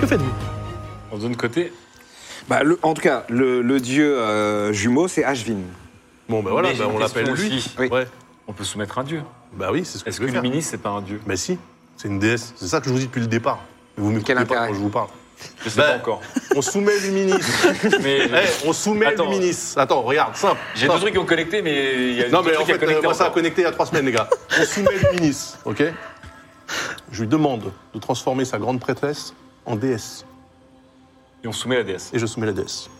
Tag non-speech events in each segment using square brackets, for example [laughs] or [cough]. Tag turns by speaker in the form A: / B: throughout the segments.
A: Que faites-vous
B: On donne côté.
C: Bah, le- en tout cas, le, le dieu euh, jumeau, c'est Ashvin.
A: Bon, ben voilà,
B: Mais
A: bah,
B: j'ai
A: on
B: une
A: l'appelle
B: question
A: lui.
B: aussi.
C: Oui.
A: Ouais.
B: On peut soumettre un dieu.
A: Bah oui, c'est ce que
B: Est-ce
A: je
B: que
A: vais faire.
B: Luminis, c'est pas un dieu
A: Mais si, c'est une déesse. C'est ça que je vous dis depuis le départ. Vous m'écoutez
C: Quel
A: pas
C: intérêt
A: quand je vous parle.
B: Je sais
A: Bah,
B: pas encore.
A: [laughs] On soumet Luminis.
B: [laughs] Mais euh,
A: Eh, on soumet
B: Attends.
A: Luminis. Attends, regarde, simple.
B: j'ai
A: simple.
B: deux trucs qui ont connecté, mais il y a
A: Non,
B: deux
A: mais en
B: trucs à
A: fait, euh,
B: connecter
A: moi, ça a
B: encore.
A: connecté il y a trois semaines, les gars. On soumet Luminis, ok Je lui demande de transformer sa grande prêtresse en déesse.
B: Et on soumet la déesse.
A: Et je soumets la déesse.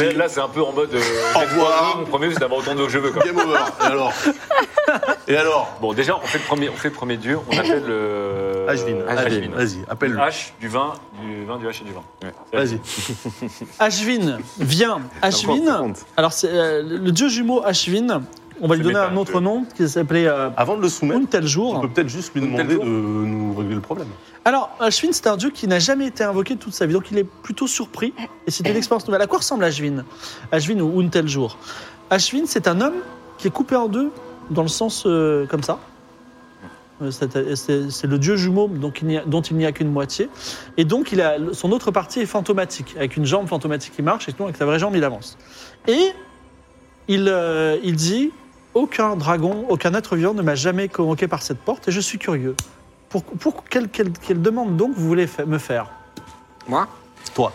B: Mais là, c'est un peu en mode. euh,
A: Au revoir.
B: Mon premier, c'est d'avoir autant de je veux. Quoi.
A: Game over. Et alors Et alors
B: Bon, déjà, on fait le premier, on fait le premier dieu. On appelle le.
A: Ashvin, Ashvin, vas-y, appelle-le.
B: H du vin, du vin, du H et du vin.
A: Vas-y.
D: Ashvin, viens.
C: compte, ça
D: Ashvin.
C: compte.
D: Alors, c'est, euh, le dieu jumeau Ashvin, on va lui
B: C'est
D: donner un
B: métal,
D: autre
B: je-
D: nom qui s'appelait euh,
A: Avant de le soumettre, on
D: Unteljour.
A: peut peut-être juste lui
B: Une telle
A: demander
B: jour.
A: de nous régler le problème.
D: Alors, Ashvin, c'est un dieu qui n'a jamais été invoqué de toute sa vie, donc il est plutôt surpris. Et c'est une expérience nouvelle. À quoi ressemble Ashvin Ashvin ou Unteljour Ashvin, c'est un homme qui est coupé en deux dans le sens euh, comme ça. Euh, C'est c'est- c'est le dieu jumeau donc il n'y a- dont il n'y a qu'une moitié. Et donc, il a, son autre partie est fantomatique, avec une jambe fantomatique qui marche, et sinon, avec sa vraie jambe, il avance. Et il, euh, il dit Aucun dragon, aucun être vivant ne m'a jamais convoqué par cette porte, et je suis curieux. Pour, pour quelle, quelle- quelle demande donc vous voulez fa- me faire
C: Moi [coughs]
A: Toi.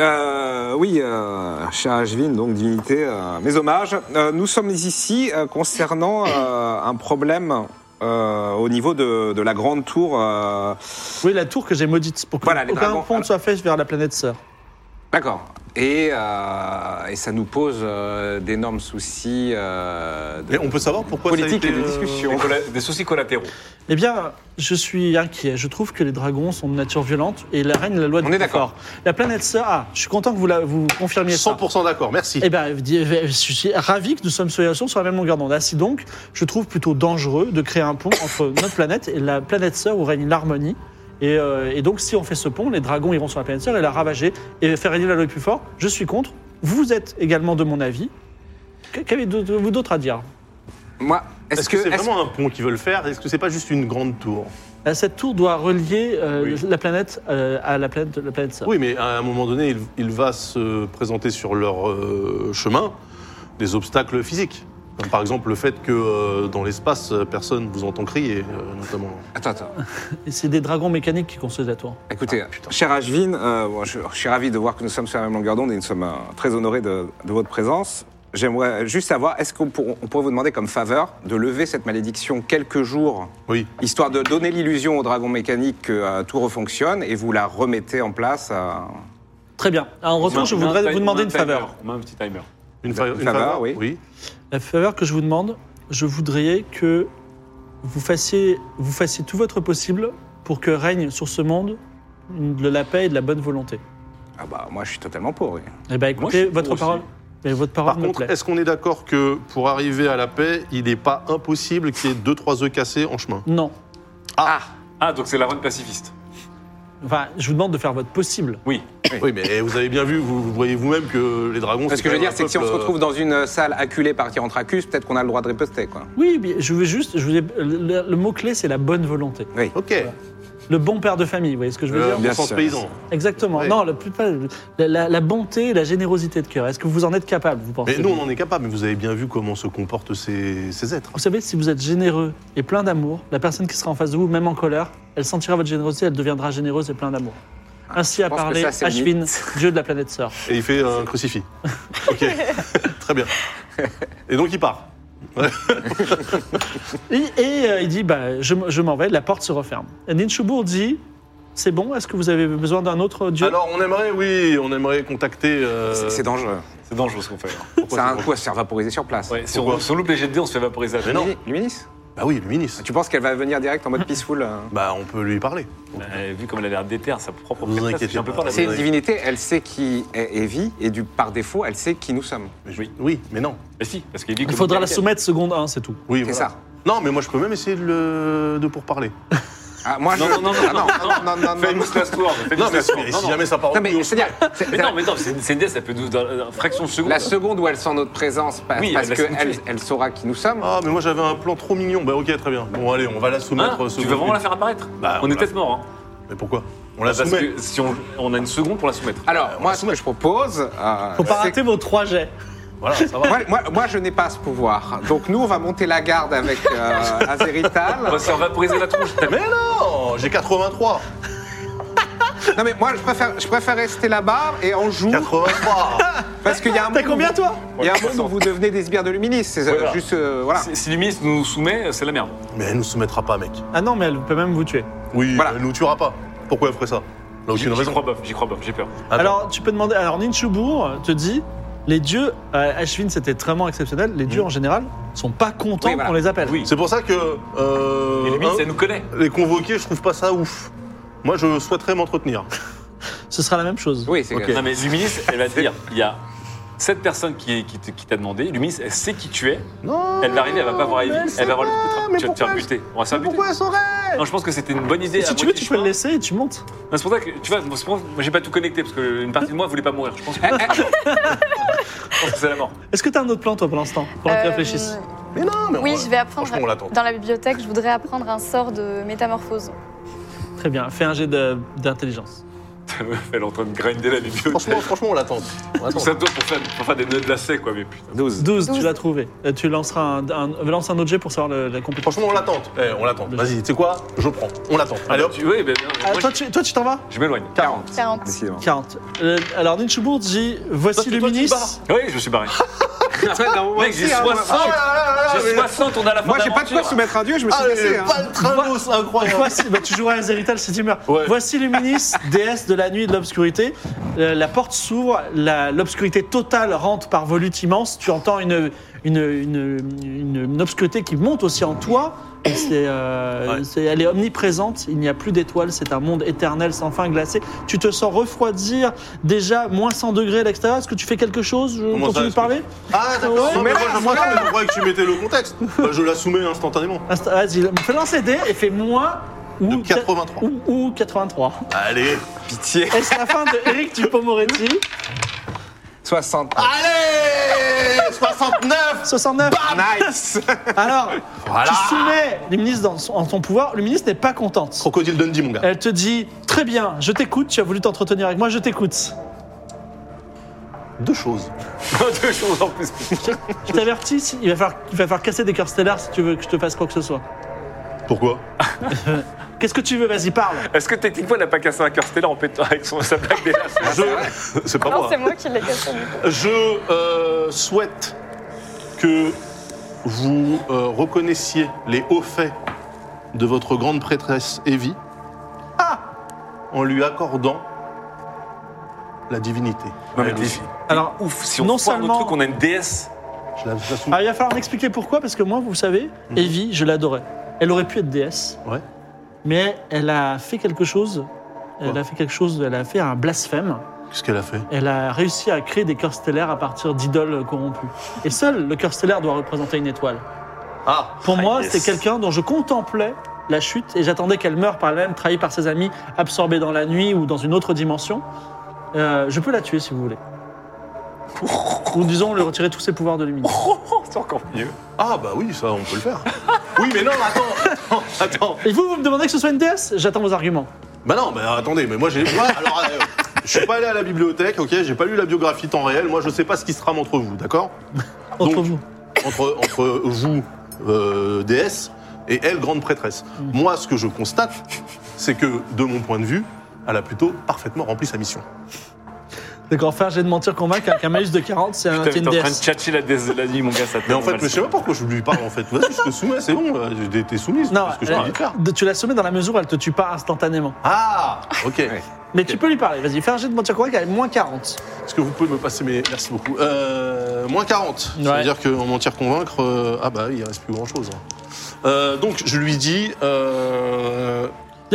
C: Euh, oui, euh, cher Ashvin, donc divinité, euh, mes hommages. Euh, nous sommes ici euh, concernant euh, un problème euh, au niveau de, de la grande tour. euh,
D: Oui, la tour que j'ai maudite, pour que
C: Voilà, les
D: aucun
C: dragons.
D: pont ne soit fait vers la planète sœur.
C: D'accord. Et, euh, et ça nous pose euh, d'énormes soucis. euh, de-
A: Et on peut savoir pourquoi
C: Politique
A: ça a
C: et
A: été,
C: des
A: euh,
C: discussions.
B: Des colla- Des soucis collatéraux.
D: Eh bien, je suis inquiet. Je trouve que les dragons sont de nature violente et la règne la loi du
C: On est
D: plus
C: d'accord.
D: fort. La planète sœur, ah, je suis content que vous, la, vous confirmiez ça.
A: 100% d'accord, merci.
D: Eh bien, je suis ravi que nous sommes sur sur la même longueur d'onde. Ainsi donc, je trouve plutôt dangereux de créer un pont entre notre planète et la planète sœur où règne l'harmonie. Et, euh, et donc, si on fait ce pont, les dragons iront sur la planète sœur et la ravager et faire régner la loi du plus fort. Je suis contre. Vous êtes également de mon avis. Que- Qu'avez-vous d'autre à dire
C: Moi, est-ce
A: Est-ce que c'est
C: est-ce-
A: vraiment un pont qu'ils veulent faire Est-ce que c'est pas juste une grande tour
D: Euh, Cette tour doit relier euh,
A: Oui.
D: la planète euh, à la planète, la planète sœur.
A: Oui, mais à un moment donné, il, il va se présenter sur leur euh, chemin des obstacles physiques. Comme par exemple le fait que euh, dans l'espace, euh, personne vous entend crier, euh, notamment.
C: Attends, attends.
D: Et c'est des dragons mécaniques qui construisent la tour.
C: Écoutez,
A: Ah, putain.
C: cher Ashvin, euh, bon, je, je suis ravi de voir que nous sommes sur la même longueur d'onde et nous sommes euh, très honorés de, de votre présence. J'aimerais juste savoir, est-ce qu'on pour- on pourrait vous demander comme faveur de lever cette malédiction quelques jours,
A: Oui.
C: histoire de donner l'illusion au dragon mécanique que euh, tout refonctionne et vous la remettez en place euh,
D: Très bien. En retour, je voudrais vous demander une faveur.
B: On met un petit timer.
A: Une, fa-
C: Une
A: une
C: faveur,
A: faveur,
C: oui.
D: La faveur que je vous demande, je voudrais que vous fassiez, vous fassiez tout votre possible pour que règne sur ce monde une- de la paix et de la bonne volonté.
C: Ah bah, moi, je suis totalement pour. oui.
D: Eh bien,
B: Moi, je suis
D: écoutez,
B: pour
D: votre
B: aussi.
D: parole, mais votre parole
A: Par
D: me
A: contre,
D: plaît.
A: est-ce qu'on est d'accord que pour arriver à la paix, il n'est pas impossible qu'il y ait deux, trois œufs cassés en chemin
D: Non.
B: Ah, donc c'est la run pacifiste.
D: Enfin, je vous demande de faire votre possible.
B: Oui.
A: Oui, mais vous avez bien vu, vous, vous voyez vous-même que les dragons.
C: Parce que je veux
A: quand
C: dire,
A: même un
C: c'est que si on se
A: peuple, euh,
C: retrouve dans une salle acculée par Tyrantracus, peut-être qu'on a le droit de riposter, quoi.
D: Oui, mais je veux juste, je vous ai- le, le mot-clé, c'est la bonne volonté.
C: Oui.
A: euh, Ok,
D: Le bon père de famille, vous voyez ce que je veux
A: le
D: dire
A: bon
C: bien
A: sens
C: sûr.
A: paysan.
D: Exactement.
A: Euh, Oui.
D: Non, le plus pas- la, la- la bonté, la générosité de cœur. Est-ce que vous en êtes capable, vous pensez
A: Mais nous, on en est capable, mais vous avez bien vu comment se comportent ces, ces êtres.
D: Vous savez, si vous êtes généreux et plein d'amour, la personne qui sera en face de vous, même en colère, elle sentira votre générosité, elle deviendra généreuse et plein d'amour. Ainsi a
C: Ah, pense que
D: parlé
C: ça, c'est le
D: Ashvin,
C: mythe. [laughs]
D: dieu de la planète sœur.
A: Et il fait un crucifix. Ok, [laughs] très bien. Et donc il part.
D: Et, et, euh, il dit bah, Je, m- je m'en vais, la porte se referme. Et Ninchubur dit C'est bon Est-ce que vous avez besoin d'un autre dieu
A: Alors on aimerait, oui, on aimerait contacter. euh,
C: C'est c'est dangereux.
B: C'est dangereux ce qu'on fait. hein.
A: pourquoi
C: Ça a
A: c'est
C: un
A: bon
C: coup à se faire vaporiser sur place.
B: Ouais, si,
A: Pourquoi
B: on, si on loupe les jets de dés, on se fait vaporiser.
A: Mais non.
C: Lumi- Luminis
A: Bah oui, le ministre.
C: Tu penses qu'elle va venir direct en mode
A: [laughs]
C: peaceful euh
A: Bah on peut lui parler.
B: Euh, vu comme elle a l'air déterre, sa propre
A: Vous
B: prêtresse,
A: inquiétez
B: j'ai un peu
A: pas.
B: peur de la
C: C'est une
A: oui.
C: divinité, elle sait qui est Evie, et du, par défaut, elle sait qui nous sommes.
A: Mais je- Oui, mais non.
B: Mais Bah, si, parce qu'il dit
D: Il faudra la
B: communiquer
D: soumettre seconde 1, c'est tout.
A: Oui,
C: C'est
A: voilà.
C: ça.
A: Non, mais moi je peux même essayer de, le... de
C: [laughs]
A: pourparler.
C: Ah, moi,
B: Non,
C: je...
B: non, non, non,
C: Ah, non, non, non,
B: avec elle.
C: non, non.
B: Famous last word.
A: Non,
B: Famous
A: mais,
B: last
A: mais
B: word.
A: si
B: Non, non.
A: jamais ça part au
C: Non, [laughs] mais
A: couillon,
C: c'est-à-dire, c'est-
B: Mais non, mais non, c'est c'est une dés, ça peut nous dans une fraction de seconde.
C: la seconde où elle sent notre présence, pa-
B: Oui,
C: parce
B: elle va se
C: qu'elle
B: tuer.
C: elle saura qui nous sommes,
A: Ah, mais moi j'avais un plan trop mignon. Bah ok, très bien. Bon, allez, on va la
B: Hein
A: soumettre. euh, ce
B: Tu veux vraiment
A: coup.
B: la faire apparaître
A: Bah,
B: On est
A: on la-
B: peut-être mort. hein.
A: Mais pourquoi On la
B: Parce
A: soumet.
B: que si on, on a une seconde pour la soumettre.
C: Alors, moi, ce que je propose. euh,
D: Faut pas
C: c'est-
D: rater vos trois jets.
A: Voilà, ça va.
C: Moi, moi- moi, je n'ai pas ce pouvoir. Donc, nous, on va monter la garde avec [laughs] euh, Azerital.
A: [laughs]
B: On va se faire vaporiser la tronche.
A: Mais non J'ai 83
C: Non, mais moi, je préfère, je préfère rester là-bas et on
B: [laughs]
C: joue.
A: 83
C: Parce qu'il y a un
D: T'as
C: monde.
D: combien toi
C: où- Il y a un monde où vous devenez des sbires de Luminis. C'est euh,
B: Voilà.
C: juste. euh, voilà.
B: Si- Si Lumis nous soumet, c'est la merde.
A: Mais elle nous soumettra pas, mec.
D: Ah non, mais elle peut même vous tuer.
A: Oui,
C: Voilà.
A: elle nous tuera pas. Pourquoi elle ferait ça Là,
B: J'y
A: aucune
B: j'y
A: raison.
B: crois bof, j'y crois bof, j'ai peur.
A: Attends.
D: Alors, tu peux demander. Alors, Ninchubur te dit les dieux, euh, Ashwin, c'était vraiment exceptionnel. Les dieux,
A: Mm.
D: en général, sont pas contents
C: Oui, voilà.
D: qu'on les appelle.
B: Oui.
A: C'est pour ça que. euh,
B: Et Lumis,
A: hein,
B: elle nous connaît.
A: les convoqués, je trouve pas ça ouf. Moi, je souhaiterais m'entretenir.
D: Ce sera la même chose.
C: Oui, c'est
A: Ok.
B: Non mais Luminis, elle
A: [laughs]
B: va te dire, il y a cette personne qui, qui te- qui t'a demandé, Luminis, elle sait qui tu es,
A: Non
B: elle va arriver, elle va pas voir Ivy,
A: mais
B: elle,
A: sait
B: va avoir le
A: pas,
B: coup de
A: mais
B: tra- tu vas te
A: pourquoi
B: faire buter. On va se faire
A: elle-
B: buter.
A: Pourquoi elle saurait
B: Non, je pense que c'était une bonne idée.
D: Et
B: à
D: si tu veux,
B: moitié
D: tu peux le
B: chemin.
D: laisser et tu montes.
B: Non, C'est pour ça que, tu vois, c'est pour- moi j'ai pas tout connecté parce qu'une partie de moi voulait pas mourir. Je pense que,
A: Ah,
B: je pense que c'est la mort. [laughs]
D: Est-ce que t'as un autre plan, toi, pour l'instant Pendant que tu
E: Euh,
D: réfléchisses
A: Mais non, mais on
E: Oui,
A: va-
E: je vais apprendre.
A: Franchement, on l'attend.
E: Dans la bibliothèque, je voudrais apprendre un sort de métamorphose.
D: Très bien, fais un jet de- d'intelligence.
B: elle est en train de grinder la bibliothèque.
A: Franchement, franchement, on l'attend. On l'attend.
B: Tout ça toi pour faire, pour faire des nœuds de lacets quoi, mais putain.
C: 12.
D: 12, tu
E: Douze.
D: l'as trouvé. Euh, Tu lanceras un, un- lance un autre jet pour savoir le- la compétence.
A: Franchement, on l'attend. Eh, on l'attend. Vas-y, tu sais quoi Je prends. On l'attend. Allez, hop.
B: Tu- oui, ben, non,
D: Ah,
B: moi,
D: toi, tu toi, tu t'en vas
B: je m'éloigne.
C: 40.
E: 40.
C: Décidément.
D: 40. Euh, alors, Ninchubur dit voici
A: Toi, tu- toi, tu
D: Luminis.
A: pars.
B: Oui, je me suis
A: [laughs]
B: barré. Mec, j'ai 60. J'ai 60, on a la fin
C: Moi, j'ai pas de
B: d'aventure.
C: quoi soumettre un dieu, je me suis
A: Ah,
C: blessé.
A: mais
C: hein.
A: pas le train, c'est [laughs] incroyable.
D: Voici, bah, tu joueras à Zerital c'est humeur.
A: Ouais.
D: Voici Luminis,
A: [laughs]
D: déesse de la nuit et de l'obscurité. Euh, la porte s'ouvre, la- l'obscurité totale rentre par volutes immenses. Tu entends une, une, une, une- une obscurité qui monte aussi en toi. Et c'est, euh,
A: Ouais.
D: c'est- elle est omniprésente, il n'y a plus d'étoiles, c'est un monde éternel sans fin glacé. Tu te sens refroidir, déjà moins 100 degrés à l'extérieur. Est-ce que tu fais quelque chose Je
A: Comment ça,
D: continue de
A: est-ce que-
D: parler
A: Ah, d'accord. Non, mais
C: Soumets-la,
A: moi, je moi, non, mais je croyais que tu mettais le contexte. Bah, je la soumets instantanément.
D: Insta- Vas-y, fais lancer des et fais moins ou,
A: De 83.
D: ou- ou 83.
A: Allez.
C: Pitié.
D: Et c'est la fin de Eric Dupont-Moretti.
C: 60.
A: Allez 69
D: 69.
C: [laughs] nice.
D: Alors,
A: Voilà.
D: tu soumets le ministre dans son, en son pouvoir. Le ministre n'est pas contente.
A: Crocodile Dundee, mon gars.
D: Elle te dit Très bien, je t'écoute, tu as voulu t'entretenir avec moi, je t'écoute.
A: Deux choses.
B: [laughs] Deux choses en plus.
D: Je t'avertis, si- il va, falloir, il va falloir casser des cœurs stellaires si tu veux que je te fasse quoi que ce soit.
A: Pourquoi
D: Qu'est-ce que tu veux Vas-y, parle.
B: Est-ce que techniquement, elle n'a pas cassé un cœur stellaire en pétant avec son, sa plaque des lacets
A: Je. [laughs] C'est pas
E: Non,
A: moi.
E: c'est moi qui l'ai cassé. du coup.
A: Je euh, souhaite que vous euh, reconnaissiez les hauts faits de votre grande prêtresse Evie ah, en lui accordant la divinité.
B: Non, mais
A: Elle
B: t'es-
A: aussi.
D: Alors,
B: Ouf, si on
D: Non
B: foire
D: seulement- Euh,
B: nos trucs, on a une déesse.
A: Je la, je la soumets.
D: alors, il va falloir m'expliquer pourquoi, parce que moi, vous savez, Evie, je l'adorais. Elle aurait pu être déesse,
A: Ouais.
D: mais elle a fait quelque chose. Elle
A: Quoi
D: a fait quelque chose, elle a fait un blasphème.
A: Qu'est-ce qu'elle a fait
D: Elle a réussi à créer des cœurs stellaires à partir d'idoles corrompues. Et seul le cœur stellaire doit représenter une étoile.
A: Ah
D: Pour moi,
B: yes.
D: c'est quelqu'un dont je contemplais la chute et j'attendais qu'elle meure par elle-même, trahie par ses amis, absorbée dans la nuit ou dans une autre dimension. Euh, je peux la tuer si vous voulez. Ou disons, lui retirer tous ses pouvoirs de lumière.
B: C'est encore mieux.
A: Ah bah oui, ça on peut le faire. oui mais non, attends, [laughs] attends.
D: Et vous, vous me demandez que ce soit une déesse J'attends vos arguments.
A: Bah non, bah attendez, mais moi j'ai. moi, alors, euh, je suis pas allé à la bibliothèque, ok, j'ai pas lu la biographie temps réel, moi je sais pas ce qui se trame entre vous, d'accord
D: Entre
A: Donc,
D: vous.
A: entre, entre vous, euh, déesse, et elle, grande prêtresse. Moi, ce que je constate, c'est que, de mon point de vue, elle a plutôt parfaitement rempli sa mission.
D: D'accord, faire j'ai de mentir convaincre avec un malus de 40, c'est un,
B: Putain,
D: c'est
B: T'es
D: une
B: en train de
D: DS.
B: tchatcher la, dés- la nuit, mon gars, ça te
A: Mais en
B: rend
A: fait,
B: mal.
A: je sais pas pourquoi je lui parle en fait. Vas-y, je te soumets, c'est bon. là. T'es- T'es soumise.
D: Non,
A: Non, parce que je t'ai
D: elle-
A: dit de faire.
D: tu l'as sommé dans la mesure où elle te tue pas instantanément.
A: Ah, ok.
D: Mais tu peux lui parler, vas-y, fais un jet de mentir convaincre avec moins 40.
A: Est-ce que vous pouvez me passer mes. Merci beaucoup. Euh, moins 40.
D: Ouais.
A: C'est-à-dire qu'en mentir convaincre, euh, ah bah oui, il reste plus grand-chose. hein. Euh, donc je lui dis. euh,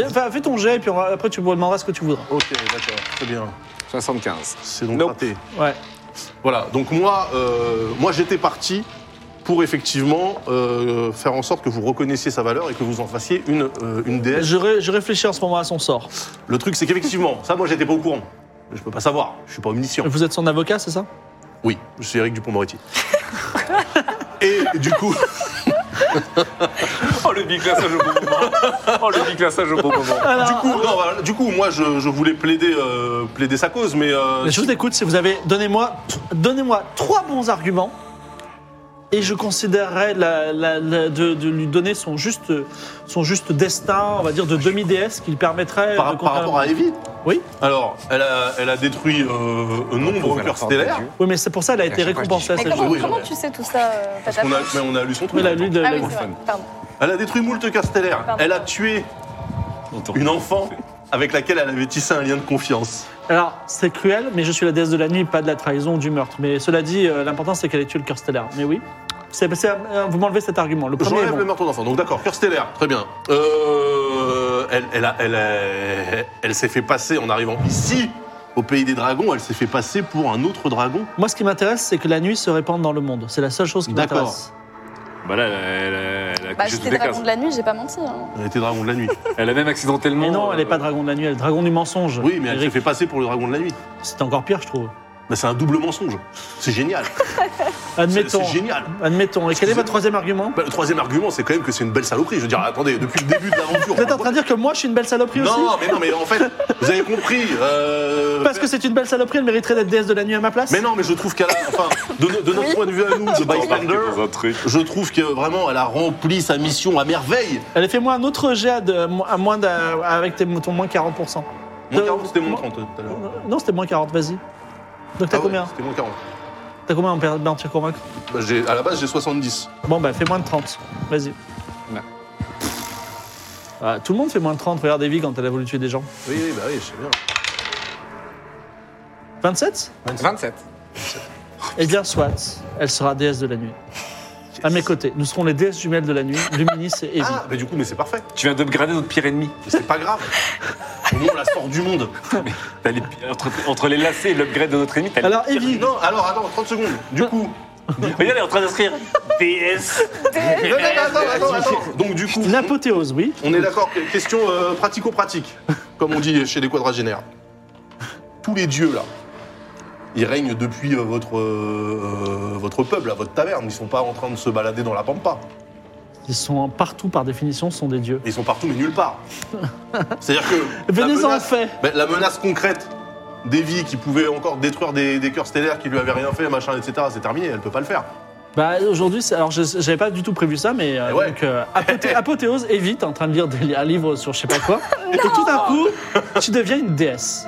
D: Enfin, fais ton jet et puis on va- après tu me demanderas ce que tu voudras.
A: Ok, d'accord, très bien.
C: 75.
A: C'est donc
C: Nope.
A: raté.
D: Ouais.
A: Voilà, donc moi, euh, moi j'étais parti pour effectivement euh, faire en sorte que vous reconnaissiez sa valeur et que vous en fassiez une, euh, une déesse.
D: Je, ré- je réfléchis en ce moment à son sort.
A: Le truc, c'est qu'effectivement, ça, moi, j'étais pas au courant. Je peux pas savoir. Je suis pas omniscient.
D: Vous êtes son avocat, c'est ça
A: Oui, je suis Eric Dupont-Moretti. [laughs] Et du coup,
B: Oh, le big classage au bon moment. Oh, le big classage au bon moment.
A: du coup,
D: euh,
A: non, voilà, du coup, moi, je, je voulais plaider, euh, plaider sa cause, mais euh,
D: Mais je vous écoute, si vous avez. Donnez-moi donnez-moi trois bons arguments et je considérerais la- la- la- de, de lui donner son juste, son juste destin, on va dire, de demi-déesse qui lui permettrait.
A: par,
D: de
A: par rapport à Evie.
D: Oui.
A: Alors, elle a, elle a détruit euh, un nombre de
C: Ouvre la
A: cœurs
C: porte des
A: stellaires.
C: dieux.
D: Oui, mais c'est pour ça qu'elle a
C: à
D: été
C: chaque fois, je
D: récompensée à
E: Mais
D: cette
E: comment,
A: oui,
E: comment
A: oui.
E: tu sais tout ça, euh,
A: Parce qu'on a,
E: Patapon
A: mais on a lu son truc.
D: Oui, la lune de
E: Ah
D: la-
E: oui, c'est vrai, pardon.
A: Elle a détruit moult cœurs stellaires.
E: Pardon.
A: Elle a tué une enfant avec laquelle elle avait tissé un lien de confiance.
D: Alors, c'est cruel, mais je suis la déesse de la nuit, pas de la trahison ou du meurtre. Mais cela dit, euh, l'important, c'est qu'elle ait tué le cœur stellaire. Mais oui. C'est- c'est- euh, vous m'enlevez cet argument. Le premier. est
A: J'enlève
D: bon.
A: le marteau d'enfant. Donc d'accord, cœur stellaire, très bien. Euh, elle elle, a- elle, a- elle s'est fait passer en arrivant ici, au pays des dragons, elle s'est fait passer pour un autre dragon.
D: Moi, ce qui m'intéresse, c'est que la nuit se répande dans le monde. C'est la seule chose qui
A: D'accord.
D: m'intéresse.
B: Bah là, elle a- elle a, elle a
E: Bah,
B: coché toutes
E: j'étais
B: les
E: dragon
B: cases.
E: de la nuit, j'ai pas menti. hein.
A: Elle était dragon de la nuit.
B: Elle a même accidentellement.
D: Mais non, elle
B: euh,
D: n'est pas dragon de la nuit, elle est dragon du mensonge.
A: Oui, mais elle s'est
D: Eric,
A: fait passer pour le dragon de la nuit.
D: C'est encore pire, je trouve.
A: Mais c'est un double mensonge. C'est
D: [laughs]
A: génial. C'est
D: Admettons.
A: c'est génial.
D: Admettons. Et quel est votre troisième argument
A: Bah, le troisième argument, c'est quand même que c'est une belle saloperie. Je veux dire, attendez, depuis le début de l'aventure.
D: Vous êtes en train de dire que moi, je suis une belle saloperie aussi
A: Non, mais non, mais en fait, vous avez compris. euh,
D: Parce que c'est une belle saloperie, elle mériterait d'être déesse de la nuit à ma place
A: Mais non, mais je trouve qu'elle a, enfin, de, no- de notre point de vue à nous, de Bystander,
B: dans un truc.
A: je trouve que vraiment, elle a rempli sa mission à merveille.
D: Allez, fais-moi un autre jet à, de- à moins d'un- avec tes, ton moins 40%.
A: Moins
D: Euh,
A: 40, c'était moins
D: moi-
A: 30 tout à l'heure.
D: Non, c'était moins 40, vas-y. Donc t'as
A: Euh. Ah ouais,
D: combien
A: C'était moins 40.
D: T'as combien en per- mentir convaincre
A: Bah, j'ai- à la base, j'ai 70.
D: Bon, bah fais moins de 30. Vas-y.
C: Ouais.
D: Ah, tout le monde fait moins de 30. Regarde Evie quand elle a voulu tuer des gens.
A: Oui, oui, bah oui, je sais bien.
D: 27
C: 27.
D: Eh bien, soit. Elle sera déesse de la nuit. À mes côtés, nous serons les déesses jumelles de la nuit, Luminis et Evie.
A: Ah, mais du coup, mais c'est parfait.
B: Tu viens d'upgrader notre pire ennemi.
A: Mais C'est pas grave. Au moins, on la sort du monde.
B: T'as les pi- entre, entre les lacets et l'upgrade de notre ennemi, t'as les-
D: Alors, Evie,
A: Non, alors, attends, 30 secondes.
D: Euh,
A: Du coup.
B: Regarde, elle est en train d'inscrire PS.
A: Non, non,
D: euh,
A: mais attends, attends, attends. Donc, du coup,
D: l'apothéose, oui.
A: on est d'accord. que- Question euh, pratico-pratique, comme on dit chez les quadragénaires. Tous les dieux, là, ils règnent depuis euh, votre, euh, votre peuple, à votre taverne. Ils sont pas en train de se balader dans la pampa.
D: Ils sont partout, par définition, sont des dieux.
A: Ils sont partout, mais nulle
D: [laughs]
A: part. C'est-à-dire que. la
D: Venez-en
A: menace-
D: fait
A: Ben, la menace concrète d'Evie qui pouvait encore détruire des, des cœurs stellaires qui lui avaient rien fait, machin, etc., c'est terminé, elle peut pas le faire.
D: Bah aujourd'hui, c'est- alors je- j'avais pas du tout prévu ça, mais euh,
A: Eh ouais.
D: donc, euh,
A: [laughs]
D: apothé- apothéose et vite en train de lire des li- un livre sur je sais pas quoi, et tout d'un coup, tu deviens une déesse.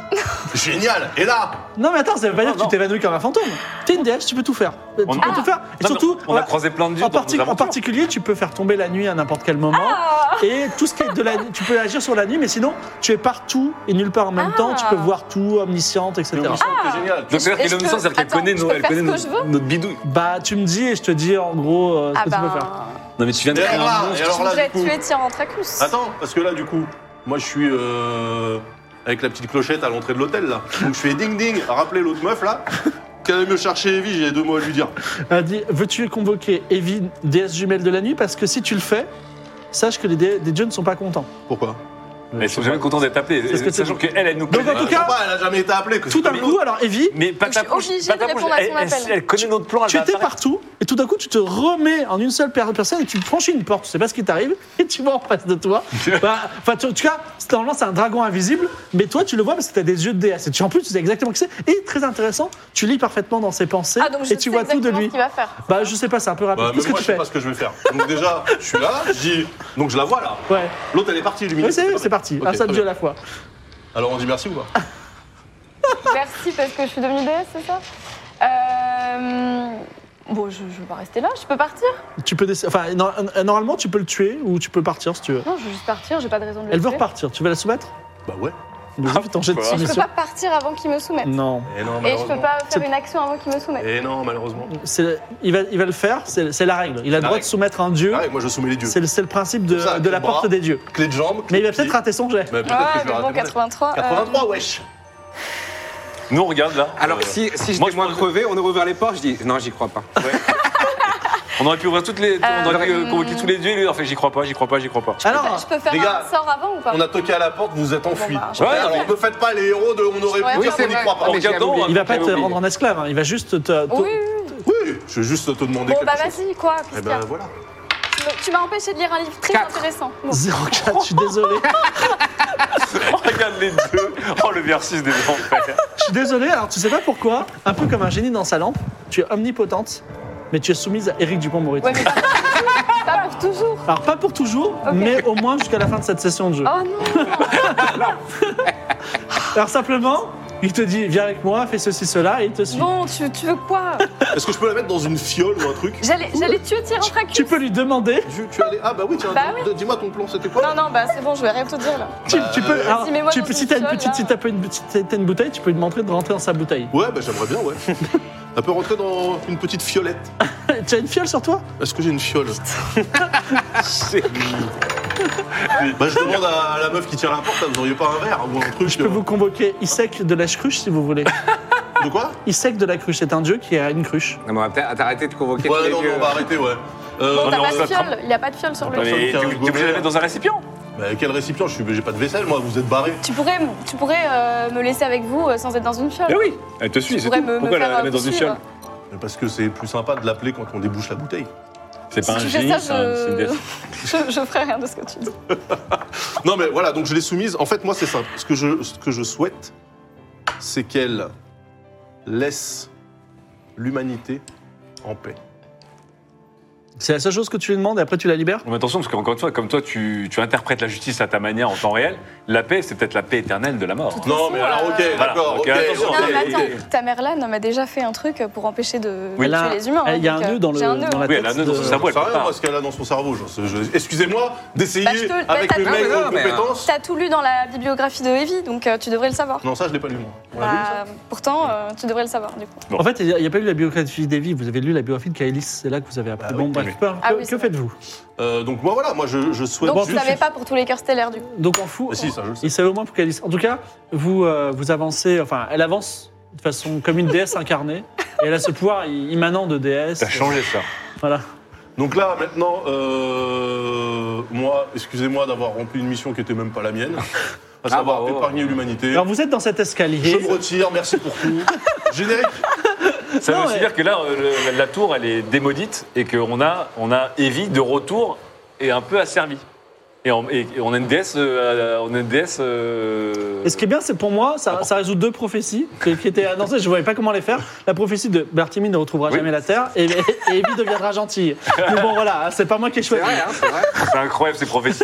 A: Génial Et là
D: Non mais attends, ça veut pas dire que
B: non.
D: tu t'évanouis comme un fantôme. T'es une déesse, tu peux tout faire. Tu
B: On-
D: peux
B: Ah.
D: tout faire. Et
B: Non,
D: surtout, euh,
B: mais on a croisé plein de dieux
D: en,
B: dans nos
D: parti- en
B: aventures.
D: particulier, tu peux faire tomber la nuit à n'importe quel moment.
E: Ah.
D: Et tout ce qui est de la tu peux agir sur la nuit, mais sinon, tu es partout et nulle part en même
E: Ah.
D: temps. Tu peux voir tout, omnisciente, etc.
A: Mais on sent
D: Ah.
A: que génial
B: Donc, c'est-à-dire
E: Et je
B: qu'elle est
E: peux-
B: omnisciente, c'est-à-dire qu'elle
E: attends,
B: connaît,
E: je
B: nos-
E: peux
B: elle
E: faire
B: connaît
E: ce que
B: nos-
E: je veux
B: notre bidouille.
D: Bah, tu me dis et je te dis en gros euh, ce
E: Ah
D: que tu peux faire.
E: bah.
B: Non, mais tu viens de
A: Et
B: créer
A: alors
B: un
A: là,
B: monstre.
A: et alors
E: Je
A: là,
E: voudrais
A: du coup-
E: tuer Tyrantracus.
A: Attends, parce que là, du coup, moi je suis euh, avec la petite clochette à l'entrée de l'hôtel, là. Donc je fais ding ding, rappelez l'autre meuf, là, qu'elle aille me chercher Evie, j'ai deux mots à lui dire.
D: Elle dit Euh, Veux-tu convoquer Evie, déesse jumelle de la nuit Parce que si tu le fais, sache que les, dé- les dieux ne sont pas contents.
A: Pourquoi
B: Mais ils sont jamais contents d'être appelés.
D: C'est ce que tu
B: Sachant
D: dis.
B: qu'elle, elle nous
D: Donc,
B: connaît.
D: en tout cas-
A: Je sais pas, elle a jamais été appelée. que
D: Tout
A: c'est
D: d'un coup, alors Evie,
B: Mais Patapon,
E: Je suis obligée de
B: Patapon,
E: répondre à son
B: elle- elle-
E: appel.
B: Elle connaît notre
A: Ah,
B: plan. elle
D: tu
B: va
A: bah,
D: étais
B: apparaître.
D: partout, et tout d'un coup, tu te remets en une seule per- personne et tu franchis une porte. Tu sais pas ce qui t'arrive, [laughs] et tu vois en face
A: [laughs]
D: de toi. Bah, Enfin, tu- en tout cas, c'est- normalement, c'est un dragon invisible, mais toi, tu le vois parce que tu as des yeux de déesse. Et tu, en plus, tu sais exactement qui c'est. Et très intéressant, tu lis parfaitement dans ses pensées,
E: Ah, donc je
D: et tu
E: sais
D: vois tout de
E: exactement
D: lui.
E: ce qu'il va faire.
D: Bah, je sais pas, c'est un peu rapide.
A: Bah, même
D: Qu'est-ce que
A: moi,
D: tu
A: je sais
D: fais
A: pas ce que je vais faire. Donc déjà, je suis là, je dis. Donc je la vois, là.
D: Ouais,
A: L'autre, elle est partie,
D: Ouais,
A: illuminée.
D: c'est c'est parti,
A: Ok,
D: un seul
A: très
D: dieu à
A: bien.
D: la fois.
A: Alors on dit merci ou pas
E: Merci parce que je suis devenue déesse, c'est ça Euh, Bon, je, je vais pas rester là, je peux partir
D: Tu peux déc- enfin, no- normalement, tu peux le tuer ou tu peux partir si tu veux.
E: Non, je veux juste partir, j'ai pas de raison de le
D: Elle veut
E: tuer.
D: repartir. Tu veux la soumettre
A: Bah ouais.
D: Vas-y, ton jet de
A: quoi.
E: Et je peux
D: soumission.
E: pas partir avant qu'il me soumette.
D: Non.
A: Et non,
E: Et je peux
A: malheureusement.
E: pas faire une action avant qu'il me soumette.
A: Et non, malheureusement.
D: C'est- Il va, il va le faire, c'est c'est la règle. Il a le
A: La
D: droit de
A: règle.
D: soumettre un dieu.
A: Ah, et moi je soumets les dieux.
D: C'est le, c'est le principe de,
A: C'est ça,
D: de la
A: ton bras.
D: porte des dieux.
A: Clé de jambe.
D: Mais
A: clé
D: il va
A: de
D: peut-être
A: pied.
D: rater son jet.
A: Bah, peut-être que
E: Ouais,
A: je vais
E: Ah, mais bon,
A: rater mon jet.
E: 83. euh,
A: 83, wesh.
B: Nous, on regarde là.
C: Alors,
B: Euh,
C: si, si
B: moi,
C: j'étais
B: je
C: moins
B: pense-
C: crevé, on aurait ouvert les portes, je dis non, j'y crois pas.
B: On aurait pu ouvrir toutes les. On aurait pu
E: Euh,
B: euh, convoquer tous les dieux et lui, en fait, j'y crois pas, j'y crois pas, j'y crois
E: [laughs]
B: pas.
D: Alors,
E: bah, Je peux faire
A: Les gars,
E: un sort avant ou pas
A: On a toqué à la porte, vous êtes enfui.
E: Bon, bah,
B: Ouais,
A: Alors
B: mais-
A: ne faites pas les héros de on aurait
E: Ouais,
A: pu
E: oui,
A: parce
E: c'est
A: qu'on n'y
E: vrai.
A: croit pas.
B: En regardant,
C: oublié.
B: euh,
D: il va pas te
B: j'avais oublié.
D: rendre en esclave, hein. il va juste te. te- [laughs]
E: Oui, oui, oui.
A: Oui, je vais juste te demander
E: Bon,
A: quelque
E: bah
A: chose.
E: vas-y, quoi
A: Eh
E: Qu'est-ce qu'il y
A: ben
E: a
A: voilà.
E: Tu m'as empêché de lire un livre très
C: Quatre.
E: intéressant. Bon.
D: 04, je suis désolé.
B: On regarde les deux. Oh, le versus des
E: [laughs]
B: enfers.
D: Je suis désolé, alors tu sais pas pourquoi, un peu comme un génie dans sa lampe, tu es omnipotente, mais tu es soumise à Éric Dupont-Moretti.
E: Ouais, mais pas, pas pour toujours.
D: Alors pas pour toujours,
E: Ok.
D: mais au moins jusqu'à la fin de cette session de jeu.
E: Oh non
D: Alors simplement, il te dit viens avec moi, fais ceci, cela, et il te suit.
E: Bon, tu, tu veux quoi
A: Est-ce que je peux la mettre dans une fiole ou un truc
E: J'allais j'allais tuer Tyrantracus.
D: Tu peux lui demander,
A: tu, tu allais... Ah bah oui, tiens,
E: Bah oui.
A: dis-moi ton plan, c'était quoi
E: Non, non, bah c'est bon, je vais rien te dire là.
D: tu, tu peux.
A: euh,
D: alors,
E: Vas-y, mets-moi
D: tu-
E: dans
D: si
E: une
D: t'as une
E: fiole,
D: petite,
E: là.
D: si t'as pas une petite, si t'as une bouteille, tu peux lui demander de rentrer dans sa bouteille.
A: Ouais, bah j'aimerais bien,
E: [laughs]
A: ouais. Elle peut rentrer dans une petite fiolette.
D: tu as une fiole sur toi
A: Est-ce que j'ai une
D: [laughs]
A: fiole Bah je demande à la meuf qui tient la porte, ah, vous auriez pas un verre ou un truc euh,
D: Je peux vous convoquer Isek de la cruche si vous voulez.
A: De quoi
D: Isek de la cruche, c'est un dieu qui a une cruche.
C: Non, mais on va peut-être arrêter de convoquer tous
A: Ouais,
C: les
A: non, non,
C: dieux.
A: on va arrêter, ouais. Euh,
E: Bon,
B: Non,
E: t'as
B: non,
E: pas
B: ça
E: de fiole, il y a pas de fiole sur le
A: Attends,
E: lit.
B: Mais t'es t'es obligé de la mettre dans un récipient.
A: Bah quel récipient Je suis j'ai pas de vaisselle, moi, vous êtes barré.
E: Tu pourrais, me- tu pourrais euh, me laisser avec vous euh, sans être dans une fiole.
B: Eh oui, elle te suit,
E: Tu pourrais me, me faire euh, suivre.
A: Parce que c'est plus sympa de l'appeler quand on débouche la bouteille.
B: C'est
E: hein. Si tu fais ça, je... [laughs] je, je ferai rien de ce que tu dis.
A: Non mais voilà, donc je l'ai soumise. En fait, moi c'est simple. Ce que je, ce que je souhaite, c'est qu'elle laisse l'humanité en paix.
D: C'est la seule chose que tu lui demandes et après tu la libères
B: Mais attention, parce qu'encore une fois, comme toi, tu, tu interprètes la justice à ta manière en temps réel, la paix, c'est peut-être la paix éternelle de la mort.
A: Non mais alors ok,
E: euh,
A: d'accord,
B: voilà, ok,
A: ok,
B: attention,
A: ok,
E: Non, mais
A: ok.
E: attends, ta mère là m'a déjà fait un truc pour empêcher de
D: Oui. Elle a-
E: tuer les humains.
D: elle- il y a
E: donc,
D: un
E: euh,
D: nœud dans le-
E: j'ai un
D: dans
E: nœud.
D: la
B: Oui, elle a un nœud dans
D: de-
B: son
A: Ça
B: cerveau, elle
A: sert à
B: peut
A: rien,
B: pas.
A: moi, ce qu'elle a dans son cerveau. genre, c'est- je- Excusez-moi d'essayer
E: Bah, je te- bah,
A: avec
E: t'as
A: mes
E: tout-
A: mecs
C: Non,
A: de
C: mais, euh,
A: compétences.
E: T'as tout lu dans la bibliographie de Evie, donc euh, tu devrais le savoir.
A: Non, ça, je l'ai pas lu, moi. On l'a lu, ça
E: Bah, pourtant, euh, tu devrais le savoir du coup.
B: Bon.
D: En fait, il n'y a pas eu la biographie d'Evie, vous avez lu la biographie de Kaelis, c'est là que vous avez appris.
A: Bah
D: bon,
A: oui,
D: bref,
B: oui.
D: peu importe,
E: Ah
D: que,
E: oui, c'est
D: que
E: vrai.
D: faites-vous
A: Euh, donc, moi, voilà, moi, je, je souhaite.
E: Donc
D: Bon,
E: tu
A: juste-
E: savais pas pour tous les cœurs stellaires du coup.
D: Donc on fout.
A: Mais si, ça, je le sais.
D: Il savait au moins pour Kaelis. En tout cas, vous, euh, vous avancez, enfin, elle avance de façon comme une déesse incarnée, et elle a ce pouvoir i- immanent de déesse.
B: T'as changé ça.
D: Voilà.
A: Donc là, maintenant, euh, moi, excusez-moi d'avoir rempli une mission qui était même pas la mienne, à savoir
C: bravo.
A: épargner l'humanité.
D: Alors vous êtes dans cet
A: Je
D: escalier.
A: me retire, merci pour tout. Générique.
B: Ça
D: Non,
B: veut aussi
D: mais-
B: dire que là, euh, le- la tour, elle est démaudite et qu'on a, on a Evie de retour et un peu asservie. Et, en- et- et on a une déesse. euh, on a une déesse. euh,
D: Et ce qui est bien, c'est pour moi, ça, ça résout deux prophéties qui, qui étaient annoncées, je ne voyais pas comment les faire. La prophétie de Bartimine ne retrouvera
B: Oui.
D: jamais la Terre, et, et Evie deviendra gentille. Mais bon, voilà, c'est pas moi qui ai
C: C'est
D: choisi.
C: vrai, hein, c'est vrai.
A: Eh,
B: C'est incroyable ces prophéties.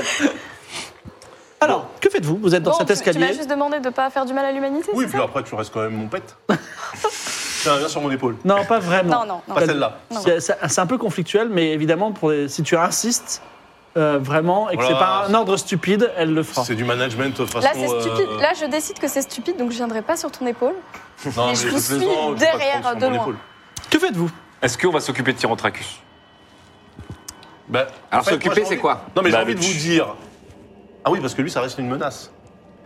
D: Alors, que faites-vous Vous êtes dans
E: Bon,
D: cet
E: tu- Tu m'as
D: escalier.
E: juste demandé de pas faire du mal à l'humanité,
A: Oui,
E: c'est
A: puis
E: ça
A: après, tu restes quand même mon pet. Tiens, viens sur mon épaule.
D: Non, pas vraiment.
E: Non, non, non.
A: Pas celle-là.
E: Non.
D: C'est- C'est c'est un peu conflictuel, mais évidemment, pour les- si tu insistes euh, vraiment et que c'est
A: Voilà.
D: pas un ordre stupide, elle le fera.
A: C'est du management de façon.
E: Là c'est
A: euh,
E: stupide. Là je décide que c'est stupide, donc je viendrai pas sur ton épaule.
A: non,
E: mais je vous
A: plaisante, je
E: suis
A: vais pas te
E: derrière,
A: prendre
E: de
A: sur mon
E: loin.
A: épaule.
D: Que faites-vous
B: Est-ce qu'on va s'occuper de Tyrantracus
A: Bah,
C: Alors,
A: en fait,
C: s'occuper,
A: moi, j'ai
C: c'est
A: envie-
C: quoi
A: Non, mais
B: Bah,
A: j'ai envie
B: le
A: de vous
B: tch.
A: dire. Ah oui, parce que lui, ça reste une menace.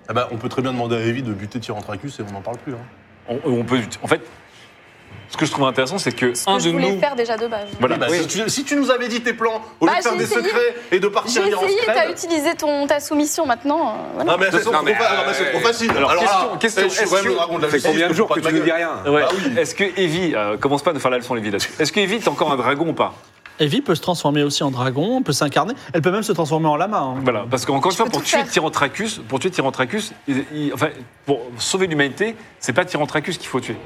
A: Ah bah, on peut très bien demander à Evie de buter Tyrantracus et on n'en parle plus. hein.
B: on, on peut. En fait, ce que je trouve intéressant, c'est que
E: Ce
B: un
E: que je
B: de
E: voulais
B: nous.
E: faire déjà de base.
B: Voilà.
A: Oui, bah,
B: Oui.
A: Si, tu, si tu nous avais dit tes plans, au
E: Bah,
A: lieu de faire
E: j'ai
A: des
E: essayé.
A: secrets et de
E: J'ai
A: partir en
E: essayé, t'as
A: scred...
E: utilisé ton, ta soumission maintenant. euh, voilà.
A: Ah mais c'est trop,
C: Non, mais,
A: fa-
C: euh,
A: ah, bah, c'est trop facile.
B: alors, question-
A: là,
B: question,
A: eh, je suis
B: est-ce
A: vraiment
B: que-
A: le dragon de la
C: Ça fait
A: justice,
C: combien de
A: je
C: jours
A: peux
C: que
A: pas
C: tu
A: te
C: nous dis
A: bagarrer.
C: rien
B: Ouais.
A: Bah oui.
B: Est-ce que Evie, euh, commence pas à nous faire la leçon Evie là-dessus. Est-ce que Evie t'es encore un dragon ou pas
D: Evie peut se transformer aussi en dragon, peut s'incarner, elle peut même se transformer en lama. hein.
B: Voilà, parce qu'encore une fois,
E: peux
B: pour
E: tout
B: tuer
E: faire.
B: Tyrantracus, pour tuer Tyrantracus, il- il- enfin, pour sauver l'humanité, c'est pas Tyrantracus qu'il faut tuer.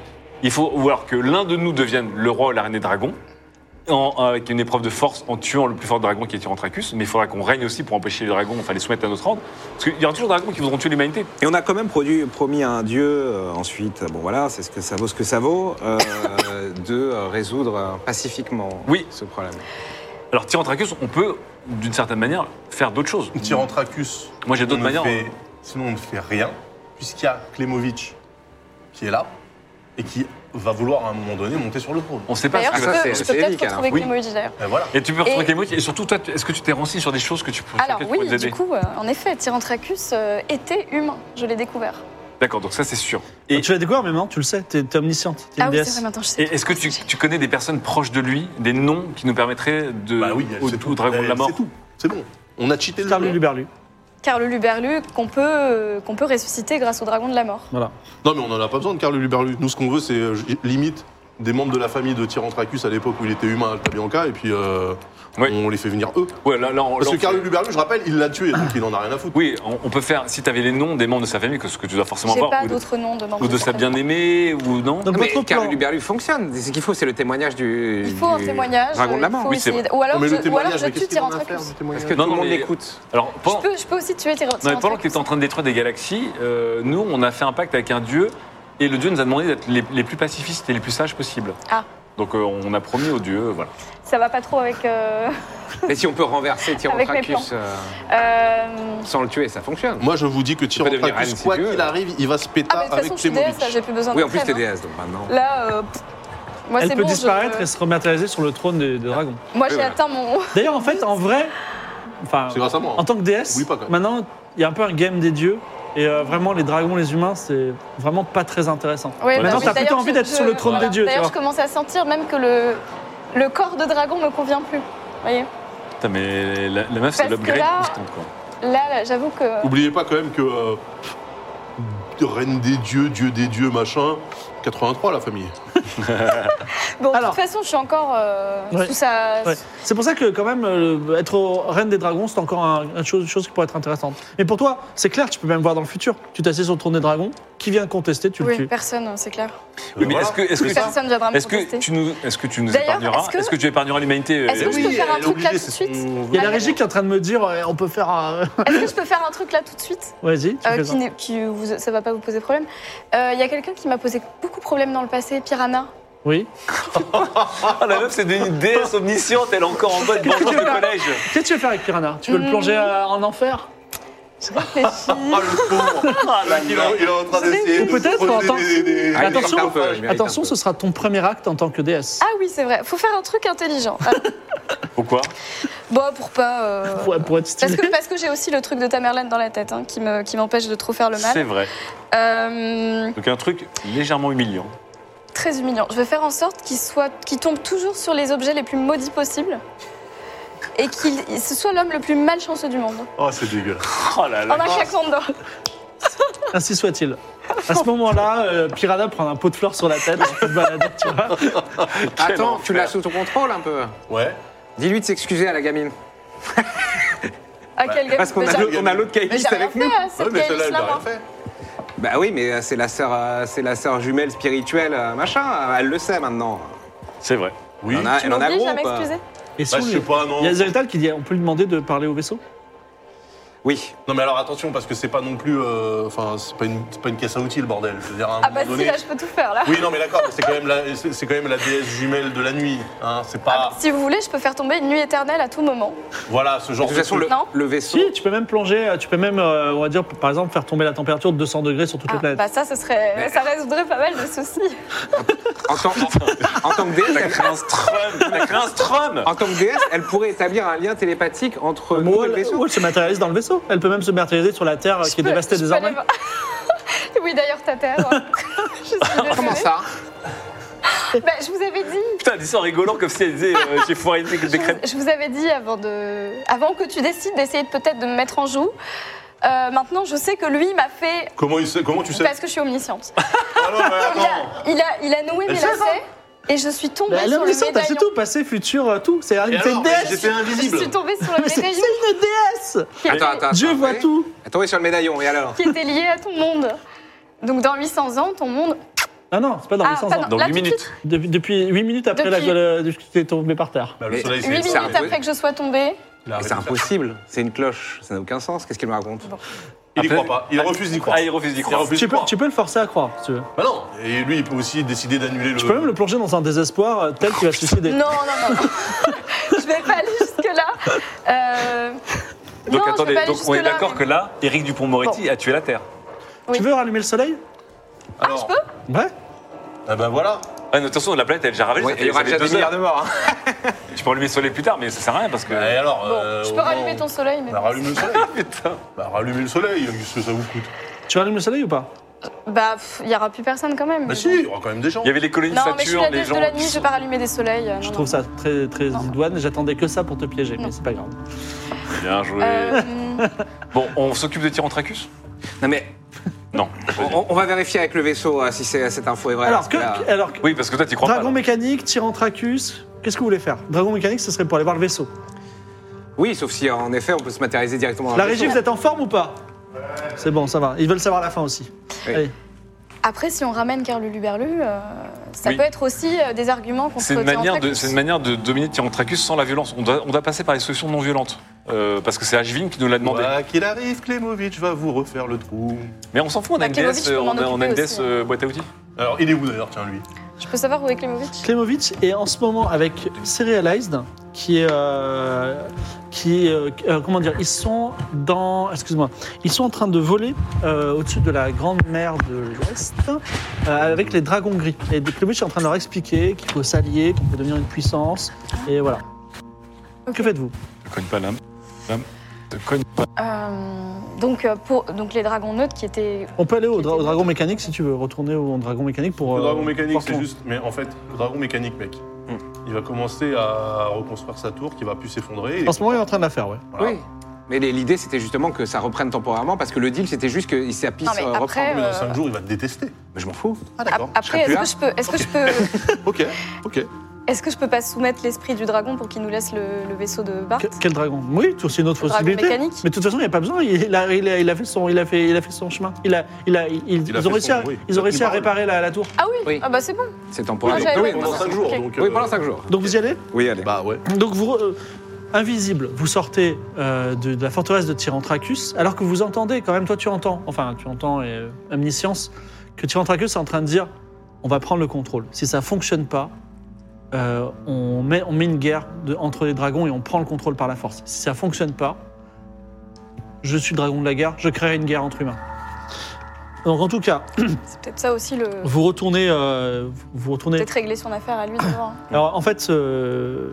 B: Il faut ou alors que l'un de nous devienne le roi ou la reine des dragons, en- avec une épreuve de force en tuant le plus fort dragon qui est Tyrantracus, mais il faudra qu'on règne aussi pour empêcher les dragons, enfin les soumettre à notre ordre. Parce qu'il y aura toujours des dragons qui voudront tuer l'humanité.
C: Et on a quand même produit, promis à un dieu, euh, ensuite, bon voilà, c'est ce que ça vaut ce que ça vaut, euh, de euh, résoudre euh, pacifiquement
B: Oui.
C: ce problème.
B: Alors Tyrantracus, on peut, d'une certaine manière, faire d'autres choses.
A: Tyrantracus.
B: Hmm. Moi, j'ai d'autres
A: on ne
B: manières. hein.
A: fait- sinon, on ne fait rien, puisqu'il y a Klemovic qui est là et qui va vouloir à un moment donné monter sur le trône.
B: On sait pas ce
E: D'ailleurs,
B: que
E: je
C: Ah, ça,
B: va
C: c'est-
E: peux,
B: faire.
E: je
C: c'est
E: peux peut-être
C: Eric, alors.
E: retrouver
B: Oui.
E: Klemovic d'ailleurs.
A: Et voilà.
B: Et tu peux retrouver
E: Et-
B: Clémovic, et surtout, toi, tu- est-ce que tu t'es renseigné sur des choses que tu pourrais
E: Alors
B: sur lesquelles tu
E: oui,
B: pourrais nous
E: du
B: aider
E: coup, euh, en effet, Tyrantracus euh, était humain. Je l'ai découvert.
B: D'accord, donc ça, c'est sûr.
D: Et tu l'as découvert, mais maintenant, tu le sais, t'es t'es omnisciente, t'es
E: Ah
D: une
E: oui, c'est
D: déesse.
E: vrai, maintenant je sais.
B: Et est-ce que tu, tu connais des personnes proches de lui, des noms qui nous permettraient de.
A: Bah oui,
B: au,
A: c'est
B: au
A: tout.
B: dragon de la
A: Eh,
B: mort
A: C'est tout. C'est bon. On a cheaté le
D: Carlu
A: jeu.
D: Luberlu.
E: Car le Luberlu qu'on peut, euh, qu'on peut ressusciter grâce au dragon de la mort.
D: Voilà.
A: Non, mais on en a pas besoin de Carlu Luberlu. Nous, ce qu'on veut, c'est euh, j- limite des membres de la famille de Tyrantracus à l'époque où il était humain à Alta Bianca, et puis euh,
B: Oui.
A: on les fait venir eux.
B: Ouais, là, là, on-
A: Parce
B: là,
A: que
B: on
A: Carlu
B: fait-
A: Luberlu, je rappelle, il l'a tué, donc il en a rien à foutre.
B: Oui, on, on peut faire. Si tu avais les noms des membres de sa famille, que ce que tu dois forcément
E: J'ai
B: avoir,
E: pas
B: ou, de-
E: d'autres noms de membres.
B: ou de
E: la
B: sa
E: famille.
B: bien-aimée, ou non
D: Donc,
C: Ah, Mais
D: votre
C: Carl
D: plan.
C: Luberlu fonctionne, ce qu'il faut, c'est le témoignage du,
E: Il faut un
C: du
E: témoignage.
C: dragon de la
E: il
C: mort.
E: faut
B: Oui, c'est
E: essayer
B: vrai.
E: de- Ou alors
A: Non, mais
E: je
A: le
E: ou alors
A: témoignage,
E: je
A: mais
E: tue
A: qu'est-ce qu'il en a à faire
E: Tyrantracus.
A: du témoignage
C: Parce que
B: Non,
C: tout le
B: non,
C: monde
B: mais- [laughs]
C: l'écoute.
B: Alors,
E: Je
B: pendant,
E: peux, je peux aussi tuer Tyrantracus.
B: non, mais pendant que tu étais en train de détruire des galaxies, euh, nous, on a fait un pacte avec un dieu, et le dieu nous a demandé d'être les, les plus pacifistes et les plus sages possibles.
E: Ah.
B: Donc, euh, on a promis au dieu, voilà.
E: Ça va pas trop avec. euh, [laughs]
C: Et si on peut renverser
E: Avec mes plans.
C: Tyrantracus euh,
E: euh,
C: sans le tuer, ça fonctionne.
A: Moi, je vous dis que
C: peux devenir reine
A: Tyrantracus,
C: si
A: quoi
C: tu veux.
A: qu'il arrive, il va se péter
E: Ah, mais de toute
A: avec
E: façon, je suis déesse, là,
A: Klemovic.
E: j'ai plus besoin de
C: Oui, en plus,
E: prêtres,
C: t'es
E: hein.
C: déesse, donc maintenant. Ah,
E: Là, euh, pff, moi,
D: Elle
E: c'est
D: peut
E: bon, je-
D: disparaître et se rematérialiser sur le trône des, des dragons.
E: Moi, j'ai
C: voilà.
E: atteint mon.
D: D'ailleurs, en fait, en vrai, enfin,
A: C'est grâce à moi. hein. [laughs]
D: en tant que déesse,
A: Oublie pas, quand même.
D: maintenant, il y a un peu un game des dieux. Et euh, vraiment, les dragons, les humains, c'est vraiment pas très intéressant.
E: Ouais,
D: Maintenant,
E: oui,
D: t'as plutôt
E: d'ailleurs,
D: envie
E: je-
D: d'être sur le
E: je-
D: trône
E: voilà.
D: des dieux, tu
E: D'ailleurs,
D: vois.
E: je commence à sentir même que le, le corps de dragon me convient plus. Voyez
B: Putain, mais la, la meuf, c'est
E: Parce que
B: l'upgrade
E: là-
B: constant, quoi.
A: Euh,
E: Là, là, j'avoue que.
A: Oubliez pas quand même que euh, reine des dieux, dieu des dieux, machin, 83 la famille.
E: Bon,
D: Alors.
E: de toute façon, je suis encore euh,
D: Ouais.
E: sous sa.
D: Ouais. C'est pour ça que quand même, euh, être au- reine des dragons, c'est encore un- une chose, chose qui pourrait être intéressante. Mais pour toi, c'est clair, tu peux même voir dans le futur. Tu t'assieds sur le trône des dragons, qui vient contester, tu le
E: Oui, Ah,
D: tues.
E: personne, c'est clair.
B: Oui, mais
A: Euh, Voilà.
B: est-ce que, est-ce que,
E: Personne ne viendra me
B: est-ce
E: contester.
B: que tu nous, est-ce que tu nous
E: D'ailleurs,
B: épargneras
E: est-ce que-
B: tu épargneras l'humanité euh,
E: Est-ce que je peux faire un
A: elle est
E: truc
A: obligée,
E: là tout de
A: c'est
E: suite
A: son-
D: Il y a la régie qui est en train de me dire, eh, on peut faire. un- [laughs]
E: Est-ce que je peux faire un truc là tout de suite
D: Vas-y, tu
E: Euh,
D: fais
E: qui
D: ça.
E: n'est- qui vous- ça va pas vous poser problème. Euh, Il y a quelqu'un qui m'a posé beaucoup de problèmes dans le passé, Piranha.
D: Oui.
B: Ah, la meuf, c'est une déesse omnisciente, elle est encore en mode vengeance de collège.
D: Qu'est-ce que tu veux faire avec Piranha Tu veux
E: Mmh.
D: le plonger euh, en enfer
E: Je réfléchis.
A: Ah le pauvre
B: Ah, là,
A: il, est- il est en
E: Bah,
A: train d'essayer
D: Ou
A: de
D: peut-être,
A: projeter
D: attends.
A: des- des-
C: Ah, il
D: attention,
C: mérite un
E: euh,
C: peu, il mérite
D: Attention,
C: un peu.
D: ce sera ton premier acte en tant que déesse.
E: ah oui, c'est vrai. Faut faire un truc intelligent.
D: [laughs]
E: Ah,
B: Pourquoi
E: bon, pour pas. euh,
D: Ouais, pour être
E: Parce
D: stylé.
E: que, parce que j'ai aussi le truc de Tamerlane dans la tête hein, qui me- qui m'empêche de trop faire le
B: C'est
E: mal.
B: vrai.
E: Euh,
B: Donc un truc légèrement humiliant.
E: très humiliant. Je vais faire en sorte qu'il soit, qu'il tombe toujours sur les objets les plus maudits possibles et qu'il ce soit l'homme le plus malchanceux du monde.
A: Oh c'est dégueulasse.
B: Oh là là.
E: en un claquement de doigts.
D: Ainsi soit-il. À ce moment-là, euh, Piranha prend un pot de fleurs sur la tête, se balade, tu vois.
B: Quel
C: Attends, tu
B: enfer.
C: l'as sous ton contrôle un peu.
A: Ouais.
C: Dis-lui de s'excuser à la gamine.
E: À quel gars
C: Parce qu'on
E: Mais
C: a
E: j'ai-
C: l'autre- on a l'autre
E: mais
C: caïdiste
E: j'ai rien
C: avec
E: fait
C: nous.
E: à cette hein.
A: Ouais, mais
E: Gaëlle
A: celle-là elle l'a
E: Islam.
A: rien fait.
C: Bah oui, mais euh, c'est la sœur, euh, c'est la sœur jumelle spirituelle, euh, machin. euh, Elle le sait maintenant.
B: C'est vrai.
A: Oui.
C: Elle en a,
E: Tu
C: elle en a hein.
E: m'obliges
C: gros.
E: à
C: ou pas
E: m'excuser
D: Et
A: Bah, je sais pas non.
D: Il y a Zerital qui dit on peut lui demander de parler au vaisseau
C: Oui.
A: Non mais alors attention parce que c'est pas non plus, euh, enfin c'est pas une c'est pas une caisse à outils le bordel. Je veux dire à un
E: Ah bah
A: moment
E: si,
A: donné.
E: là je peux tout faire là.
A: Oui non mais d'accord, mais c'est quand même la c'est c'est quand même la déesse jumelle de la nuit. Hein. C'est pas
E: Si vous voulez, je peux faire tomber une nuit éternelle à tout moment.
A: voilà ce genre
C: De toute façon, le,
E: Non.
C: le vaisseau.
D: Si, tu peux même plonger, euh, tu peux même, euh, on va dire, par exemple, faire tomber la température de 200 degrés sur toute
E: Ah,
D: la planète.
E: bah ça, ce serait, ça résoudrait pas mal de soucis.
C: En tant, en, en tant que déesse,
B: T'as créé un strum T'as créé un strum
C: en tant que déesse, elle pourrait établir un lien télépathique entre
D: Ou
C: nous et le
D: elle,
C: vaisseau.
D: ou elle se matérialise dans le vaisseau. Elle peut même se matérialiser sur la Terre euh, qui est
E: Je peux-
D: dévastée
E: je peux
D: désormais.
E: aller voir- [laughs] oui, d'ailleurs, ta terre. [laughs] je suis désolée.
C: Comment ça
E: Bah, Je vous avais dit.
B: Putain, elle dit ça en rigolant comme si elle disait euh, j'ai foiré des,
E: Je
B: des crêpes.
E: vous, je vous avais dit avant, de, avant que tu décides d'essayer de- peut-être de me mettre en joue. Euh, maintenant, je sais que lui m'a fait.
A: Comment, il sait- comment tu sais
E: Parce que je suis omnisciente.
A: Ah non, mais
E: Il
A: attends.
E: a, il a, il a noué
A: Elle
E: mes
A: sait
E: lacets et je suis tombée
D: Bah, Elle est
E: sur le
D: omnisciente, elle
E: médaillon.
D: sait tout, passé, futur, euh, tout. C'est
A: Et
D: c'est une
A: alors, mais
D: déesse.
A: j'étais
E: Je suis
A: invisible.
E: tombée sur le
D: Mais c'est c'est
E: médaillon
D: une déesse.
E: qui était,
C: Attends, attends,
D: Dieu
C: attends,
D: voit
C: attendez.
D: tout.
C: Attendez sur le médaillon, et alors
E: qui était lié à ton monde. Donc, dans 800 ans, ton monde
D: Ah non, c'est pas dans les
E: Ah,
D: 100
E: pas
D: ans.
E: dans-
B: Donc
E: Là,
B: 8
E: tout de
B: minutes.
D: Depuis, 8 minutes après
E: Depuis-
D: la, euh, la, depuis que t'es tombé par terre.
A: Bah,
C: Mais
A: le soleil,
C: huit
A: c'est
E: 8
C: c'est-
E: minutes
C: c'est-
E: après que je sois tombée.
A: il a
C: Mais
A: arrêté
C: c'est
A: de faire ça.
C: impossible, c'est une cloche, ça n'a aucun sens, qu'est-ce qu'elle me raconte
A: Il y
B: Après-
A: croit pas. Il refuse d'y croire.
B: Ah, il refuse d'y croire.
A: Il refuse
D: Tu
A: d'y
D: peux,
A: croire.
D: tu peux le forcer à croire, si tu veux.
A: Bah non. Et lui, il peut aussi décider d'annuler le.
D: Tu peux même le plonger dans un désespoir euh, tel qu'il va se suicider.
E: Non, non, [laughs] non. je vais pas aller jusque-là. Euh, non,
B: Donc
E: je vais
B: attendez,
E: pas aller
B: donc on est
E: jusque-là,
B: d'accord
E: mais-
B: que là, Eric Dupont-Moretti a tué la Terre.
D: Tu veux rallumer le soleil
A: Alors,
E: je
D: Ouais.
A: Ah bah voilà.
B: Ah, non, attention, la planète elle est déjà ravagée.
C: Ouais,
B: ça fait-
C: Il y
B: ça
C: aura
B: fait
C: déjà
B: deux
C: des milliards
B: heures.
C: de morts. hein.
B: Tu peux allumer le soleil plus tard, mais ça sert à rien parce que.
A: Et alors.
E: Bon,
A: euh,
E: je
A: au
E: peux
A: moins,
E: rallumer ton soleil, mais.
A: Bah rallume le soleil.
B: [laughs] Putain.
A: Bah rallume le soleil. Qu'est-ce que ça vous
E: [laughs]
A: coûte
D: Tu rallumes le soleil ou pas
E: Bah, pff, il y aura plus personne quand même.
A: Bah si, il y aura quand même des gens.
B: Il y avait les colonies
E: Non, mais je suis la
B: Saturne, les
E: déesse
B: gens.
E: de la
B: qui
E: nuit, je vais pas rallumer des soleils. euh, non,
D: Je
E: non.
D: trouve ça très, très
E: Non.
D: idoine. J'attendais que ça pour te piéger,
E: Non.
D: mais c'est pas grave.
B: sont- Bien joué. [laughs]
E: Euh,
B: Bon, on s'occupe de Tyrantracus
C: [laughs] Non mais
B: Non.
C: on, on va vérifier avec le vaisseau euh, si c'est- cette info est vraie.
D: alors
C: parce
D: que,
C: là-
D: alors que-
B: Bah, Oui, parce que toi, tu crois
D: Dragon
B: pas. là.
D: mécanique, Tyrantracus, qu'est-ce que vous voulez faire Dragon mécanique, ce serait pour aller voir le vaisseau.
C: Oui, sauf si en effet on peut se matérialiser directement dans
D: La
C: le
D: régie,
C: vaisseau.
D: vous êtes en forme ou pas C'est bon, ça va. Ils veulent savoir la fin aussi.
C: Oui.
D: Allez.
E: après, si on ramène Carl Luberlu, euh, ça
B: Oui.
E: peut être aussi euh, des arguments contre
B: C'est une, manière de,
E: Tyrantracus.
B: c'est une manière de dominer Tyrantracus sans la violence. On doit, on doit passer par les solutions non violentes. Euh, parce que c'est Ashvin qui nous l'a demandé.
A: Quoi qu'il arrive, Klemovic va vous refaire le trou.
B: Mais on s'en fout, on a une
E: Akimovic,
B: DS,
E: je peux
B: euh,
E: m'en
B: on a, on a une
E: occuper
B: DS,
E: aussi. hein.
B: euh, boîte à outils.
A: Alors il est où d'ailleurs, tiens lui
E: Je peux savoir où est Klimovic
D: Klemovic est en ce moment avec Serialized, qui est, euh, qui est, euh, euh, comment dire, ils sont dans, excuse-moi, ils sont en train de voler euh, au-dessus de la grande mer de l'Ouest euh, avec les dragons gris. Et Klemovic est en train de leur expliquer qu'il faut s'allier, qu'on peut devenir une puissance, et voilà.
E: Ok.
D: Que faites-vous
B: Ne cogne pas l'âme. L'âme. Ne cogne pas.
E: Euh, donc, euh, pour, donc les dragons neutres qui étaient.
D: On peut aller au, dra- au dragon mécanique si tu veux, retourner au dragon mécanique pour.
A: Le
D: euh,
A: dragon mécanique,
D: pour
A: c'est
D: ton-
A: juste. Mais en fait, le dragon mécanique, mec,
C: Hmm.
A: il va commencer à reconstruire sa tour qui va plus s'effondrer. et-
D: En ce moment, il est en train de la faire, ouais.
A: Voilà.
C: Oui. Mais les- l'idée c'était justement que ça reprenne temporairement parce que le deal c'était juste qu'il s'appuie
E: Non, mais
C: euh,
E: après,
C: reprendre.
A: Mais
E: euh,
A: dans 5 jours, il va te détester.
C: Mais je m'en fous.
A: Ah
E: Ap-
A: d'accord.
E: Après,
C: Je
E: est-ce que je
C: serais
E: peux, est-ce que je peux, [laughs]
A: Ok, ok.
E: Ah, est-ce que je peux pas soumettre l'esprit du dragon pour qu'il nous laisse le, le vaisseau de Bart
D: Que- quel dragon Oui, tout- c'est une autre
E: Le dragon
D: possibilité.
E: mécanique.
D: Mais de toute façon, il n'y a pas besoin. Il a, il a- il a fait son, il a fait, il a fait son chemin. Il a, il a, il- ils,
A: a
D: ont
A: fait
D: réussi
A: son-
D: à,
A: oui.
D: ils ont réussi à
A: Il parle.
D: réparer la, la tour.
E: Ah oui,
C: Oui.
E: Ah bah c'est bon.
C: C'est
A: Oui,
C: temporaire.
E: Ah,
A: donc,
E: j'avais
C: oui,
E: pas
A: pendant
E: ça.
A: 5 jours.
E: Ok.
A: Donc,
C: oui,
A: euh,
C: pendant 5 jours.
D: Donc vous y allez
C: Oui, allez.
A: Bah ouais.
D: Donc vous, re- euh, invisible, vous sortez euh, de, de la forteresse de Tyrantracus, alors que vous entendez quand même. Toi, tu entends, enfin, tu entends et, euh, omniscience que Tyrantracus est en train de dire, on va prendre le contrôle. Si ça fonctionne pas. euh, on, met, on met une guerre de- entre les dragons et on prend le contrôle par la force. Si ça fonctionne pas, je suis dragon de la guerre, je créerai une guerre entre humains. Donc en tout cas,
E: C'est peut-être ça aussi le.
D: Vous retournez. euh, vous retournez.
E: Peut-être régler son affaire
B: [coughs]
E: à lui d'abord.
D: Alors en fait, euh,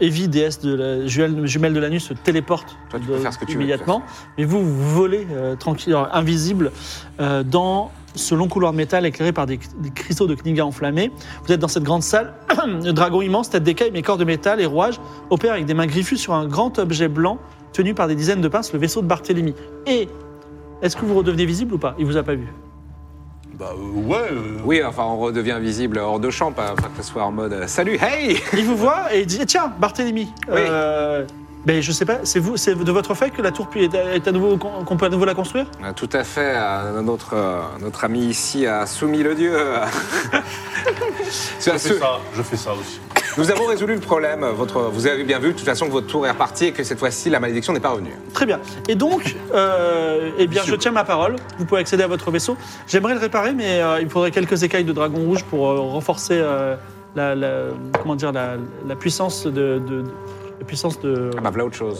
D: Evie, déesse de la jumelle, jumelle de la nuit, se téléporte
C: Toi, tu peux
D: de-
C: faire ce que tu veux,
D: immédiatement. Mais vous, vous volez euh, tranquille, alors, invisible, euh, dans ce long couloir de métal éclairé par des, des cristaux de Kniga enflammés. Vous êtes dans cette grande salle. [clears throat] le dragon immense, tête d'écaille, mais corps de métal et rouage, opère avec des mains griffues sur un grand objet blanc tenu par des dizaines de pinces, le vaisseau de Barthélemy. Et est-ce que vous redevenez visible ou pas Il vous a pas vu.
A: Bah euh, ouais. euh,
C: Oui, enfin on redevient visible hors de champ, pas, pas que ce soit en mode euh, salut, hey
D: Il vous voit et il dit Eh, Tiens, Barthélemy.
C: Oui.
D: euh, ben, je sais pas, c'est vous, c'est de votre fait que la tour est à, est à nouveau qu'on qu'on peut à nouveau la construire
C: Euh, Tout à fait. euh, Notre, euh, notre ami ici a soumis le dieu. C'est à
A: Je
C: ce-
A: fais ça. Je fais ça aussi.
C: Nous avons résolu le problème. Votre, vous avez bien vu de toute façon que votre tour est reparti et que cette fois-ci la malédiction n'est pas revenue.
D: Très bien. Et donc, euh, eh bien, je tiens ma parole. Vous pouvez accéder à votre vaisseau. J'aimerais le réparer, mais euh, il faudrait quelques écailles de dragon rouge pour euh, renforcer euh, la, la- comment dire la, la puissance de, de- de- la puissance de
C: Ah bah voilà autre chose.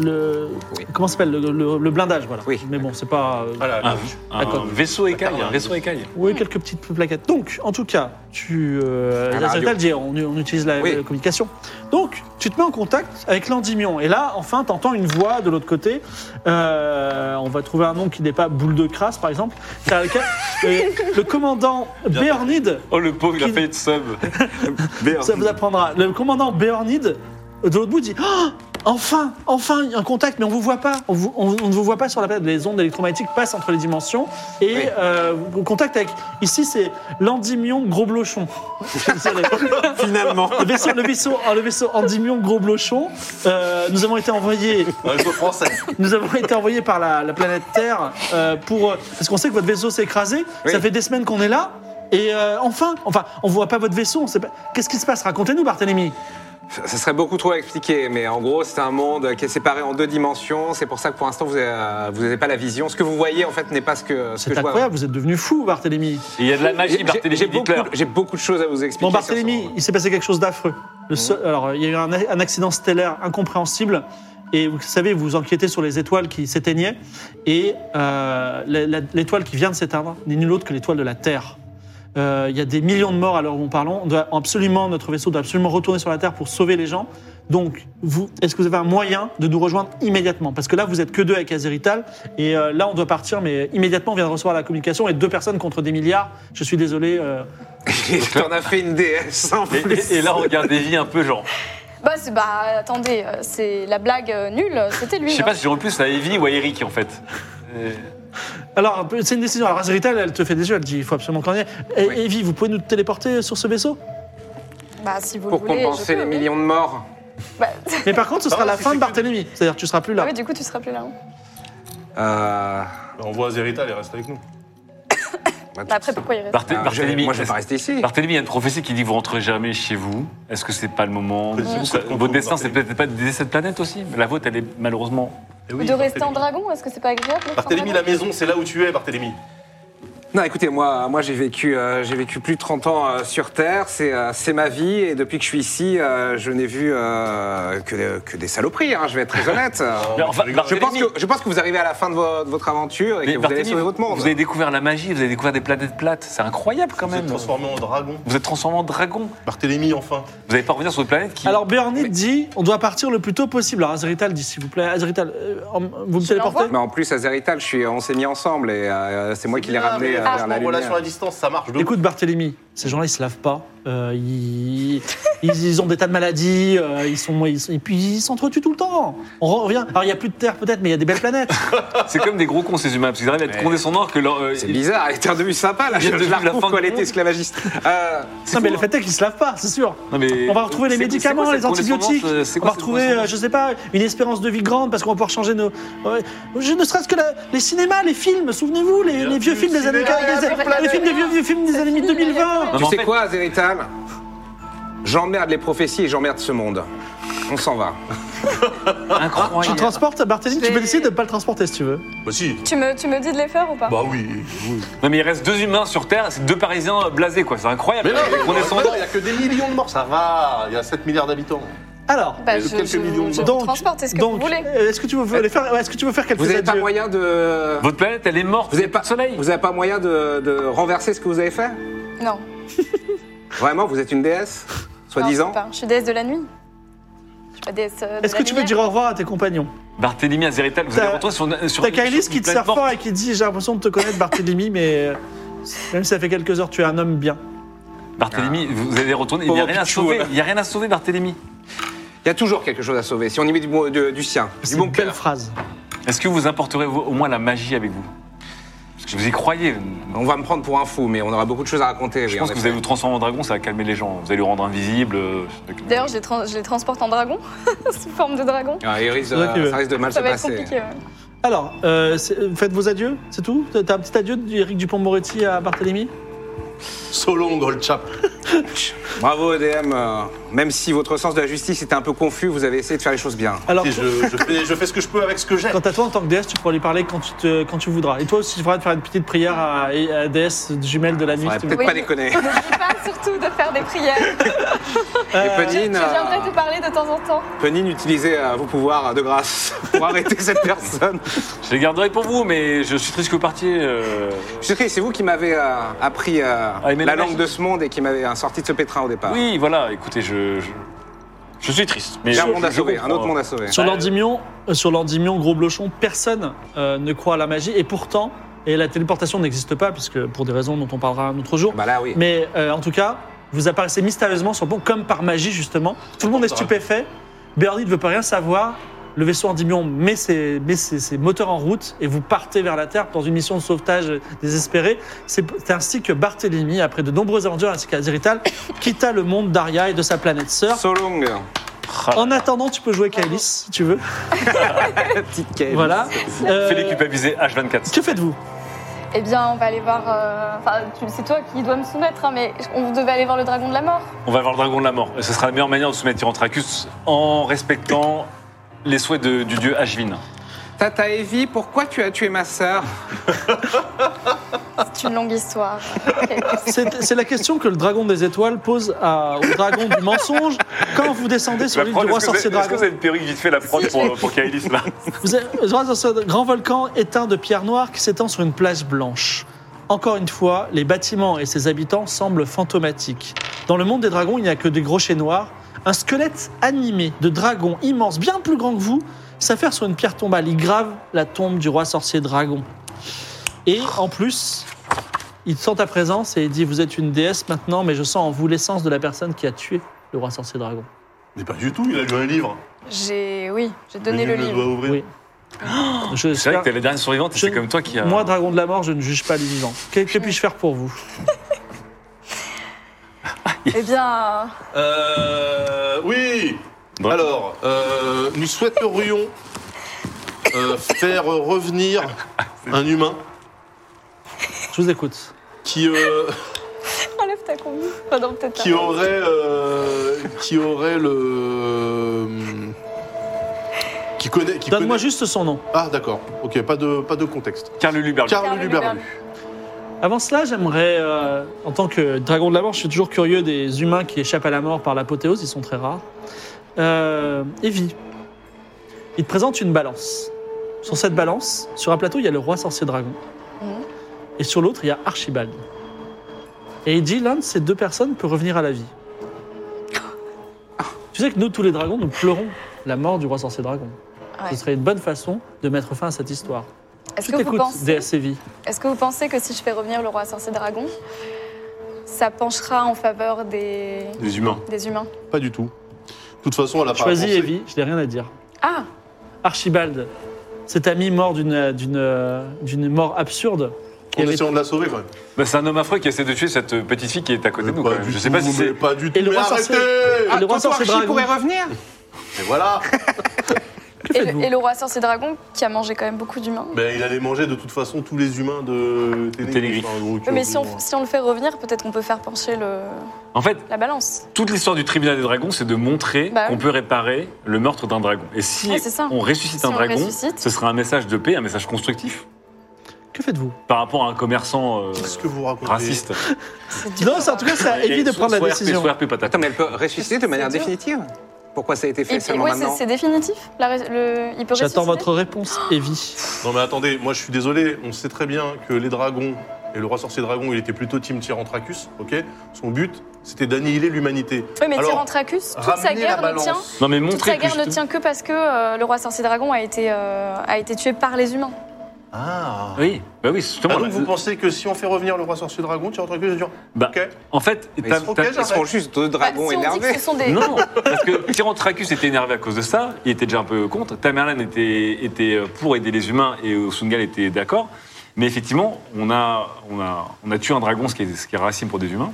D: le
C: Oui.
D: comment s'appelle le, le- le blindage voilà.
C: Oui.
D: Mais bon, c'est pas euh,
A: Voilà.
B: Un, un
D: D'accord.
B: vaisseau écaille, un vaisseau écaille.
D: Oui, quelques petites plaquettes. Donc, en tout cas, tu. Euh,
C: À la
D: la
C: radio.
D: Zelda, on, on utilise la,
C: Oui.
D: la communication. Donc, tu te mets en contact avec l'Endymion. Et là, enfin, tu entends une voix de l'autre côté. Euh, on va trouver un nom qui n'est pas Boule de Crasse, par exemple. T'as le, euh, le commandant
A: Bien.
D: Béornide.
B: Oh le pauvre, il a
D: Qui-
B: failli être sub.
D: Ça vous apprendra. Le commandant Béornide, de l'autre bout, dit Ah, Enfin, enfin, un contact, mais on vous voit pas. On, vous- on- on ne vous voit pas sur la planète. Les ondes électromagnétiques passent entre les dimensions. Et
C: Oui.
D: euh, vous- contact avec. Ici, c'est l'Endymion Gros Blochon.
C: [laughs]
D: Je suis désolé.
C: Finalement.
D: le vaisseau, le vaisseau, ah, le vaisseau Endymion Gros Blochon. euh, nous avons été envoyés
A: Un vaisseau français.
D: nous avons été envoyés par la, la planète Terre euh, pour. euh, Parce qu'on sait que votre vaisseau s'est écrasé.
C: Oui.
D: Ça fait des semaines qu'on est là. Et euh, enfin, enfin, on voit pas votre vaisseau, on sait pas. Qu'est-ce qui se passe Racontez-nous, Barthélemy.
C: [laughs] Ça serait beaucoup trop à expliquer, mais en gros, c'est un monde qui est séparé en deux dimensions. C'est pour ça que pour l'instant, vous n'avez pas la vision. Ce que vous voyez, en fait, n'est pas ce que, euh, ce que
D: C'est
C: je vois.
D: incroyable, vous êtes devenu fou, Barthélemy.
B: Il y a de la
C: J'ai-
B: magie,
C: j'ai-
B: Barthélémy
C: J'ai beaucoup,
B: Dittler.
C: j'ai beaucoup de choses à vous expliquer.
D: Bon,
C: sur ce
D: Barthélemy,
C: monde.
D: il s'est passé quelque chose d'affreux. Le seul- Alors, il y a eu un, un accident stellaire incompréhensible. Et vous savez, vous vous enquêtez sur les étoiles qui s'éteignaient. Et euh, la- la- l'étoile qui vient de s'éteindre n'est nulle autre que l'étoile de la Terre. Euh, Il y a des millions de morts à l'heure où nous parlons. On doit absolument, notre vaisseau doit absolument retourner sur la Terre pour sauver les gens. Donc, vous, est-ce que vous avez un moyen de nous rejoindre immédiatement Parce que là, vous êtes que deux avec Azerital, et euh, là, on doit partir, mais immédiatement, on vient de recevoir la communication, et deux personnes contre des milliards. Je suis désolé. euh,
C: [laughs] T'en as fait une déesse, en
B: Et,
C: plus.
B: et- et là, on regarde Evie un peu genre.
E: Bah, c'est- bah, attendez, euh, c'est la blague euh, nulle, c'était lui.
B: Je sais
E: non
B: pas si j'aurais plus à Evie ou à Eric en fait. Euh,
D: Alors, c'est une décision. Alors, Azrital, elle te fait des yeux, elle dit il faut absolument qu'on y aille. Et,
C: Oui.
D: Evie, vous pouvez nous téléporter sur ce vaisseau
E: Bah, si vous
C: Pour
E: le voulez. je
C: compenser
E: peux,
C: les
E: oui.
C: millions de morts.
E: Bah,
D: Mais par contre, ce sera
A: Ah,
D: la
A: si
D: fin
A: c'est
D: de
A: que-
D: Barthélemy. C'est-à-dire, tu seras plus là.
E: [laughs] ah oui, du coup, tu seras plus là. hein.
C: Euh,
A: Bah, On voit Azerital et reste avec nous.
E: Bah, après, pourquoi il reste
B: Barthé-
C: alors, euh, je-
B: Barthélemy,
C: moi, je vais pas rester ici.
B: [laughs] Barthélemy, il y a une prophétie qui dit vous rentrez jamais chez vous. Est-ce que c'est pas le moment
A: Vous êtes
B: Ça-
A: contre
B: Votre
A: vous,
B: destin, c'est
A: Barthélemy.
B: peut-être pas de cette planète aussi. La vôtre, elle est malheureusement.
A: Eh
E: Ou
A: oui,
E: de rester en
A: Barthélemy.
E: dragon Est-ce que c'est pas agréable d'être en
A: Barthélemy, la
E: dragon
A: maison, c'est là où tu es, Barthélemy.
C: Non, écoutez, moi, moi j'ai vécu, euh, j'ai vécu plus de 30 ans euh, sur Terre. C'est, euh, c'est ma vie. Et depuis que je suis ici, euh, je n'ai vu euh, que, que des saloperies. hein, je vais être très [laughs] honnête. Euh,
B: Mais enfin,
C: je, pense
B: Barthélemy-
C: que, je pense que vous arrivez à la fin de, vo- de votre aventure et
B: Mais
C: que vous allez
B: Barthélemy,
C: sauver votre monde.
B: vous avez découvert la magie, vous avez découvert des planètes plates. C'est incroyable quand
A: Vous êtes
B: même.
A: transformé en dragon.
B: Vous êtes transformé en dragon.
A: Barthélemy, enfin.
B: Vous n'allez pas revenir sur une planète qui.
D: Alors, Bjornit dit on doit partir le plus tôt possible. Alors, Azrital dit s'il vous plaît, Azrital, euh, en- vous me téléportez
E: l'envoie
C: Mais en plus, à Zerital, je suis, on s'est mis ensemble et euh, c'est moi qui l'ai
A: Ah,
C: ramené euh,
A: mais
C: vers
A: franchement,
C: la
A: relation à
C: lumière.
A: distance, ça marche. de ouf.
D: Écoute, Barthélemy, ces gens-là, ils se lavent pas. Euh, ils, ils, ils ont des tas de maladies. euh, ils sont, ils sont- et puis, ils s'entretuent tout le temps. On revient. Alors, il y a plus de Terre, peut-être, mais il y a des belles planètes.
B: c'est comme des gros cons ces humains, parce qu'ils arrivent à être
C: Ouais.
B: condescendants que leur. euh,
C: C'est
B: ils-
C: bizarre, elle était devenue sympa là,
B: Il
C: je,
B: vient de
C: je la
B: vivre la
C: retrouve
B: fin
C: quand
B: du
C: elle était
B: monde.
C: esclavagiste. Euh,
D: Non, mais le fait est qu'ils se lavent pas, c'est sûr.
B: Non, mais-
D: On va retrouver les
B: C'est- c'est
D: médicaments,
B: quoi cette
D: les antibiotiques.
B: condescendance, euh, c'est
D: on
B: quoi
D: va
B: cette
D: retrouver, euh,
B: condescendance
D: je sais pas, une espérance de vie grande parce qu'on va pouvoir changer nos. Ouais. Je ne serait-ce que la- les cinémas, les films. Souvenez-vous, les, les vieux
A: plus
D: films
A: de
D: des années,
A: cinéma, il y a
D: des-
E: plus de
D: les films des vieux, vieux films des
E: C'est
D: années
E: fini, il y a plus de
D: 2020.
B: Non,
C: tu
B: mais en
C: sais
B: fait-
C: quoi, Zerital J'emmerde les prophéties et j'emmerde ce monde. On s'en va.
D: Tu
B: Incroyable.
D: transportes Barthélemy, tu peux décider de ne pas le transporter si tu veux.
A: Bah si.
E: Tu me, tu me dis de les faire ou pas
A: Bah oui. oui.
B: Non, mais il reste deux humains sur Terre, c'est deux Parisiens euh, blasés, quoi. C'est incroyable.
A: Mais non,
B: Des
A: mais
B: condescendants.
A: non, il y a que des millions de morts, ça va. Il y a 7 milliards d'habitants.
D: Alors.
E: Bah,
A: Il y a
E: je,
A: quelques
E: je,
A: millions de
E: je vous
A: morts.
E: transporte, est-ce que
D: donc,
E: vous voulez
D: euh, Est-ce que tu veux les faire Est-ce que tu veux faire quelque
C: Vous
D: chose
C: n'avez pas
D: Dieu
C: moyen de.
B: Votre planète, elle est morte.
C: Vous n'avez pas,
B: de soleil.
C: vous avez pas moyen de, de renverser ce que vous avez fait
E: Non.
C: Vraiment, vous êtes une déesse Soi-disant
E: Non, je sais pas. Je suis déesse de la nuit. Je suis pas déesse euh, de
D: Est-ce
E: la
D: que tu veux
E: lumière.
D: dire au revoir à tes compagnons
B: Barthélemy, Azerital, vous allez
D: T'as-
B: retrouver sur une- sur
D: T'as
B: une- sur
D: Kailis
B: une
D: qui te
B: planète
D: serre
B: morte.
D: fort et qui dit J'ai l'impression de te connaître, Barthélemy, mais euh, même si ça fait quelques heures, tu es un homme bien.
B: Barthélemy,
C: Ah.
B: vous allez retourner. Il n'y a
C: Pauvre
B: rien à
C: Pichou,
B: sauver.
C: là.
B: Il n'y a rien à sauver, Barthélemy.
C: Il y a toujours quelque chose à sauver, si on y met du, bon- de- du sien, du
D: C'est
C: bon
D: une belle
C: cœur.
D: phrase.
B: Est-ce que vous importerez vous, au moins la magie avec vous Parce que vous y croyez.
C: On va me prendre pour un fou, mais on aura beaucoup de choses à raconter.
B: Je pense que vous allez vous transformer en dragon, ça va calmer les gens. Vous allez le rendre invisible. euh, avec-
E: D'ailleurs, je, les trans- je les transporte en dragon, [laughs] sous forme de dragon.
C: risque,
D: C'est vrai
C: euh,
D: qu'il veut.
C: ça risque de mal
E: Ça
C: se
E: va être
C: passer.
E: compliqué. ouais.
D: Alors, euh, c'est- euh, faites vos adieux, c'est tout T'as t'as un petit adieu d'Éric Dupont-Moretti à Barthélemy
A: So long, old chap.
C: Bravo EDM, euh, même si votre sens de la justice était un peu confus, vous avez essayé de faire les choses bien.
D: Alors,
A: Et je, je fais, je fais ce que je peux avec ce que j'ai.
D: quant à toi, en tant que déesse, tu pourras lui parler quand tu, te- quand tu voudras. Et toi aussi, tu pourras te faire une petite prière à, à la déesse jumelle de la nuit.
C: On va
D: si tu veux.
C: peut-être
E: Oui.
C: pas [laughs] déconner.
E: N'oublie pas surtout de faire des prières.
C: Et Penine,
E: Je viendrai
C: euh,
E: te parler de temps en temps.
C: Penine, utilisez euh, vos pouvoirs euh, de [laughs] grâce pour arrêter cette personne.
B: Je les garderai pour vous, mais je suis triste que vous partiez. euh,
C: Chérie, c'est vous qui m'avez euh, appris euh,
B: aimer
C: la
B: la
C: langue
B: magie.
C: de ce monde et qui m'avez euh, sorti de ce pétrin au départ.
B: Oui, voilà, écoutez, je. Je, je suis triste. Mais
C: J'ai un
B: je-
C: monde à
B: je
C: sauver, un
B: comprends.
C: autre monde à sauver.
D: Sur l'Ordimion, euh, sur l'Ordimion, gros blochon, personne euh, ne croit à la magie. Et pourtant, et la téléportation n'existe pas, puisque pour des raisons dont on parlera un autre jour.
C: Bah là, oui.
D: Mais euh, en tout cas, vous apparaissez mystérieusement sur le pont, comme par magie, justement. Tout le monde est stupéfait. Bernie ne veut pas rien savoir. Le vaisseau Endymion met, ses, met ses- ses moteurs en route et vous partez vers la Terre dans une mission de sauvetage désespérée. C'est c'est ainsi que Barthélemy, après de nombreuses aventures ainsi qu'Azirital, [coughs] quitta le monde d'Aria et de sa planète sœur.
C: So long,
B: Ah,
D: En attendant, tu peux jouer Kaelis si tu veux.
C: petite Kate.
D: Voilà.
B: Fais
D: Euh,
B: les culpabiliser H24.
D: que faites-vous
E: Eh bien, on va aller voir. euh, Enfin, tu- c'est toi qui dois me soumettre, hein, mais on devait aller voir le dragon de la mort.
B: On va voir le dragon de la mort. Et ce sera la meilleure manière de se mettre Tyrantracus en respectant les souhaits de- du dieu Ashvin.
C: Tata Evie, pourquoi tu as tué ma sœur
E: C'est une longue histoire.
D: C'est c'est la question que le dragon des étoiles pose à- au dragon du mensonge quand vous descendez sur
B: La
D: l'île
B: prod,
D: du roi
B: est-ce que vous
D: sorcier
B: avez- est-ce que
D: dragon.
B: vous avez une perruque vite fait la prod
E: Si.
D: [laughs]
B: pour, pour Kaelis là
D: Vous êtes vous êtes dans ce grand volcan éteint de pierre noire qui s'étend sur une plage blanche. Encore une fois, les bâtiments et ses habitants semblent fantomatiques. Dans le monde des dragons, il n'y a que des crochets noirs. Un squelette animé de dragons immense, bien plus grand que vous, s'affaire sur une pierre tombale. Il grave la tombe du roi sorcier dragon. Et en plus, il sent ta présence et il dit Vous êtes une déesse maintenant, mais je sens en vous l'essence de la personne qui a tué le roi sorcier dragon.
A: Mais pas du tout, il a lu un livre.
E: J'ai. Oui, j'ai donné
A: Mais
E: le
A: nul ne
E: livre.
A: doit ouvrir.
D: Oui. Je-
B: C'est vrai que t'es la dernière survivante et
D: Je-
B: c'est comme toi qui a.
D: Moi, dragon de la mort, je ne juge pas les vivants. Que, que puis-je faire pour vous
E: Eh bien,
A: Euh, oui
B: Bon.
A: Alors, euh, nous souhaiterions euh, faire revenir un humain
D: Je vous écoute.
A: qui, euh,
E: enlève ta combi. Enfin, non, peut-être
A: qui
E: pas.
A: aurait, euh, qui aurait le... Qui connaît... Qui
D: Donne-moi
A: connaît-
D: juste son nom.
A: Ah d'accord, ok, pas de, pas de contexte.
B: Carl Luberg.
A: Carl
E: Carl
A: Luberlu.
D: Avant cela, j'aimerais, euh, en tant que dragon de la mort, je suis toujours curieux des humains qui échappent à la mort par l'apothéose, ils sont très rares. Euh, Evie, il te présente une balance. Sur cette balance, sur un plateau, il y a le roi sorcier dragon.
E: Mhm.
D: Et sur l'autre, il y a Archibald. Et il dit, l'un de ces deux personnes peut revenir à la
E: [laughs]
D: vie. Tu sais que nous, tous les dragons, nous pleurons la mort du roi sorcier dragon.
E: Ouais.
D: Ce serait une bonne façon de mettre fin à cette histoire.
E: Est-ce
D: Tu
E: que, vous
D: t'écoutes,
E: pensez,
D: DS Evie.
E: est-ce que vous pensez que si je fais revenir le roi sorcier dragon, ça penchera en faveur des,
A: Des humains.
E: des humains
A: Pas du tout. De toute façon, elle a pas
D: Choisis
A: avancé.
D: Evie, je n'ai rien à dire.
E: Ah,
D: Archibald, cet ami mort d'une d'une d'une mort
A: En
D: absurde. Il y avait-
A: essayant de la sauver quand même. Euh,
B: Bah, c'est un homme affreux qui essaie de tuer cette petite fille qui est à côté de nous.
A: Pas
B: quand même.
A: du
B: Je sais pas
A: tout,
B: si
A: mais
B: c'est. Ah.
A: Pas du tout,
D: le
A: mais
D: roi sorcier-
A: arrêtez
D: Et le roi
C: Tonton
D: sorcier
C: Archie
D: dragon.
C: Ah, pourrait revenir
A: Et voilà
D: Que
E: et le,
D: faites-vous
E: et le roi sorcier dragon qui a mangé quand même beaucoup d'humains.
A: Ben, il allait manger de toute façon tous les humains de Ténégriffe,
B: Ténégriffe.
A: hein, donc,
E: Oui, mais
A: euh,
E: si on, si on le fait revenir, peut-être qu'on peut faire pencher le,
B: En fait,
E: la balance.
B: toute l'histoire du tribunal des dragons, c'est de montrer
E: Bah ouais.
B: qu'on peut réparer le meurtre d'un dragon. Et si
E: Ouais, c'est ça.
B: on ressuscite
E: Si
B: un
E: on le
B: dragon,
E: ressuscite.
B: ce sera un message de paix, un message constructif
D: Que faites-vous
B: par rapport à un commerçant euh,
A: Qu'est-ce que vous racontez
B: raciste.
E: C'est dur.
D: Non, c'est en tout cas ça
B: Et
D: évite de
B: so-
D: prendre la
B: soit RP,
D: décision.
B: soit RP patate.
C: Attends, mais elle peut ressusciter de manière
E: C'est dur.
C: définitive Pourquoi ça a été fait
E: Et puis,
C: seulement
E: ouais, c'est-
C: maintenant
E: c'est définitif. La ré- le- il peut
D: J'attends
E: ressusciter
D: votre réponse, Evie.
A: Non mais attendez, moi je suis désolé, on sait très bien que les dragons et le roi sorcier dragon, il était plutôt Team Tyrantracus, ok Son but, c'était d'annihiler l'humanité.
E: Oui, mais
A: Alors,
E: Tyrantracus, toute
A: ramener la
E: sa guerre ne
A: balance.
E: tient.
B: Non mais
E: Toute
B: montrer
E: sa
B: que
E: guerre ne
B: juste-
E: tient que parce que euh, le roi sorcier dragon a été, euh, a été tué par les humains.
A: Ah
B: Oui, bah oui,
A: Ah,
B: justement.
A: donc
B: là,
A: vous pensez que si on fait revenir le roi sorcier dragon, Tyrantracus, je
B: Bah,
A: ok
B: En fait,
C: Mais
B: t'as-
C: ils, seront,
B: t'as-
C: ils seront juste deux
E: Bah,
C: dragons
E: si on dit que
C: énervés.
E: ce sont des.
B: Non, parce que Tyrantracus était énervé à cause de ça, il était déjà un peu contre. Tamerlan était, était euh, pour aider les humains et Osungal était d'accord. Mais effectivement, on a, on, a, on a tué un dragon, ce qui, est, ce qui est racine pour des humains.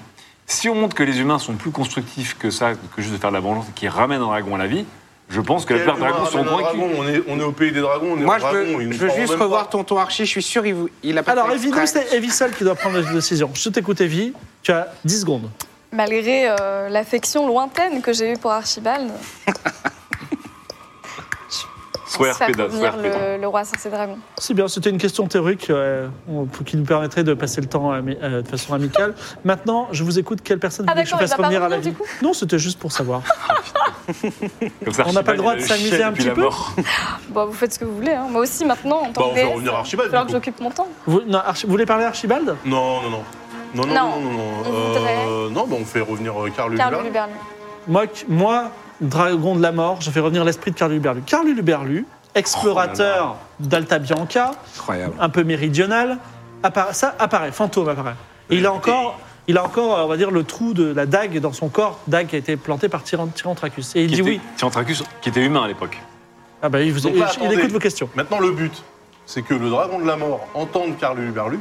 B: Si on montre que les humains sont plus constructifs que ça, que juste de faire de la vengeance, et qui ramènent un dragon à la vie, je pense que la plupart des dragons sont convaincus.
A: Ah, dragon, on est, on est au pays des dragons, on est
C: Moi,
A: en
C: je
A: dragon.
C: veux,
A: ils nous
C: je veux
A: parlent
C: juste
A: même pas.
C: revoir Tonton Archie, je suis sûr il vous- il a pas
D: Alors
C: fait
D: Evie,
C: exprès.
D: nous, c'est Evie seule qui doit prendre la décision. Je t'écoute Evie, tu as 10 secondes.
E: Malgré euh, l'affection lointaine que j'ai eue pour Archibald, on
B: Soit
E: se fait
B: RP, soit
E: revenir
B: RP.
E: le, le roi sorcier dragon.
D: C'est bien, c'était une question théorique euh, qui nous permettrait de passer le temps ami- euh, de façon amicale. Maintenant, je vous écoute, quelle personne
E: Ah
D: voulez que je
E: d'accord, il
D: fasse
E: va pas
D: revenir à la
E: revenir,
D: vie
E: du coup
D: Non, c'était juste pour savoir.
B: Comme ça,
D: On n'a pas
B: Archibald,
D: le droit
B: il
D: de
B: a
D: s'amuser
B: chien
D: un
B: depuis
D: petit
B: la
D: peu
B: mort.
E: Bon, vous faites ce que vous voulez. hein. Moi aussi, maintenant, en
A: Bah,
E: tant que
A: on fait
E: déesse,
A: revenir
E: il
A: Archibald.
E: va falloir
A: du
E: que
A: coup.
E: j'occupe mon temps.
D: Vous, non, Archi- vous voulez parler à Archibald
A: Non, non, non. Non, non, non,
E: Non,
A: non, non.
E: on voudrait-
A: Euh, non, bah, on fait revenir euh, Carl
E: Carlo
A: Luberlu.
E: Luberlu.
D: Moi, moi, dragon de la mort, je fais revenir l'esprit de Carlu Luberlu. Carlu Luberlu, explorateur d'Alta Bianca,
C: Incroyable.
D: un peu méridional, appara- ça apparaît, fantôme apparaît. Et il a encore, il a encore, on va dire, le trou de la dague dans son corps, dague qui a été plantée par Tyran- Tyrantracus. Et il
B: Qui
D: dit
B: était-
D: oui.
B: Tyrantracus, qui était humain à l'époque.
D: Ah bah, il, vous-
A: Donc
D: il-
A: là,
D: il
A: attendez.
D: écoute vos questions.
A: Maintenant, le but, c'est que le dragon de la mort entende Carl Luberlu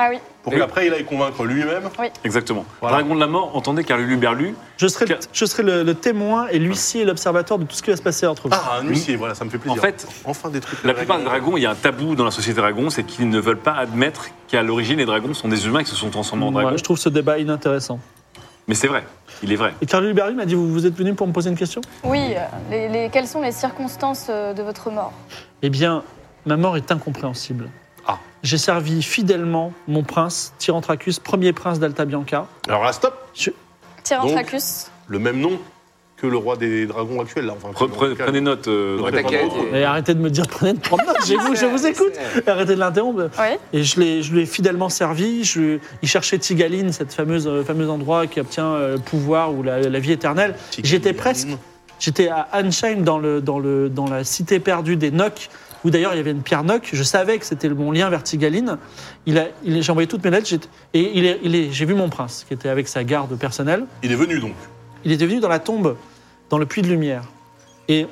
E: Ah oui.
A: Pour
B: Et-
A: qu'après, il aille convaincre lui-même.
B: Exactement.
A: Voilà.
B: Dragon de la mort, entendez car Lulu Berlu,
D: Je serai, le,
B: Ca-
D: je serai le, le témoin et l'huissier et l'observateur de tout ce qui va se passer entre vous.
A: Ah, un huissier, voilà, ça me fait plaisir.
B: En fait,
A: enfin des trucs.
B: la plupart des dragons, il y a un tabou dans la société dragon, c'est qu'ils ne veulent pas admettre qu'à l'origine les dragons sont des humains qui se sont transformés en
D: Ouais,
B: dragons.
D: je trouve ce débat inintéressant.
B: Mais c'est vrai, il est vrai.
D: Et Carly Berry m'a dit vous, vous êtes venu pour me poser une question
E: Oui, euh, les, les- quelles sont les circonstances euh, de votre mort
D: Eh bien, ma mort est incompréhensible.
B: Ah.
D: J'ai servi fidèlement mon prince, Tyrantracus, premier prince d'Alta Bianca.
A: Alors là, stop
E: Tyrantracus
A: Le même nom que le roi des dragons actuel, là. Enfin,
B: Pre- pre-
A: en tout cas,
B: Prenez note, euh,
C: Donc,
B: Dragon de la
C: t'inquiète,
B: mort.
C: et-
D: Et arrêtez de me dire prenez de prendre note, j'ai vous- je vous écoute.
C: [laughs]
D: Arrêtez de l'interrompre.
E: Oui.
D: Et je l'ai, je lui ai fidèlement servi. Je, il cherchait Tigaline, cette fameuse, euh, fameux endroit qui obtient euh, le pouvoir ou la, la vie éternelle.
A: petit-
D: J'étais presque. J'étais à Ansheim dans, le, dans, le, dans la cité perdue des Nocs, où d'ailleurs il y avait une pierre Noc. Je savais que c'était mon lien vers Tigaline. Il a, il, j'ai envoyé toutes mes lettres j'étais- et il est, il est, j'ai vu mon prince qui était avec sa garde personnelle.
A: Il est venu donc.
D: Il est devenu dans la tombe, dans le puits de lumière. Et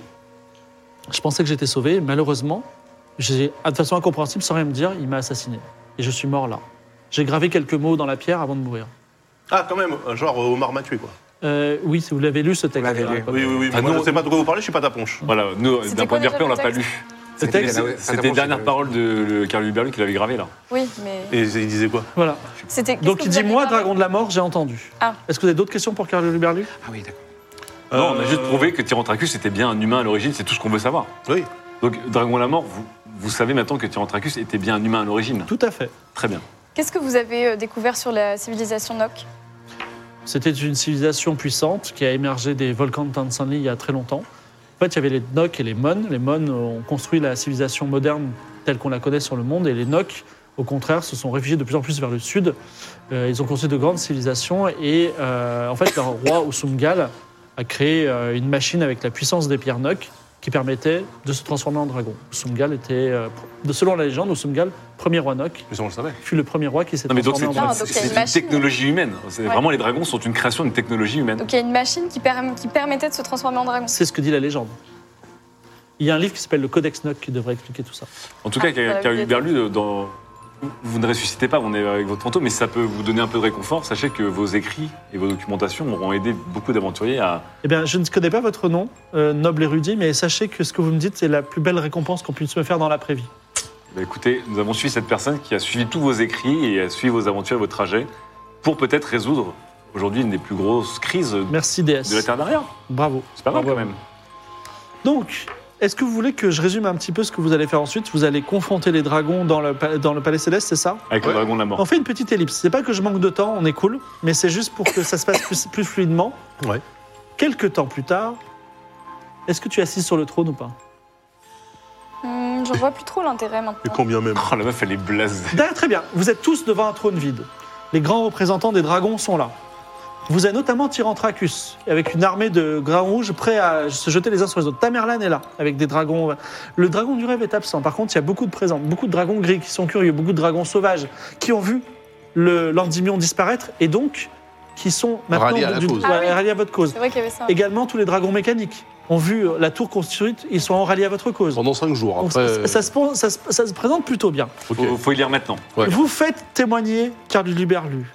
D: je pensais que j'étais sauvé. Malheureusement, j'ai, de façon incompréhensible, sans rien me dire, il m'a assassiné. Et je suis mort là. J'ai gravé quelques mots dans la pierre avant de mourir.
A: Ah, quand même, euh, genre euh, Omar m'a tué, quoi.
D: Euh, oui, si vous l'avez lu ce texte.
C: l'avait lu.
A: Oui, oui, oui.
B: Ah,
A: moi,
B: non,
A: je sais pas de quoi vous parlez, je suis pas ta ponche.
B: Voilà, nous,
E: C'était
B: d'un point
E: quoi
B: de vue
E: déjà
B: RP, on
E: le
B: l'a pas
E: texte
B: lu.
C: C'était-
B: C'était
C: c'était-
B: c'était les dernières paroles de le- Carl Berlu qu'il avait gravées là.
E: Oui, mais
A: Et il disait quoi
D: Voilà.
E: c'était. qu'est-ce
D: Donc
E: que
D: il
E: vous
D: dit
E: avez
D: Moi,
E: parlé
D: dragon de la mort, j'ai entendu.
E: Ah.
D: Est-ce que vous avez d'autres questions pour Carlo Luberlu
C: Ah oui, d'accord.
B: Non, on
A: Euh,
B: a juste prouvé que Tyrantracus était bien un humain à l'origine, c'est tout ce qu'on veut savoir.
A: Oui.
B: Donc, Dragon de la mort, vous, vous savez maintenant que Tyrantracus était bien un humain à l'origine.
D: Tout à fait.
B: Très bien.
E: Qu'est-ce que vous avez euh, découvert sur la civilisation Nok
D: C'était une civilisation puissante qui a émergé des volcans de Tanzanie il y a très longtemps. En fait, il y avait les Nok et les Mon. Les Mon ont construit la civilisation moderne telle qu'on la connaît sur le monde et les Nok, au contraire, se sont réfugiés de plus en plus vers le sud. Euh, ils ont construit de grandes civilisations et euh, en fait, leur roi Usumgal a créé euh, une machine avec la puissance des pierres Nok qui permettait de se transformer en dragon. Usumgal était, euh, pr- selon la légende, Usumgal, premier roi Nok,
A: Mais ça, on le savait.
D: fut le premier roi qui s'est
B: Non, mais donc,
D: transformé
B: c'est
D: en
E: Ah,
D: dragon.
E: donc, il y a
B: c'est
E: une
B: une
E: machine.
B: technologie humaine. C'est
E: Ouais.
B: Vraiment, les dragons sont une création d'une technologie humaine.
E: Donc il y a une machine qui, perm- qui permettait de se transformer en dragon.
D: C'est ce que dit la légende. Il y a un livre qui s'appelle le Codex Nock qui devrait expliquer tout ça.
B: En tout cas,
E: Ah, dans la
B: Carl
E: bibliothèque.
B: Berlu, dans... vous ne ressuscitez pas, on est avec votre fantôme, mais ça peut vous donner un peu de réconfort. Sachez que vos écrits et vos documentations auront aidé beaucoup d'aventuriers à.
D: Eh bien, je ne connais pas votre nom, euh, noble érudit, mais sachez que ce que vous me dites, c'est la plus belle récompense qu'on puisse me faire dans l'après-vie.
B: Bah, écoutez, nous avons suivi cette personne qui a suivi tous vos écrits et a suivi vos aventures et vos trajets pour peut-être résoudre aujourd'hui une des plus grosses crises de
D: Merci, déesse.
B: la Terre d'arrière.
D: Bravo.
B: C'est pas mal
D: Bravo.
B: quand même.
D: Donc, est-ce que vous voulez que je résume un petit peu ce que vous allez faire ensuite Vous allez confronter les dragons dans le, pa- dans le palais céleste, c'est ça
B: Avec
A: Ouais.
B: le dragon de la mort.
D: On fait une petite ellipse. C'est pas que je manque de temps, on est cool, mais c'est juste pour que ça se passe plus, plus fluidement.
A: Ouais.
D: Quelques temps plus tard, est-ce que tu es assise sur le trône ou pas
E: Hmm, J'en vois plus trop l'intérêt
A: Et
E: maintenant.
A: combien même
B: Oh, la meuf, elle est blasée.
D: D'ailleurs, très bien. Vous êtes tous devant un trône vide. Les grands représentants des dragons sont là. Vous avez notamment Tyrantracus, avec une armée de grands rouges prêts à se jeter les uns sur les autres. Tamerlan est là, avec des dragons. Le dragon du rêve est absent. Par contre, il y a beaucoup de présents, beaucoup de dragons gris qui sont curieux, beaucoup de dragons sauvages qui ont vu le- l'Endymion disparaître et donc qui sont maintenant
A: Ralliés à la
D: d'une-
A: cause.
D: ouais,
E: Ah oui.
D: ralliés à votre cause.
E: C'est vrai qu'il y avait ça.
D: Également, tous les dragons mécaniques ont vu la tour construite, ils sont en rallye à votre cause.
A: Pendant 5 jours.
D: Donc,
A: Après.
D: ça- ça se pon- ça se- ça se présente plutôt bien.
A: Ok.
B: Faut, faut y lire maintenant.
A: Ouais.
D: Vous faites témoigner Carl Luberlu.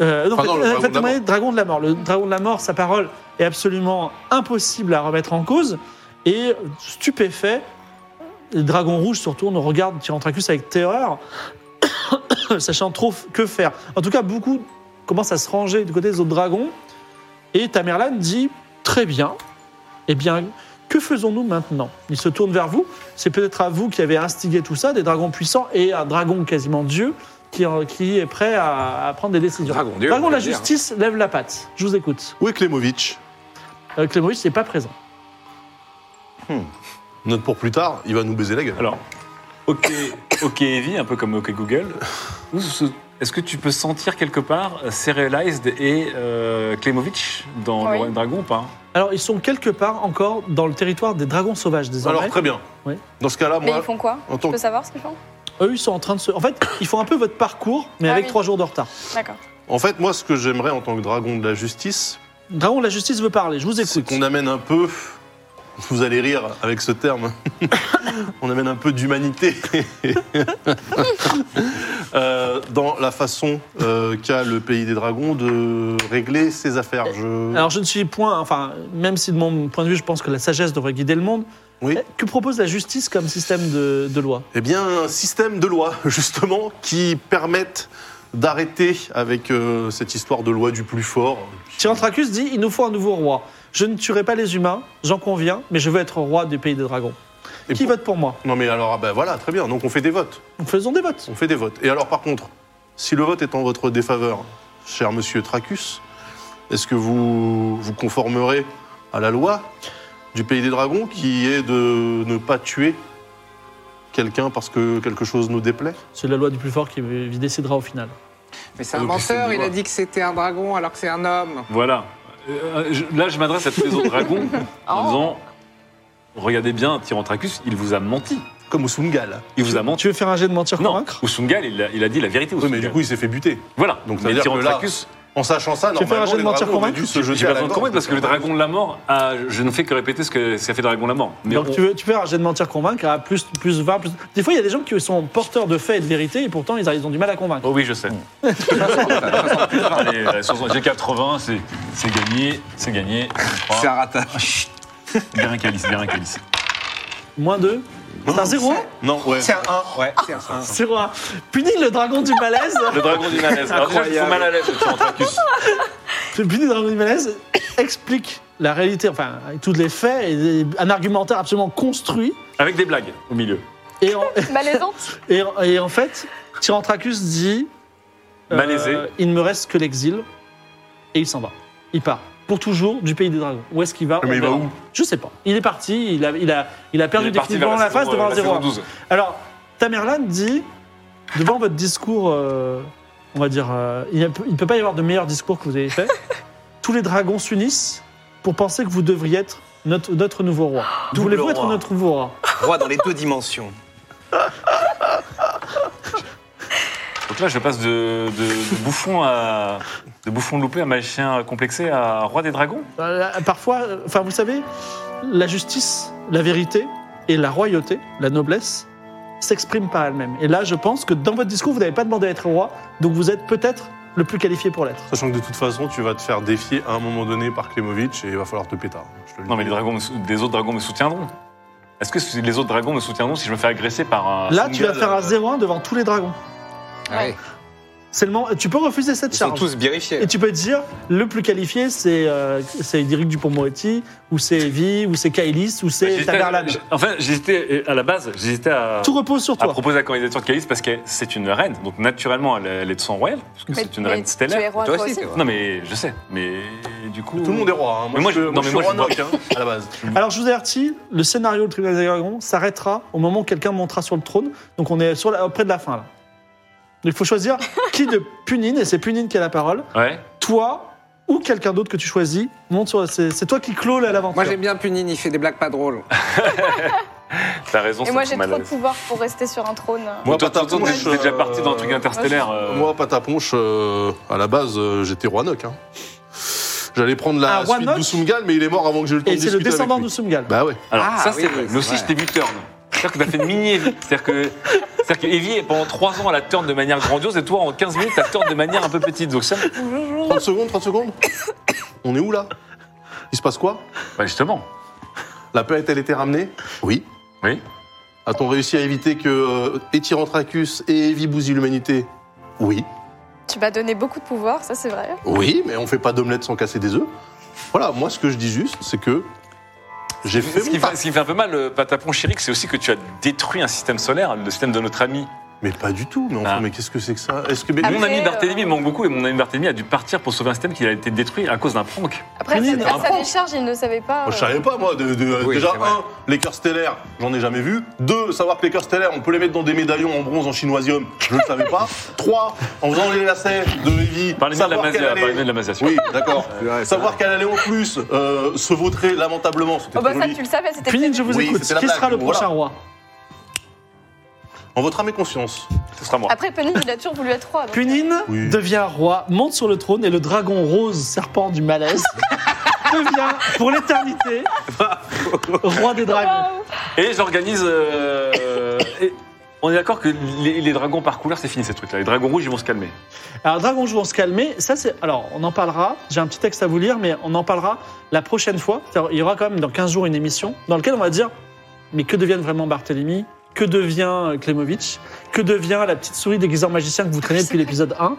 D: Euh, non,
A: Enfin,
D: faites-
A: non, le
D: euh,
A: dragon
D: faites
A: de la
D: témoigner Dragon de la Mort. Le Dragon de la Mort, sa parole est absolument impossible à remettre en cause. Et stupéfait, le Dragon Rouge se retourne, regarde Tyrantracus avec terreur, [coughs] sachant trop f- que faire. En tout cas, beaucoup commencent à se ranger du côté des autres dragons. Et Tamerlan dit Très bien. Eh bien, que faisons-nous maintenant Il se tourne vers vous. C'est peut-être à vous qui avez instigé tout ça, des dragons puissants et un dragon quasiment dieu qui, qui est prêt à, à prendre des décisions.
C: Dragon Dieu,
D: Dragon
C: on
D: de la
C: peut le dire.
D: justice lève la patte. Je vous écoute.
A: Où est Klemovic
D: Euh, Clémoris n'est pas présent.
A: Note pour plus tard, il va nous baiser la gueule.
B: Alors, OK, OK Evie, un peu comme OK Google, où se- est-ce que tu peux sentir quelque part euh, Serialized et euh, Klemovic dans
E: Oui.
B: le Royaume Dragon ou pas
D: Alors, ils sont quelque part encore dans le territoire des dragons sauvages désormais.
A: Alors, très bien.
D: Ouais.
A: Dans ce cas-là,
E: Mais
A: moi,
E: ils font quoi
A: en
E: Je
A: tant que.
E: peux savoir ce qu'ils font
D: Eux, ils sont en train de se. En fait, ils font un peu votre parcours, mais
E: Ah
D: avec
E: oui.
D: trois jours de retard.
E: D'accord.
A: En fait, moi, ce que j'aimerais en tant que dragon de la justice,
D: Dragon de la justice veut parler. Je vous
A: c'est
D: écoute.
A: qu'on amène un peu Vous allez rire avec ce terme. [laughs] On amène un peu d'humanité [laughs] Euh, dans la façon euh, qu'a le pays des dragons de régler ses affaires. Je...
D: Alors, je ne suis point, enfin, même si de mon point de vue, je pense que la sagesse devrait guider le monde,
A: Oui.
D: eh, que propose la justice comme système de, de loi
A: Eh bien, un système de loi, [laughs] justement, qui permette d'arrêter avec euh, cette histoire de loi du plus fort.
D: Tyrantracus dit il nous faut un nouveau roi. Je ne tuerai pas les humains, j'en conviens, mais je veux être roi du pays des dragons.
A: Et
D: Qui
A: pour-
D: vote pour moi
A: Non mais alors, ah ben voilà, très bien, donc on fait des votes.
D: Faisons des votes.
A: On fait des votes. Et alors par contre, si le vote est en votre défaveur, cher monsieur Tracus, est-ce que vous vous conformerez à la loi du pays des dragons qui est de ne pas tuer quelqu'un parce que quelque chose nous déplaît
D: C'est la loi du plus fort qui euh, qui décidera au final.
F: Mais c'est
A: Ah,
F: un
A: donc,
F: menteur,
A: c'est
F: il a
A: du
F: dit que c'était un dragon alors que c'est un homme.
B: Voilà. Euh, je- là, je m'adresse à tous les autres
E: [laughs]
B: dragons en
E: Oh.
B: disant Regardez bien, Tyrantracus, il vous a menti.
A: Comme Usungal.
B: Il vous a menti.
D: Tu veux faire un jet de mentir
B: Non,
D: convaincre
B: Usungal, il a, il a dit la vérité.
A: Oui,
B: Usungal.
A: mais du coup, il s'est fait buter.
B: voilà.
A: donc ça
B: mais
A: veut dire que là,
B: Tyrantracus,
A: En sachant ça,
D: Tu veux faire un
A: normalement,
D: jet de
A: les
D: mentir
A: dragons auraient
D: convaincre
A: dû se jeter
B: j'ai
A: à
B: pas
A: la
B: besoin de
A: gorge.
B: combattre parce que le dragon de la mort, a- je ne fais que répéter ce que ça fait le dragon de la mort. Mais
D: Donc
B: on-
D: tu veux, tu peux faire un jet de mentir convaincre à plus, plus 20, plus... Des fois, il y a des gens qui sont porteurs de faits et de vérité et pourtant, ils, ils ont du mal à convaincre.
B: Oh oui, je sais. Allez, euh, 60, J'ai 80, c'est c'est gagné, c'est gagné. je crois.
F: C'est un ratage.
B: Bien un calice, bien un calice.
D: Moins 2. C'est un 0
A: Non, ouais.
F: C'est un 1. Ouais, c'est un 1.
D: 0 Punis le dragon du malaise.
B: Le dragon du malaise. Alors déjà, ils sont mal à l'aise, le Tyrantracus.
D: Punis le dragon du malaise. Explique la réalité, enfin, tous les faits et un argumentaire absolument construit.
B: Avec des blagues au milieu.
D: Et en, [laughs]
E: Bah, Malaisante
D: et en- et en fait, Tyrantracus dit euh,
B: Malaisé.
D: Il ne me reste que l'exil. Et il s'en va. Il part. Pour toujours du pays des dragons. Où est-ce qu'il va
A: Mais
D: On
A: il va
D: verra.
A: où
D: Je sais pas. Il est parti, il a, il a, il a perdu
B: Il est parti
D: définitivement
B: vers
D: la, face
B: saison,
D: devant
B: euh,
D: un
B: la
D: 0
B: saison 12.
D: Alors, Tamerlan dit devant votre discours, euh, on va dire, euh, il ne peut pas y avoir de meilleur discours que vous avez fait. Tous les dragons s'unissent pour penser que vous devriez être notre, notre nouveau roi.
F: Double
D: Voulez-vous être
F: roi.
D: notre nouveau roi
F: Roi dans les deux dimensions.
B: Donc là, je passe de, de- de bouffon à de bouffon loupé à magicien complexé à roi des dragons.
D: Euh, là, Parfois, euh, enfin, vous savez, la justice, la vérité et la royauté, la noblesse, s'expriment par elles-mêmes. Et là, je pense que dans votre discours, vous n'avez pas demandé à être roi, donc vous êtes peut-être le plus qualifié pour l'être.
A: Sachant que de toute façon, tu vas te faire défier à un moment donné par Klemovic et il va falloir te pétard. Je te le
B: Non,
A: dis.
B: mais les dragons, me sou- des autres dragons me soutiendront. Est-ce que les autres dragons me soutiendront si je me fais agresser par
F: Ah,
B: un
D: Là, tu vas
B: Sungal,
D: faire un
B: euh,
D: 0-1 devant tous les dragons.
F: Ouais.
D: Seulement, tu peux refuser cette
F: Ils sont
D: charge.
F: tous vérifiés.
D: Et tu peux dire, le plus qualifié, c'est euh, c'est Eric Dupont-Moretti, ou c'est Evie, ou c'est Kailis, ou
A: Bah,
D: c'est
B: j'hésitais à-
D: Tamerlan.
B: j'- En fait, j'hésitais à la base, j'hésitais à,
D: Tout repose sur
B: à
D: toi.
B: proposer la candidature de Calice parce que c'est une reine. Donc naturellement, elle, elle est de sang royal, parce que
E: Mais-
B: c'est une
E: mais
B: reine stellaire.
E: Tu es roi
F: Toi
E: toi,
F: aussi,
E: aussi
F: t'es roi.
B: Non, mais je sais. Mais du coup.
A: Tout le monde est roi. hein.
B: Mais moi,
A: je,
B: je- non, mais
A: suis
B: moi, je
A: roi
B: vois-
A: Noc, hein, à la base.
D: Alors, je vous avertis, le scénario Le Tribunal des Dragons s'arrêtera au moment où quelqu'un montera sur le trône. Donc, on est sur la- près de la fin, là. Donc, il faut choisir qui de Punine, et c'est Punine qui a la parole,
B: Ouais.
D: toi ou quelqu'un d'autre que tu choisis, monte sur. C'est c'est toi qui clôt la- l'aventure.
F: Moi j'aime bien Punine, il fait des blagues pas drôles.
B: T'as raison,
E: Et
B: c'est
E: moi,
B: trop
E: j'ai
B: mal à
E: trop de
B: l'aise.
E: pouvoir pour rester sur un trône.
A: Moi,
B: Toi, toi, toi,
A: Pataponche,
B: t'es t'es déjà parti dans un truc
A: euh,
B: interstellaire. euh,
A: Moi, Pataponche, euh, à la base, euh, j'étais roi Noc. hein. J'allais prendre la
D: Ah, roi
A: suite
D: Noc
A: d'Usungal, mais il est mort avant que je le temps
D: Et
A: de
D: c'est le
A: discuter avec
D: descendant
A: lui.
D: de Sumgal.
A: Bah ouais.
B: Alors,
F: Ah,
B: ça,
F: oui,
B: c'est
F: oui,
B: vrai.
F: c'est
B: Mais aussi,
F: vrai.
B: je t'ai vu turn. C'est-à-dire que t'as fait une mini-Evie. C'est-à-dire que. C'est-à-dire que Evie, est pendant 3 ans, elle a turn de manière grandiose et toi, en 15 minutes, t'as turn de manière un peu petite. Donc ça.
A: 30 secondes, 30 secondes. On est où là Il se passe quoi
B: Bah, justement.
A: La planète, elle était ramenée Oui.
B: Oui.
A: A-t-on réussi à éviter que euh, Étirantracus et Evie bousillent l'humanité Oui.
E: Tu m'as donné beaucoup de pouvoir, ça c'est vrai.
A: Oui, mais on fait pas d'omelette sans casser des œufs. Voilà, moi ce que je dis juste, c'est que j'ai fait
B: Ce
A: mon
B: qui, fait,
A: taf.
B: ce qui fait un peu mal, euh, Patapon Chiric, c'est aussi que tu as détruit un système solaire, le système de notre ami.
A: Mais pas du tout. Mais enfin,
B: Ah.
A: mais qu'est-ce que c'est que ça Est-ce que mais-
E: Ah,
B: mon
E: Après,
B: ami
E: euh,
B: Barthélemy manque beaucoup et mon ami Barthélemy a dû partir pour sauver un système qui a été détruit à cause d'un prank.
E: Après,
D: Punine,
E: à
D: apprends.
E: sa décharge, il ne savait pas.
A: Moi, je
E: euh,
A: savais pas moi. de- de-
F: Oui,
A: déjà
F: c'est vrai.
A: un, l'écart stellaire, j'en ai jamais vu. Deux, savoir que l'écart stellaire, on peut les mettre dans des médaillons en bronze en chinoisium, je ne savais
B: [laughs]
A: pas. Trois, en faisant les lacets de Evie,
B: Parlez-moi de la
A: savoir
B: Mazia,
A: qu'elle allait-
B: parlez-moi de la Mazia.
A: Oui, d'accord.
F: Ouais,
A: savoir qu'elle allait en plus euh, se vautrer lamentablement, c'était
E: Oh bah
A: très
E: ça,
A: joli.
E: tu le savais, c'était
D: Punine,
E: prévu.
D: je vous
A: Oui,
D: écoute.
A: c'était la
D: Qui sera
A: blague,
D: le
A: voilà.
D: prochain roi
A: En votre âme et conscience.
B: Ce sera moi.
E: Après, Punine, il a toujours voulu être roi. donc, euh,
D: Punine
A: Oui.
D: devient roi, monte sur le trône et le dragon rose serpent du malaise [laughs] devient pour l'éternité roi des dragons.
E: Waouh.
B: Et j'organise. euh, [laughs] et on est d'accord que les, les dragons par couleur, c'est fini ces trucs-là. Les dragons rouges, ils vont se calmer.
D: Alors dragon rouge, on se calmer. Ça c'est. Alors on en parlera. J'ai un petit texte à vous lire, mais on en parlera la prochaine fois. C'est-à-dire, Il y aura quand même dans 15 jours une émission dans laquelle on va dire mais que deviennent vraiment Barthélemy Que devient euh, Klemovic Que devient la petite souris déguisée en magicien que vous traînez depuis l'épisode
B: [laughs]
D: 1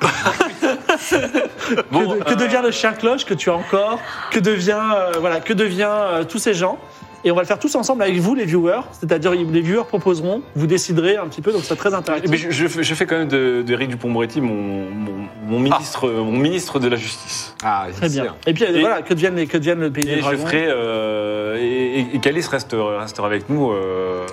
B: Bon,
D: que, de- que
B: euh,
D: devient le chien cloche que tu as encore Que devient euh, voilà Que devient euh, tous ces gens Et on va le faire tous ensemble avec vous, les viewers. C'est-à-dire les viewers proposeront, vous déciderez un petit peu. Donc c'est très intéressant.
B: Mais je, je fais- je fais quand même de, de Eric Dupont-Moretti mon, mon- mon ministre, mon ministre de la justice.
C: Ah,
D: Très
C: c'est
D: bien.
C: sûr.
D: Et puis euh,
B: Et-
D: voilà, que deviennent les, que deviennent le pays des
B: Et je
D: dragons
B: ferai. euh, et, et- et Calice reste, restera avec nous. euh,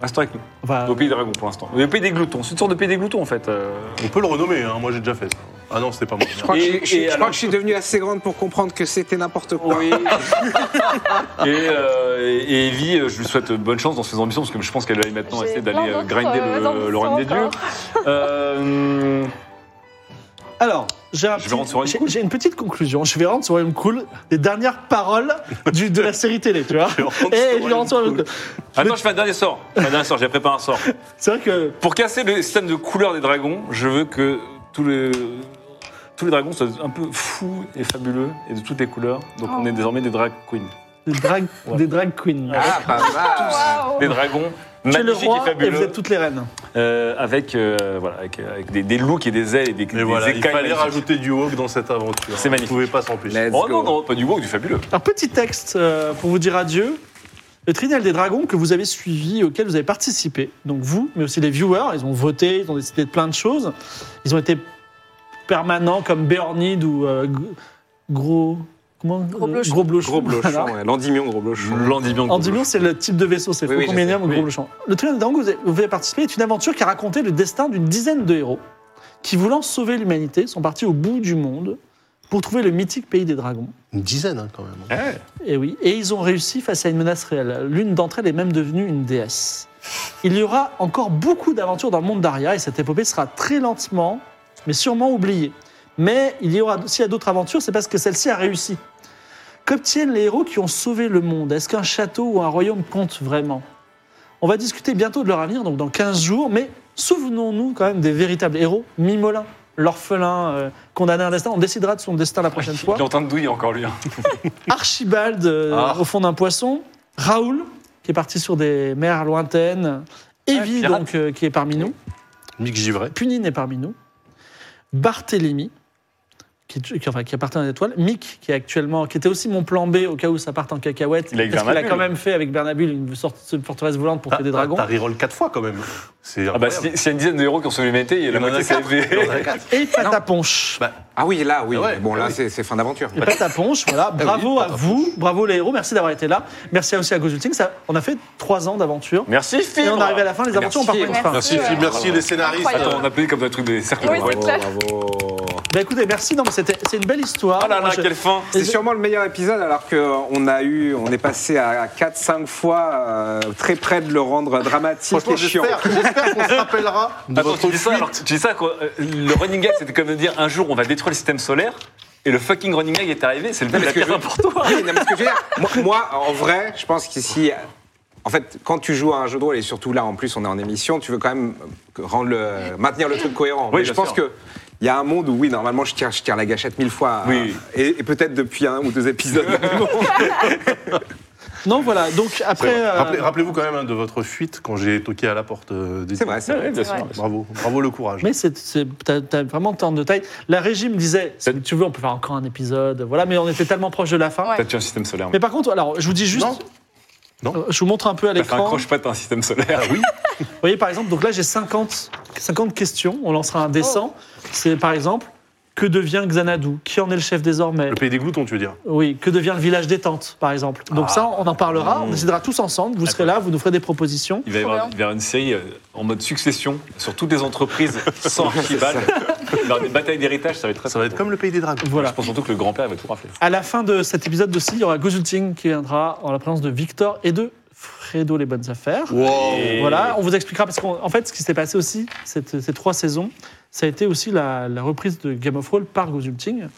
B: restera avec nous.
D: Enfin,
B: Au pays des dragons pour l'instant. Au pays des gloutons. C'est une sorte de pays des gloutons en fait. euh.
A: On peut le renommer, hein, moi j'ai déjà fait ça. Ah non, c'était pas moi.
F: Je crois,
B: Et-
F: que, je, je-
B: et
F: je crois
B: alors-
F: que je suis devenu assez grande pour comprendre que c'était n'importe quoi.
B: Oui. [laughs] et, euh, et- et Evie, euh, je lui souhaite bonne chance dans ses ambitions parce que je pense qu'elle va maintenant
E: J'ai
B: essayer
E: plein
B: d'aller euh,
E: d'autres,
B: grinder
E: euh,
B: le, le royaume des dieux.
E: ambitions
B: Euh,
D: alors, j'ai
B: Je
D: un
B: vais
D: petit-
B: rendre sur une
D: j'ai-
B: cool.
D: j'ai une petite conclusion. Je vais rendre sur une cool des dernières paroles du, de la série télé,
B: [laughs]
A: [laughs]
D: tu vois.
A: rendre
D: Et
A: sur
D: Eh, je vais rendre sur une
A: une
D: cool.
B: Attends, je fais un dernier sort. Je fais un dernier sort, j'ai préparé un sort.
D: C'est vrai que
B: Pour casser le système de couleur des dragons, je veux que tous les, tous les dragons soient un peu fous et fabuleux et de toutes les couleurs. Donc
E: Oh.
B: on est désormais des drag queens.
D: des drag,
B: Ouais.
D: des drag queens.
F: Ah, pas mal.
E: Waouh.
B: Des dragons
D: Tu es le
B: magnifiques et
D: roi et vous
B: fabuleux.
D: êtes toutes les reines.
B: euh, avec euh, voilà, avec, avec des, des looks et des ailes et des,
A: Mais
B: des
A: voilà, il
B: écailles.
A: fallait
B: magnifiques.
A: rajouter du walk dans cette aventure.
B: C'est magnifique.
A: On pouvait pas s'empêcher.
F: Let's
B: Oh non,
F: go.
B: non, pas du wow, du fabuleux.
D: Un petit texte euh, pour vous dire adieu. Le Trinel des Dragons que vous avez suivi, auquel vous avez participé, donc vous, mais aussi les viewers, ils ont voté, ils ont décidé de plein de choses. Ils ont été permanents comme Béornide ou euh, G- Gros. Comment
E: Gros
D: euh,
E: Blochon.
D: Gros Blochon.
C: Gros blochon,
D: voilà.
C: ouais. Landimion, gros blochon.
B: L'endymion.
D: Endymion, c'est le type de vaisseau, c'est
F: Oui, oui, je
D: Faucon-Millennium
F: sais,
D: ou Gros
F: oui.
D: Blochon. Le Trinel des Dragons que vous avez- vous avez participé est une aventure qui a raconté le destin d'une dizaine de héros qui, voulant sauver l'humanité, sont partis au bout du monde pour trouver le mythique pays des dragons.
A: Une dizaine hein, quand même.
D: Et oui, et ils ont réussi face à une menace réelle. L'une d'entre elles est même devenue une déesse. Il y aura encore beaucoup d'aventures dans le monde d'Aria et cette épopée sera très lentement, mais sûrement oubliée. Mais il y aura s'il y a d'autres aventures, c'est parce que celle-ci a réussi. Qu'obtiennent les héros qui ont sauvé le monde Est-ce qu'un château ou un royaume compte vraiment On va discuter bientôt de leur avenir, donc dans 15 jours, mais souvenons-nous quand même des véritables héros. Mimolin, l'orphelin euh, condamné à un destin, on décidera de son destin
B: [laughs]
D: la prochaine fois.
B: Il est en train de douiller encore lui. hein.
D: Archibald euh,
B: Ah.
D: au fond d'un poisson, Raoul qui est parti sur des mers lointaines, Evie
B: pirate.
D: donc euh, qui est parmi nous,
A: Mick Givray.
D: Punine est parmi nous, Barthélemy qui, est- qui- enfin, qui appartient à l'étoile, Mick qui est actuellement qui était aussi mon plan B au cas où ça parte en cacahuète,
B: Il est avec
D: parce qu'il a
B: Bernabule.
D: quand même fait avec Bernabule une sorte de forteresse volante pour tuer des dragons.
A: T'as reroll 4 fois quand même. C'est
B: Ah bah,
A: incroyable.
B: s'il s'il y a une dizaine d'euros qui ont sauvé l'humanité, il y a la
A: Il y en a
B: moitié qui
A: quatre. Il y en a quatre.
D: Et Pataponche.
F: Ah oui, là, oui.
A: Ah ouais,
F: bon,
A: ah
F: là,
A: oui.
F: c'est c'est fin d'aventure.
D: Et Pataponche, voilà, bravo à
A: Pataponche.
D: vous, bravo les héros, merci d'avoir été là, merci aussi à Gozulting, ça, on a fait trois ans d'aventure.
B: Merci
D: Et
B: Fibre.
D: on arrive à la fin, les aventures ont parfois une
E: Merci.
D: fin.
A: Merci
E: Ouais.
A: Philippe, merci les scénaristes.
E: Incroyable.
B: Attends, on applaudit comme dans le truc des cercles.
E: Oui,
B: de Oh
E: c'est
B: dragons.
E: clair.
C: Bravo.
D: Bah écoutez, merci, non mais c'était- c'est une belle histoire.
B: Oh là
D: Moi,
B: là,
D: je-
B: quelle fin.
D: Et
F: C'est
D: je-
F: sûrement le meilleur épisode alors qu'on a eu, on est passé à 4-5 fois euh, très près de le rendre dramatique
A: Franchement,
F: et chiant.
A: j'espère j'espère qu'on se rappellera de
B: Attends,
A: votre
B: tu dis ça,
A: fuite.
B: alors, tu dis ça quoi, euh, le running gag c'était comme de dire un jour on va détruire le système solaire et le fucking running gag est arrivé, c'est le même
F: Parce
B: la
F: que
B: pire
F: je-
B: fin pour toi.
F: [laughs] Oui, non, mais ce que je veux dire, moi, moi, en vrai, je pense qu'ici, en fait, quand tu joues à un jeu de rôle, et surtout là, en plus, on est en émission, tu veux quand même rendre le, maintenir le truc cohérent.
B: Oui,
F: Mais je
B: bien
F: pense
B: sûr.
F: que. Il y a un monde où, oui, normalement, je tire, je tire la gâchette mille fois. euh,
B: Oui.
F: Et, et peut-être depuis un ou deux [laughs] épisodes.
D: Non, voilà, donc
A: C'est
D: après.
A: vrai.
D: euh,
A: Rappelez- Rappelez-vous quand même hein, de votre fuite quand j'ai toqué à la porte euh, des.
F: c'est vrai, c'est vrai.
B: Ouais, bien
E: C'est
B: sûr.
E: vrai.
A: Bravo, bravo le courage.
D: Mais c'est- c'est- t'as t'as vraiment tant de taille. La régie me disait, si
B: Peut-être-
D: tu veux, on peut faire encore un épisode. Voilà, mais on était tellement proche de la fin.
E: Ouais.
B: T'as tué un système solaire.
D: Mais par contre, alors, je vous dis juste.
A: Non. Non.
D: Euh, Je vous montre un peu à
B: T'as fait un
D: l'écran.
B: croche-patte à un système solaire. Ah oui.
D: Vous voyez, par exemple, donc là, j'ai 50, 50 questions. On lancera un dessin. C'est par exemple, que devient Xanadu Qui en est le chef désormais
A: Le pays des gloutons, tu veux dire
D: Oui, que devient le village des tentes, par exemple Donc
B: Ah.
D: ça, on en parlera. On
B: Mmh.
D: décidera tous ensemble. Vous serez là, vous nous ferez des propositions.
B: Il va y avoir,
E: Trop bien.
B: il va y avoir une série euh, en mode succession sur toutes les entreprises [laughs] sans archibald. Il va y avoir des batailles d'héritage, ça va être très
A: Ça va être comme le pays des dragons.
D: Voilà.
B: Je pense surtout que le grand-père il va tout rafler.
D: À la fin de cet épisode aussi, il y aura Gozulting qui viendra en la présence de Victor et de Fredo les bonnes affaires.
A: Wow.
B: Et-
D: Voilà, on vous expliquera parce qu'en en fait, ce qui s'est passé aussi cette- ces trois saisons, Ça a été aussi la, la reprise de Game of Thrones par Gozulting,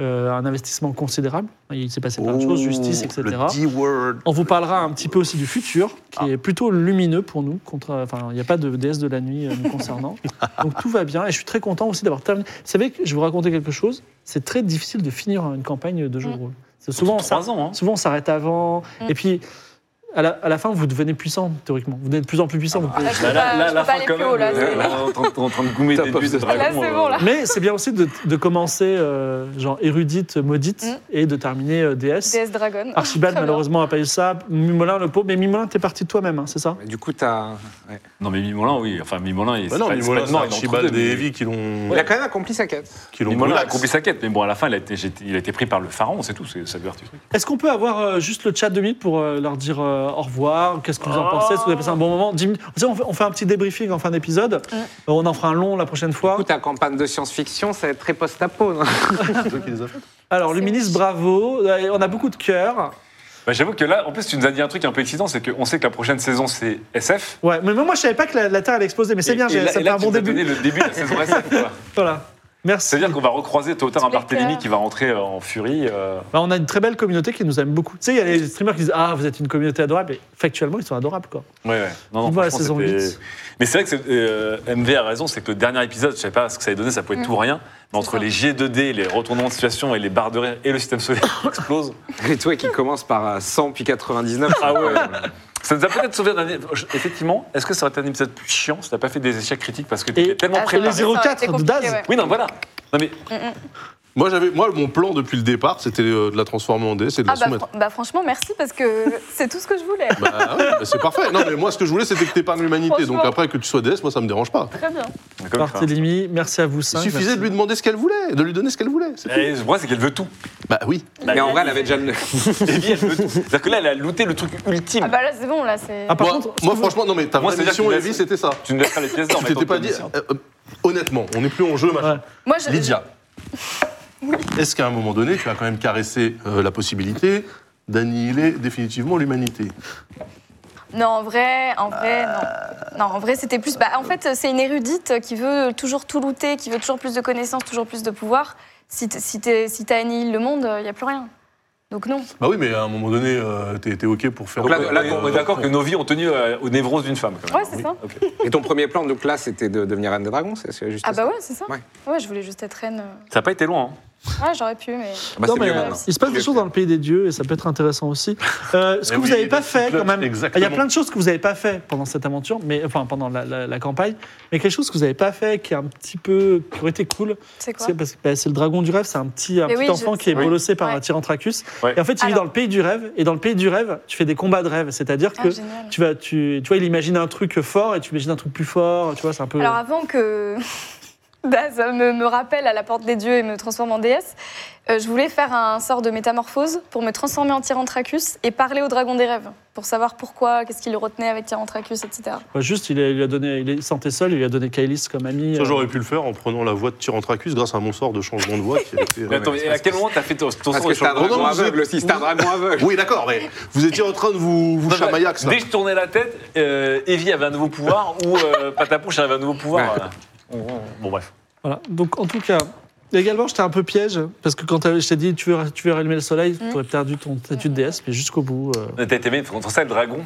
D: euh, un investissement considérable. Il s'est passé plein de choses, justice,
G: Oh,
D: etc.
A: Oh, Le D-word.
D: On vous parlera un petit peu aussi du futur, qui est plutôt lumineux pour nous. Contre, enfin, il n'y a pas de déesse de la nuit euh, nous concernant. Donc tout va bien. Et je suis très content aussi d'avoir terminé. Vous savez, que je vais vous raconter quelque chose. C'est très difficile de finir une campagne de jeu de
E: Mm.
D: rôle. C'est souvent, on s'arr-
B: Trois ans, hein.
D: souvent, on s'arrête avant. Et puis, à la, à la fin, vous devenez puissant, théoriquement. Vous devenez de plus en plus puissant. vous pouvez-
E: Je
B: Bah
E: peux pas- Bah, je peux pas aller plus haut, là, c'est-
B: en train- en train de goumer des buts de euh, dragon. euh.
E: Là, c'est bon, là.
D: Mais c'est bien aussi de, de commencer, euh, genre, érudite, maudite,
E: Mm.
D: et de terminer euh, déesse.
E: DS Dragon.
D: Archibald,
E: Très bien.
D: malheureusement, n'a pas eu ça. Mimolin, le pauvre. Mais Mimolin, t'es parti de toi-même, hein, c'est ça
F: Mais Du coup, t'as. ouais.
B: Non, mais Mimolin, oui. Enfin, Mimolin, il
A: Bah non,
B: c'est
A: mais
B: pas-
A: voilà,
B: c'est
A: non,
B: pas- c'est
A: Archibald
B: entre deux,
A: et
B: mais-
A: Evie qui l'ont.
F: Il a quand même accompli sa quête.
A: Qui l'ont
B: Mimolin a
A: brûlax.
B: accompli sa quête, mais bon, à la fin, il a été, j'étais- il a été pris par le pharaon, c'est tout, c'est ça vertu truc.
D: Est-ce qu'on peut avoir euh, juste le chat de minutes pour euh, leur dire euh, au revoir Qu'est-ce que vous en
B: Oh.
D: pensez Est-ce que vous avez passé un bon moment 10 minutes. Tu sais, on, fait, on fait un petit débriefing en fin d'épisode. Euh, on en fera un long la prochaine
F: Du
D: fois.
F: coup, ta campagne de science-fiction, ça va être très post-apo. non
A: C'est toi qui les as faites.
B: ah,
D: Alors,
E: C'est
D: Luminis,
E: moche.
D: bravo. Euh, On a beaucoup de cœur.
B: Bah, J'avoue que là, en plus, tu nous as dit un truc un peu excitant, c'est qu'on sait que la prochaine saison, c'est SF.
D: Ouais, mais même moi, je savais pas que la, la Terre allait exploser, mais c'est
B: Et-
D: bien,
B: et
D: j'ai-
B: là-
D: ça
B: et
D: fait
B: là,
D: un
B: tu
D: bon
B: nous as
D: début.
B: donné le début de la saison SF,
D: [laughs]
B: quoi.
D: Voilà. Merci.
B: C'est-à-dire qu'on va croiser tôt ou tard un
E: Tous les
B: Barthélémy
E: cœurs.
B: qui va rentrer euh, en furie. euh,
D: Bah, on a une très belle communauté qui nous aime beaucoup. Tu sais, il y a les streamers qui disent Ah, vous êtes une communauté adorable. Et factuellement, ils sont adorables, quoi.
B: Ouais, ouais. Non,
D: On voit la
B: franchement,
D: saison
B: c'était-
D: 8.
B: Mais c'est vrai que c'est- euh, MV a raison, c'est que le dernier épisode, je sais pas ce que ça allait donner, ça pouvait être tout ou rien. Mais entre
E: Mm. ça.
B: les G2D, les retournements de situation et les barres de rire et le système solaire qui
E: [coughs]
B: explose,
F: Et toi qui commence par euh, 100 puis 99.
B: Ah ouais. ça nous a peut-être sauvé d'un. Effectivement, est-ce que ça aurait été un épisode plus chiant si t'as pas fait des échecs critiques parce que t'étais
D: Et-
B: tellement
D: Et
E: Ah,
D: les
B: préparé
E: c'est vrai,
D: 04
E: c'est
D: de
E: compliqué,
D: Daz.
E: ouais.
B: Oui, non, voilà. Non, mais
A: Moi, j'avais, moi, mon plan depuis le départ, c'était euh, de la transformer en DS et de la
E: Ah bah,
A: soumettre.
E: fran- bah, franchement, merci, parce que c'est tout ce que je voulais.
A: Bah, ouais, bah, c'est parfait. Non, mais moi, ce que je voulais, c'était que t'épargnes l'humanité. Donc
E: [laughs] Franchement.
A: après, que tu sois DS, moi, ça me dérange pas.
E: Très bien.
B: comme ça.
D: Barthélémy, merci à vous
A: Il
D: cinq.
A: suffisait de lui demander ce qu'elle voulait, de lui donner ce qu'elle voulait. c'est tout.
B: Et le problème, Eh, c'est qu'elle veut tout.
A: Bah oui.
F: Mais en vrai, elle avait déjà le.
B: Evie, elle veut tout. C'est-à-dire que là, elle a looté le truc ultime.
E: Ah bah là, c'est bon, là, c'est...
D: Ah, par
A: moi,
D: contre,
A: moi, franchement, non, mais ta
B: Moi,
A: vraie
B: c'est-à-dire
A: mission,
B: qu'il a-
A: Evie, c'était ça.
B: Tu ne laisses pas les pièces d'or,
A: Tu
B: mais
A: t'étais pas dit. euh, euh, honnêtement, on n'est plus en jeu, machin.
B: Bah,
D: Ouais.
E: Moi, je...
A: Lydia, est-ce qu'à un moment donné, tu as quand même caressé euh, la possibilité d'annihiler définitivement l'humanité
E: Non, en vrai, en vrai, non. Non, en vrai, c'était plus... Bah, en fait, c'est une érudite qui veut toujours tout looter, qui veut toujours plus de connaissances, toujours plus de pouvoir. Si t'es- si t'es- si t'annihiles le monde, il n'y a plus rien. Donc non.
A: Bah oui, mais à un moment donné, euh, t'es t'es OK pour faire.
B: Donc là, là,
A: euh,
B: on est d'accord que nos vies ont tenu euh, aux névroses d'une femme. Quand même.
E: Ouais, c'est ça.
B: Ok.
F: Et ton premier plan, donc là, c'était de devenir Reine des Dragons, c'est c'est juste
E: Ah
F: ça
E: bah ouais, c'est ça.
F: Ouais.
E: Ouais. je voulais juste être reine. euh.
B: Ça n'a pas été loin. hein.
E: Ouais, j'aurais pu, mais...
F: Ah bah,
D: Non,
F: c'est
D: mais
F: mieux
A: euh,
F: maintenant.
D: il se passe des choses dans le pays des dieux et ça peut être intéressant aussi. Euh, ce
A: Eh
D: que vous
A: oui,
D: n'avez pas
A: des
D: fait
A: petits
D: quand
A: clubs,
D: même, Ah, il y a
A: exactement.
D: plein de choses que vous n'avez pas fait pendant cette aventure, mais enfin pendant la, la- la campagne, mais quelque chose que vous n'avez pas fait qui est un petit peu qui aurait été cool,
E: C'est quoi
D: c'est parce que bah, c'est le dragon du rêve, c'est un petit, un
E: Mais
D: petit
E: oui, je
D: enfant
E: le
D: qui
E: sais.
D: est bolossé par
E: Ouais.
D: un Tyrantracus.
B: Ouais.
D: Et en fait, il vit
E: Alors.
D: dans le pays du rêve et dans le pays du rêve, tu fais des combats de rêve, c'est-à-dire
E: Ah,
D: que
E: génial.
D: tu vas, tu, tu vois, il imagine un truc fort et tu imagines un truc plus fort, tu vois, c'est un peu.
E: Alors avant que [laughs] Daz me, me rappelle à la porte des dieux et me transforme en déesse, euh, je voulais faire un sort de métamorphose pour me transformer en Tyrantracus et parler au dragon des rêves, pour savoir pourquoi, qu'est-ce qui le retenait avec Tyrantracus, etc.
D: Bah, juste, il, a- il lui a donné, il est- il sentait seul, il lui a donné Kailis comme ami.
A: Ça,
D: euh,
A: j'aurais pu le faire en prenant la voix de Tyrantracus grâce à mon sort de changement de voix. Qui a été, euh,
B: Mais attends, mais à quel moment t'as fait ton, ton
F: Parce
B: sort
F: que
B: de
F: c'est un
B: chambre
A: Non,
F: dragon
A: non, vous
F: aveugle
A: êtes-
F: aussi, c'est un [laughs] dragon aveugle.
A: Oui, d'accord, mais vous étiez en train de vous, vous chamaillax, là.
B: Dès que je tournais la tête, euh, Evie avait un nouveau pouvoir
D: [laughs]
B: ou euh, Patapouche avait un nouveau pouvoir.
F: Ouais.
B: voilà. On- on- Bon, bref.
D: Voilà. Donc, en tout cas, également, j'étais un peu piège, parce que quand t'avais- je t'ai dit tu veux, tu veux rallumer le soleil,
E: Hum.
D: tu aurais perdu ton statut de déesse, mais jusqu'au bout. euh,
B: T'as été mis contre ça et le dragon.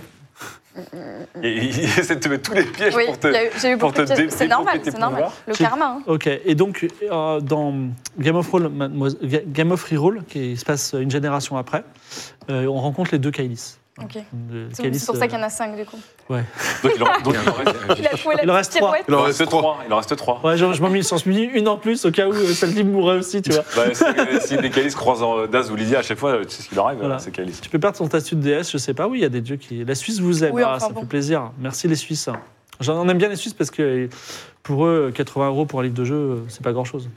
B: Et il essaie de te mettre tous les pièges
E: Oui,
B: pour
E: il y a
B: te.
E: eu- j'ai eu
B: pour
E: beaucoup de
B: te dé-
E: pièges. C'est normal,
B: développer tes
E: c'est normal.
B: pouvoirs.
E: Le
D: Tu-
E: karma. hein.
D: Ok, et donc euh, dans Game of, Roll, Mademois- Ga- Game of Reroll, qui se passe une génération après, euh, on rencontre les deux Kailis.
E: Ok.
D: Le
E: C'est
D: Kailis,
E: c'est pour ça
D: euh,
E: qu'il y en a cinq, du coup.
B: Donc il en, donc il en reste,
F: [laughs]
E: Il a trouvé la
D: Il en reste
E: petite
D: trois.
E: pirouette.
A: Il
B: il en
A: en
B: reste
A: reste trois.
B: trois. Il en reste trois.
D: euh, Ouais, genre, je m'en mis, j'en suis mis une en plus au cas où euh, Salim mourrait aussi, tu vois.
B: Bah, si- si les Calis croisent en euh, Daz ou Lydia à chaque fois, tu sais ce qu'il arrive,
D: Voilà.
B: c'est Calis.
D: Tu peux perdre ton statut de déesse, je sais pas. Oui, il y a des dieux qui. La Suisse vous aime,
E: Oui,
D: Ah,
E: enfin
D: ça
E: bon.
D: fait plaisir. Merci les Suisses. J'en on aime bien les Suisses parce que pour eux, 80 euros pour un livre de jeu, euh, c'est pas grand chose.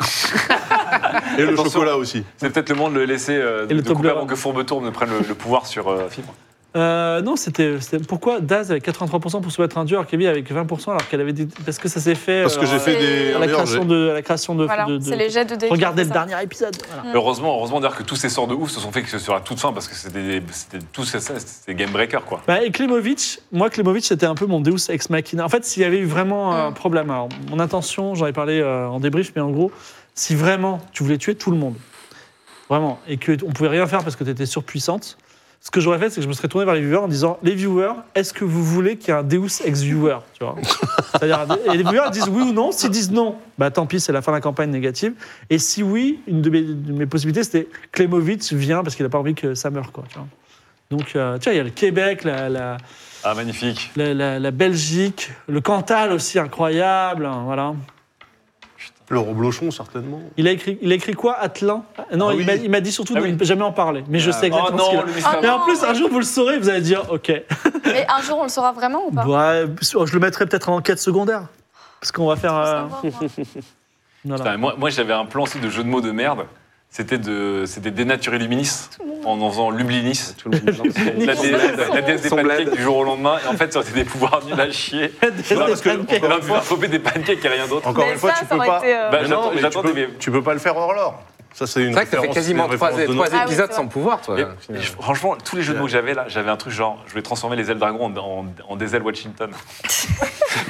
A: Et le
B: Attention.
A: chocolat aussi.
B: C'est peut-être le moment de le laisser. euh,
D: Et le
B: de couper
D: Toblerone.
E: Mm.
B: avant que Fourbetourne ne prenne le, le pouvoir sur euh, Fibre.
D: Euh, non, c'était c'était- pourquoi Daz avec 83% pour soumettre un dieu, Arkebi avec 20% alors qu'elle avait dit parce que ça s'est fait
A: Parce que
D: euh,
A: j'ai fait des.
D: à
A: un
D: la
A: meilleur
D: création
A: jet.
D: de à la création de,
E: Voilà,
D: de- de-
E: c'est les jets de dés. qui
D: regardez
E: font
D: le
E: ça.
D: dernier épisode. voilà.
B: Heureusement, heureusement d'ailleurs que tous ces sorts de ouf se sont faits que sur la toute fin parce que c'était des- c'était tous ces c'était game breaker quoi.
D: Bah, et Klemovic, moi Klemovic c'était un peu mon Deus ex machina. En fait, s'il y avait eu vraiment un
E: Mm.
D: problème, alors mon intention, j'en ai parlé euh, en débrief, mais en gros, si vraiment tu voulais tuer tout le monde, vraiment, et que t- on pouvait rien faire parce que tu étais surpuissante, ce que j'aurais fait, c'est que je me serais tourné vers les viewers en disant les viewers, est-ce que vous voulez qu'il y ait un Deus ex viewer, tu vois [laughs] C'est-à-dire, un- et les viewers disent oui ou non. S'ils disent non, bah tant pis, c'est la fin de la campagne négative. Et si oui, une de mes, de mes possibilités, c'était Klemovic vient parce qu'il n'a pas envie que ça meure, quoi. Tu vois. Donc, euh, tu vois, il y a le Québec, la, la,
B: Ah magnifique.
D: la- la- la Belgique, le Cantal aussi, incroyable. hein, voilà.
A: Le reblochon, certainement.
D: Il a écrit, il a écrit quoi, Atlan Ah, Non,
A: Ah
D: il
A: oui.
D: m'a- il m'a dit surtout
B: Ah
D: de
B: oui.
D: ne jamais en parler. Mais je sais exactement
B: oh
D: ce qu'il
B: non,
D: a.
B: le
E: Ah
B: mystère.
D: Mais en
E: non,
D: plus, un
E: oui.
D: jour, vous le saurez, vous allez dire, OK.
E: Mais un jour, on le saura vraiment ou pas
D: Bah, je le mettrai peut-être en quête secondaire. Parce qu'on va faire.
B: [laughs]
D: euh,
E: Faut savoir, moi.
D: voilà.
B: Putain, mais moi, moi, j'avais un plan aussi de jeu de mots de merde. C'était de c'était dénaturer Luminis en en faisant Lublinis.
F: Tout le monde
B: La, dé- la- la déesse des
F: Son bled.
B: pancakes du jour au lendemain. Et en fait, ça aurait été des pouvoirs nuls à chier.
D: Des-
B: Non,
D: des
B: parce que
D: pancakes.
B: on aurait pu choper des pancakes et rien d'autre.
A: Encore
E: Mais
A: une fois,
E: ça,
A: tu
E: ça
A: peux
E: aurait
A: pas.
E: été, euh,
B: Bah,
A: Mais
B: j'attends-
A: non, mais tu
B: j'attendais,
A: peux,
B: mais-
A: tu peux pas le faire hors l'or. Ça, c'est une.
F: C'est vrai que ça fait
A: référence-
F: quasiment
A: une
F: trois,
A: référence de
F: trois
A: Noël.
E: Ah oui,
F: épisodes
E: c'est
F: sans pouvoir, toi.
B: Et- et je- franchement, tous les jeux de mots que j'avais là, j'avais un truc genre, je vais transformer les ailes dragon en, en, en des ailes
E: [laughs]
B: Washington.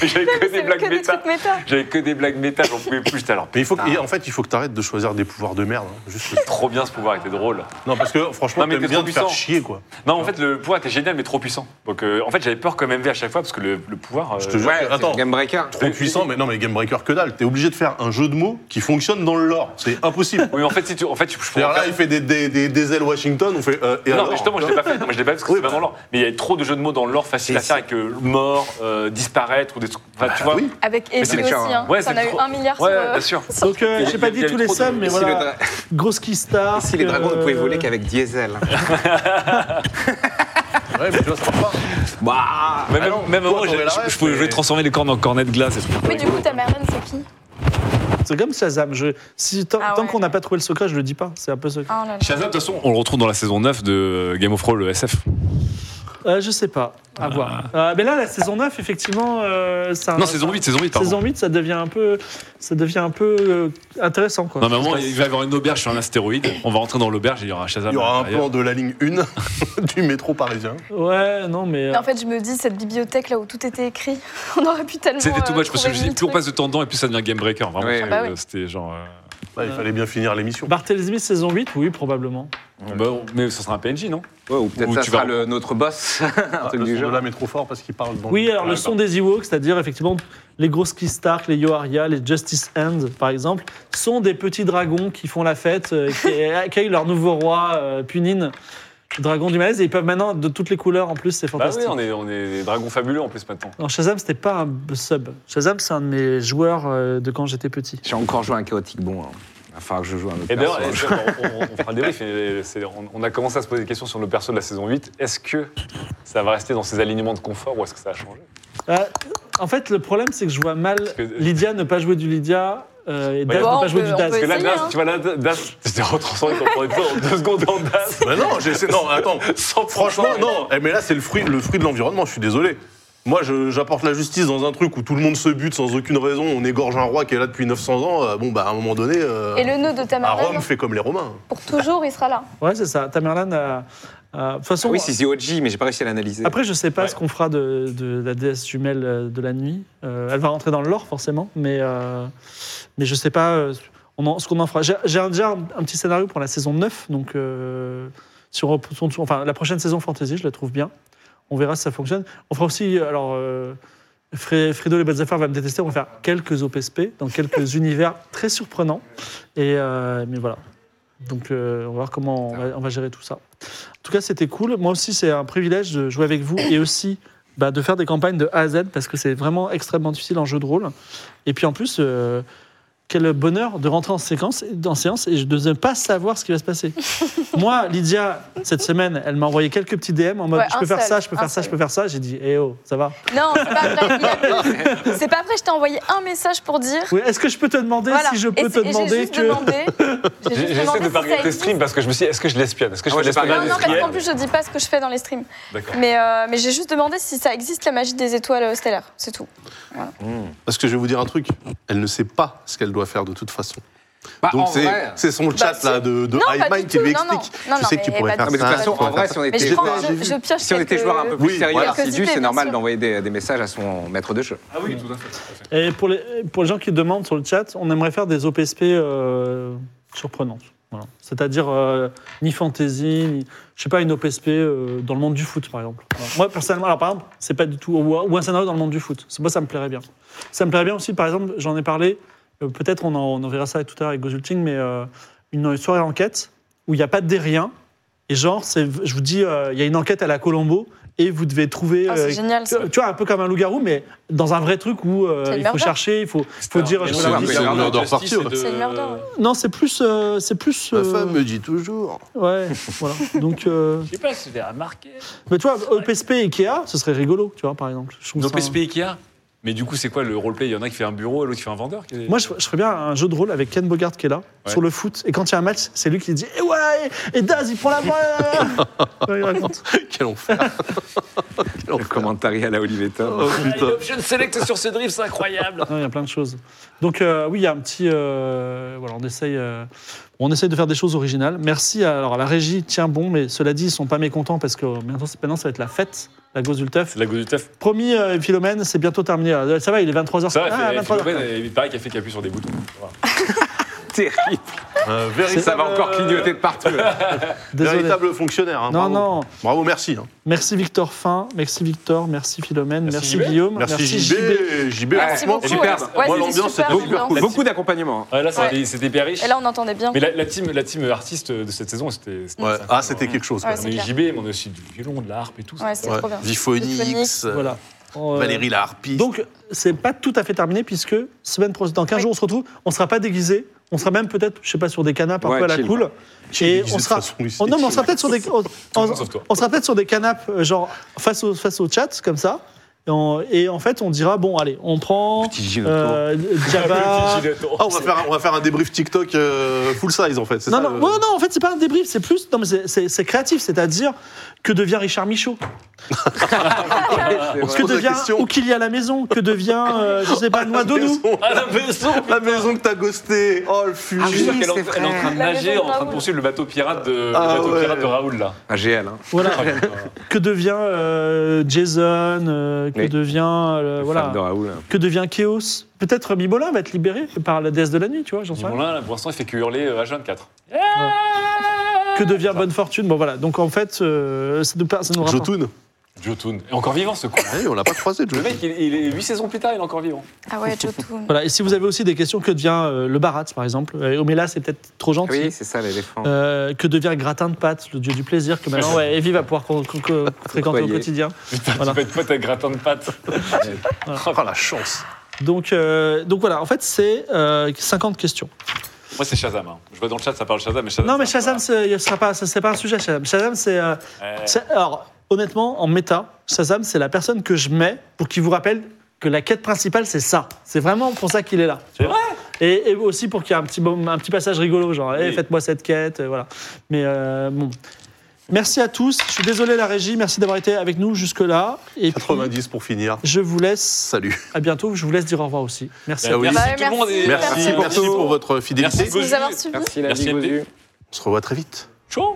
B: Mais j'avais que des
E: C'est que
B: blagues
E: des
B: méta.
E: trucs méta.
B: J'avais que des blagues méta, j'en pouvais plus. J'étais alors,
A: Mais il faut que-
B: putain,
A: et en fait, il faut que tu arrêtes de choisir des pouvoirs de merde. hein.
B: [laughs]
A: Juste...
B: trop bien ce pouvoir, était drôle.
A: Non, parce que franchement,
B: Non, mais
A: t'aimes
B: t'es
A: bien
B: trop
A: te faire
B: puissant.
A: chier, quoi.
B: Non, en fait, le pouvoir était génial, mais trop puissant. Donc, euh, en fait, j'avais peur quand même MV à chaque fois, parce que le, le pouvoir. euh,
A: Je te jure.
F: Ouais,
A: attends.
F: attends. Game Breaker.
A: Trop puissant, mais non, mais Game Breaker que dalle. T'es obligé de faire un jeu de mots qui fonctionne dans le lore. C'est
B: [laughs]
A: impossible.
B: Oui, mais en fait, si tu, en fait, je- je pourrais
A: C'est-à-dire là,
B: faire-
A: il fait des, des, des, des ailes Washington, on fait. euh, et
B: Non,
A: alors
B: mais justement, je l'ai pas fait. Non, mais je l'ai pas fait parce que
A: Oui,
B: c'est pas
A: bah.
B: dans l'or. Mais il y avait trop de jeux de mots dans l'or facile à faire avec euh, mort, euh, disparaître ou des trucs. Enfin, tu vois.
A: oui.
E: Avec
B: c'est
E: Evie aussi,
F: méchant,
E: hein.
B: Ouais,
E: T'en
B: c'est
E: as eu
B: trop-
E: un milliard sur.
B: Ouais,
E: euh,
B: bien sûr.
D: Donc, euh,
B: Il y
D: j'ai
B: a-
D: pas
B: il y
D: dit
B: a
D: tous
B: eu
D: les
B: trop de-
D: sommes, mais
F: Et si, le
D: voilà.
F: dra-
D: Grosse qui star. euh,
F: si les dragons ne pouvaient voler qu'avec diesel.
A: Ouais, mais tu vois, ça marche pas.
F: Bah
B: Mais même,
A: non,
B: même
A: toi,
B: moi,
A: t'aurais
B: j'ai-
A: la
B: je,
A: ref,
B: je pouvais
A: mais-
B: je vais transformer les cornes en cornets de glace. et tout.
E: Oui, du coup, ta Merlin, c'est qui
D: C'est comme Shazam. Je, si, tant
E: Ah
D: tant
E: ouais.
D: qu'on n'a pas trouvé le secret, je le dis pas. C'est un peu secret.
E: Ah là là.
B: Shazam, de toute façon, on le retrouve dans la saison 9 de Game of Thrones, le SF.
D: Euh, je sais pas. À voir. Euh, mais là, la saison 9, effectivement, euh, ça.
B: Non, saison 8, saison 8, pardon.
D: Saison 8, ça devient un peu, ça devient un peu euh, intéressant. Quoi.
B: Non, mais à un moment, il va y avoir une auberge sur un astéroïde. On va rentrer dans l'auberge et il y aura un Shazam.
A: Il y aura
B: à
A: un
B: l'intérieur.
A: plan de la ligne 1 [laughs] du métro parisien.
D: Ouais, non, mais. euh,
E: Mais En fait, je me dis, cette bibliothèque là où tout était écrit, [laughs] on aurait pu tellement.
B: C'était
E: euh,
B: tout moche parce que je
E: trouver
B: me suis dit,
E: mille
B: plus on
E: trucs.
B: passe de temps dedans et plus ça devient game breaker. Vraiment,
F: Ouais.
B: Euh,
E: Ah bah ouais.
B: c'était genre. euh,
A: Bah, il fallait bien finir l'émission.
D: Barthélemy, saison 8, oui, probablement.
B: bah, on- mais ce sera un PNJ, non
F: Ouais, ou peut-être
B: Ou
F: ça
B: tu
F: sera
B: vas-
F: le, notre boss, [laughs] un
A: Ah,
F: truc
A: le
F: du
A: son
F: genre.
A: de la métro fort parce qu'il parle dans Ah, bah.
D: Oui, alors le
B: Ouais,
D: son des Ewoks, c'est-à-dire effectivement les grosses Keys Stark, les Yoaria, les Justice Hand, par exemple, sont des petits dragons qui font la fête, euh,
B: [laughs]
D: qui accueillent leur nouveau roi euh, Punin, dragon du malaise, et ils peuvent maintenant de toutes les couleurs en plus, c'est
B: Bah
D: fantastique.
B: oui, on est, on est des dragons fabuleux en plus maintenant.
D: Non, Shazam, c'était pas un b- sub. Shazam, c'est un de mes joueurs euh, de quand j'étais petit.
F: J'ai encore joué un chaotique bon. Hein. Il va falloir que je joue un autre.
B: Et d'ailleurs,
F: perso.
B: on, on- on fera le débrief. et c'est- on, on a commencé à se poser des questions sur nos persos de la saison 8. Est-ce que ça va rester dans ses alignements de confort ou est-ce que ça a changé
D: Euh, en fait, le problème, c'est que je vois mal
B: que-
D: Lydia ne pas jouer du Lydia euh, et Daz
B: Bon,
D: ne pas
E: on
D: jouer
E: peut-
D: du
E: on
D: Daz.
E: peut
B: Parce que là,
E: Essayez,
B: Das,
E: hein.
B: tu vois, là, Das, tu t'es retransformé pour prendre une fois en deux secondes en Das.
A: Bah non, j'essaie.
D: [laughs]
A: Non, attends.
B: Sans
A: Franchement, non. Eh, Mais là, c'est le fruit, le fruit de l'environnement. Je suis désolé. Moi, je- j'apporte la justice dans un truc où tout le monde se bute sans aucune raison. On égorge un roi qui est là depuis 900 ans. Euh, Bon, bah à un moment donné, euh,
E: Et le nœud de ta
A: à
E: Merlin,
A: Rome, fait comme les Romains.
E: pour toujours, il sera là.
D: Ouais, c'est ça. Tamerlan a. a- De toute
C: Ah
D: façon,
F: Oui, c'est OG, mais j'ai pas réussi à l'analyser.
D: hein. Après, je sais pas
B: Ouais.
D: ce qu'on fera de, de la déesse jumelle euh, de la nuit. Euh, elle va rentrer dans le lore, forcément, mais, euh, mais je sais pas euh, on en- ce qu'on en fera. J'ai j'ai un- déjà un, un petit scénario pour la saison 9, donc euh, sur, enfin, la prochaine saison fantasy, je la trouve bien. On verra si ça fonctionne. On fera aussi, euh, alors, euh, Fré- Fredo les bonnes affaires va me détester, on va faire quelques OPSP dans quelques [laughs] univers très surprenants. Et, euh, mais voilà. Donc, euh, on va voir comment on va- on va gérer tout ça. En tout cas, c'était cool. Moi aussi, c'est un privilège de jouer avec vous et aussi bah, de faire des campagnes de A à Z parce que c'est vraiment extrêmement difficile en jeu de rôle. Et puis en plus, euh, quel bonheur de rentrer en séquence, en séance et de ne pas savoir ce qui va se
E: [laughs]
D: passer. Moi, Lydia, cette semaine, elle m'a envoyé quelques petits DM en mode
E: Ouais,
D: je peux
E: un
D: faire
E: seul,
D: ça, je peux
E: un
D: faire ça, je
E: seul.
D: peux faire ça. J'ai dit, eh oh, ça va.
E: Non, c'est pas vrai. il a- C'est pas vrai, je t'ai envoyé un message pour dire.
D: Oui, est-ce que je peux te demander
E: Voilà.
D: si je
E: Et
D: peux te
E: c'est- et J'ai
D: demander
E: juste
D: que.
E: demandé. J'ai juste
G: J'essaie
E: demandé
G: de
E: si ça
G: pas regarder tes
E: existe.
G: streams parce que je me suis dit, est-ce que je l'espionne Est-ce que je
F: Ah ouais,
G: fais
F: j'ai pas
G: l'espionner
E: Non, non, parce qu'en plus, je dis pas ce que je fais dans les streams.
G: D'accord.
E: Mais, euh, mais j'ai juste demandé si ça existe la magie des étoiles euh, stellaires, c'est tout.
A: Parce que je vais vous dire un truc, elle ne sait pas ce qu'elle doit faire de toute façon.
F: Bah, en
A: Donc c'est
F: vrai.
A: c'est son chat
E: bah, si.
A: là de, de
E: Non, pas
A: High
E: du
A: Mind qui
E: tout,
A: lui
E: non, non.
A: explique.
E: Non,
A: tu
E: non,
A: sais que tu
E: mais
A: pourrais
E: pas
A: faire
E: du
F: Non, mais de toute
A: ça.
F: façon,
A: tu pourrais
F: en vrai,
A: faire
F: si on
E: Mais
F: était,
E: je, prends,
A: j'ai vu.
E: je, je pioche
F: si on était
E: quelques-
F: joueur un peu plus
A: Oui,
F: sérieux
A: voilà.
F: assidu,
E: Quelques idées,
F: c'est normal
E: bien sûr.
F: d'envoyer des, des messages à son maître de jeu.
B: Ah oui, tout à fait.
D: Et pour les, pour les gens qui demandent sur le chat, on aimerait faire des OPSP euh, surprenantes. Voilà. C'est-à-dire euh, ni fantasy, ni, je sais pas, une OPSP euh, dans le monde du foot, par exemple. Voilà. Moi, personnellement, alors par exemple, c'est pas du tout. Ou, ou un scénario dans le monde du foot. Moi, ça me plairait bien. Ça me plairait bien aussi, par exemple, j'en ai parlé, euh, peut-être on, en- on en verra ça tout à l'heure avec Gozulting, mais euh, une soirée enquête où il n'y a pas de rien. Et genre, c'est- je vous dis, euh, il y a une enquête à la Colombo et vous devez trouver
E: Ah, c'est
D: euh,
E: génial. ça.
D: tu tu vois, un peu comme un loup-garou, mais dans un vrai truc où euh,
E: C'est le
D: il faut
E: murder.
D: chercher, il faut, faut dire. je
F: bien
D: veux
F: sûr,
D: la
F: mais
D: vie.
F: c'est
A: un murder party, ouais.
E: C'est une murder, ouais.
D: Non, c'est plus, euh, c'est plus.
A: Ma
D: euh,
A: femme me
E: [laughs]
A: dit toujours.
D: Ouais, voilà. Donc, euh,
G: Je sais pas si vous avez remarqué.
D: mais tu vois, OPSP Ikea, ce serait rigolo, tu vois, par exemple. Je trouve
G: Nos
D: ça-
G: PSP Ikea. Mais du coup, c'est quoi le roleplay Il y en a qui fait un bureau et l'autre qui fait un vendeur qui est-
D: Moi, je, je ferais bien un jeu de rôle avec Ken Bogart qui est là
G: Ouais.
D: sur le foot. Et quand il y a un match, c'est lui qui dit et ouais, et Daz il prend la balle. Ouais, il raconte.
A: Quel enfer. Quel
F: Le
A: enfer.
F: commentarial à la Olivetta.
A: Oh
G: Ah,
A: putain.
G: une option select sur ce drift, c'est incroyable
D: Non, il y a plein de choses. Donc euh, oui, il y a un petit... euh, voilà, on essaye, euh, on essaye de faire des choses originales. Merci à, alors, à la régie, tiens bon, mais cela dit, ils sont pas mécontents parce que euh, maintenant, c'est- maintenant, ça va être la fête, la gosse du teuf.
G: C'est la go du teuf.
D: Promis, euh, Philomène, c'est bientôt terminé. Euh, Ça va, il est 23h.
G: Ça,
D: Ah,
G: il fait-
D: 23h.
G: Philomène, il paraît qu'il a fait qu'il appuie sur des boutons. Voilà.
F: Terrible.
A: Un véritable,
F: Ça va encore clignoter de partout. là.
D: Désolé.
A: Véritable fonctionnaire. hein,
D: Non,
A: bravo.
D: non.
A: Bravo, merci. hein.
D: Merci Victor Fin, merci Victor, merci Philomène, merci,
G: Merci JB.
D: Guillaume,
A: Merci, JB. JB,
E: Merci
A: franchement,
E: beaucoup.
F: superbe.
E: ouais,
A: Moi,
E: c'était
A: l'ambiance,
E: super
A: c'était hyper
E: ambiance.
A: cool.
F: Beaucoup d'accompagnement. hein.
G: Ouais, Ah, là, ça-
E: Ouais.
G: c'était hyper riche.
E: Et là, on entendait bien.
G: Mais la, la team, la team artiste de cette saison, c'était. c'était
A: Ouais.
G: incroyable.
A: Ah, c'était quelque chose. quand
E: Ouais,
A: même.
G: On a eu
E: clair.
G: JB, mais on a aussi du violon, de la harpe et tout.
E: Ouais, c'était
A: Ouais.
E: trop bien.
A: Viphonix,
E: Viphonix,
A: euh,
D: Voilà. Euh,
A: Valérie la harpiste.
D: Donc, c'est pas tout à fait terminé puisque semaine prochaine, dans 15
E: Oui.
D: jours, on se retrouve. On sera pas déguisé. On sera même peut-être, je sais pas, sur des canapes un
F: Ouais,
D: peu à la
F: chill,
D: cool. Et
A: déguisé
D: on
A: de
D: sera.
A: façon, lui,
D: oh, non, mais on
A: c'est
D: sera peut-être sur des. On, on-
G: Sauf toi.
D: on sera peut-être sur des canapes, euh, genre face au face au chat comme ça. Et, on- et en fait, on dira bon, allez, on prend
F: Petit Gino
D: euh, Java.
A: Ah, on va faire un, on va faire un débrief TikTok euh, full size en fait. c'est
D: Non,
A: ça,
D: non,
A: le-
D: ouais, non, en fait, c'est pas un débrief, c'est plus. Non, mais c'est- c'est c'est créatif, c'est-à-dire que devient Richard Michaud
A: se
D: Que
A: pose la
D: devient
A: question.
D: ou qu'il y a à la maison Que devient, euh, je sais pas, Noix
A: La
D: Donou
A: maison-
G: Ah, la maison
A: [laughs] La maison que t'as ghosté. Oh le
G: Je suis
A: fusil.
G: sûr qu'elle est en-
F: c'est
G: elle est en train
E: vrai.
G: de
E: La
G: nager,
E: maison
G: en
E: de
G: train de
E: Raoul.
G: poursuivre le bateau pirate de, le
A: Ah,
G: bateau
A: ouais.
G: pirate de Raoul, là.
F: Un GL. Hein.
D: Voilà.
G: Ah, putain.
D: que devient euh, Jason, euh, que
F: Oui.
D: devient euh,
F: Le fan
D: voilà,
F: de Raoul. hein.
D: que devient Chaos. Peut-être Mimolin va être libéré par la déesse de la nuit, tu vois, j'en sais
G: Dis-moi
D: rien.
G: là, pour l'instant, il fait que hurler euh, H24.
D: Que devient
F: Ah.
D: Bonne Fortune. Bon voilà, donc en fait, euh, ça nous par- ça nous rapporte.
A: Jotun.
G: Jotun. Et encore vivant, ce con.
A: Eh, on l'a pas croisé,
G: Le
A: Jotun.
G: mec, il, il est 8 saisons plus tard, il est encore vivant.
E: Ah ouais, Jotun.
D: Voilà. Et si vous avez aussi des questions, que devient euh, le Barat, par exemple Euh, Omela, c'est peut-être trop gentil.
F: Oui, c'est ça, l'éléphant.
D: Euh, que devient Gratin de pâtes, le dieu du plaisir
F: [laughs]
D: que maintenant ouais, Evie va pouvoir con- con- con- fréquenter au
F: Côtoyer.
D: quotidien.
G: Putain,
D: Voilà.
G: tu peux être pote à gratin de pâtes.
A: Ah la chance.
D: Donc, euh, donc voilà, en fait c'est euh, 50 questions.
G: Moi, c'est Shazam. hein. Je vois dans le chat, ça parle Shazam, mais Shazam.
D: Non mais
G: ça
D: Shazam,
G: parle.
D: c'est ce sera pas, ça, c'est pas un sujet Shazam. Shazam c'est euh,
G: Ouais.
D: C'est- Alors, honnêtement, en méta, Shazam, c'est la personne que je mets pour qu'il vous rappelle que la quête principale, c'est ça. C'est vraiment pour ça qu'il est là. tu
G: C'est
D: vois. et, et aussi pour qu'il y ait un petit, bom- un petit passage rigolo, genre, Eh,
G: Oui.
D: faites-moi cette quête, euh, voilà. Mais euh, bon. Merci à tous. Je suis désolé, la régie. Merci d'avoir été avec nous jusque-là. Et puis,
A: 90 pour finir.
D: je vous laisse.
A: Salut.
D: À bientôt. Je vous laisse dire au revoir aussi. Merci.
A: Ah oui.
G: Merci
E: Bah,
G: tout le monde et-
E: merci.
A: Merci,
E: Merci
A: merci pour votre fidélité.
G: Merci.
E: Merci de nous avoir suivis.
F: Merci, la
G: Merci,
F: vie
G: LP.
F: Gozu.
A: On se revoit très vite.
G: Ciao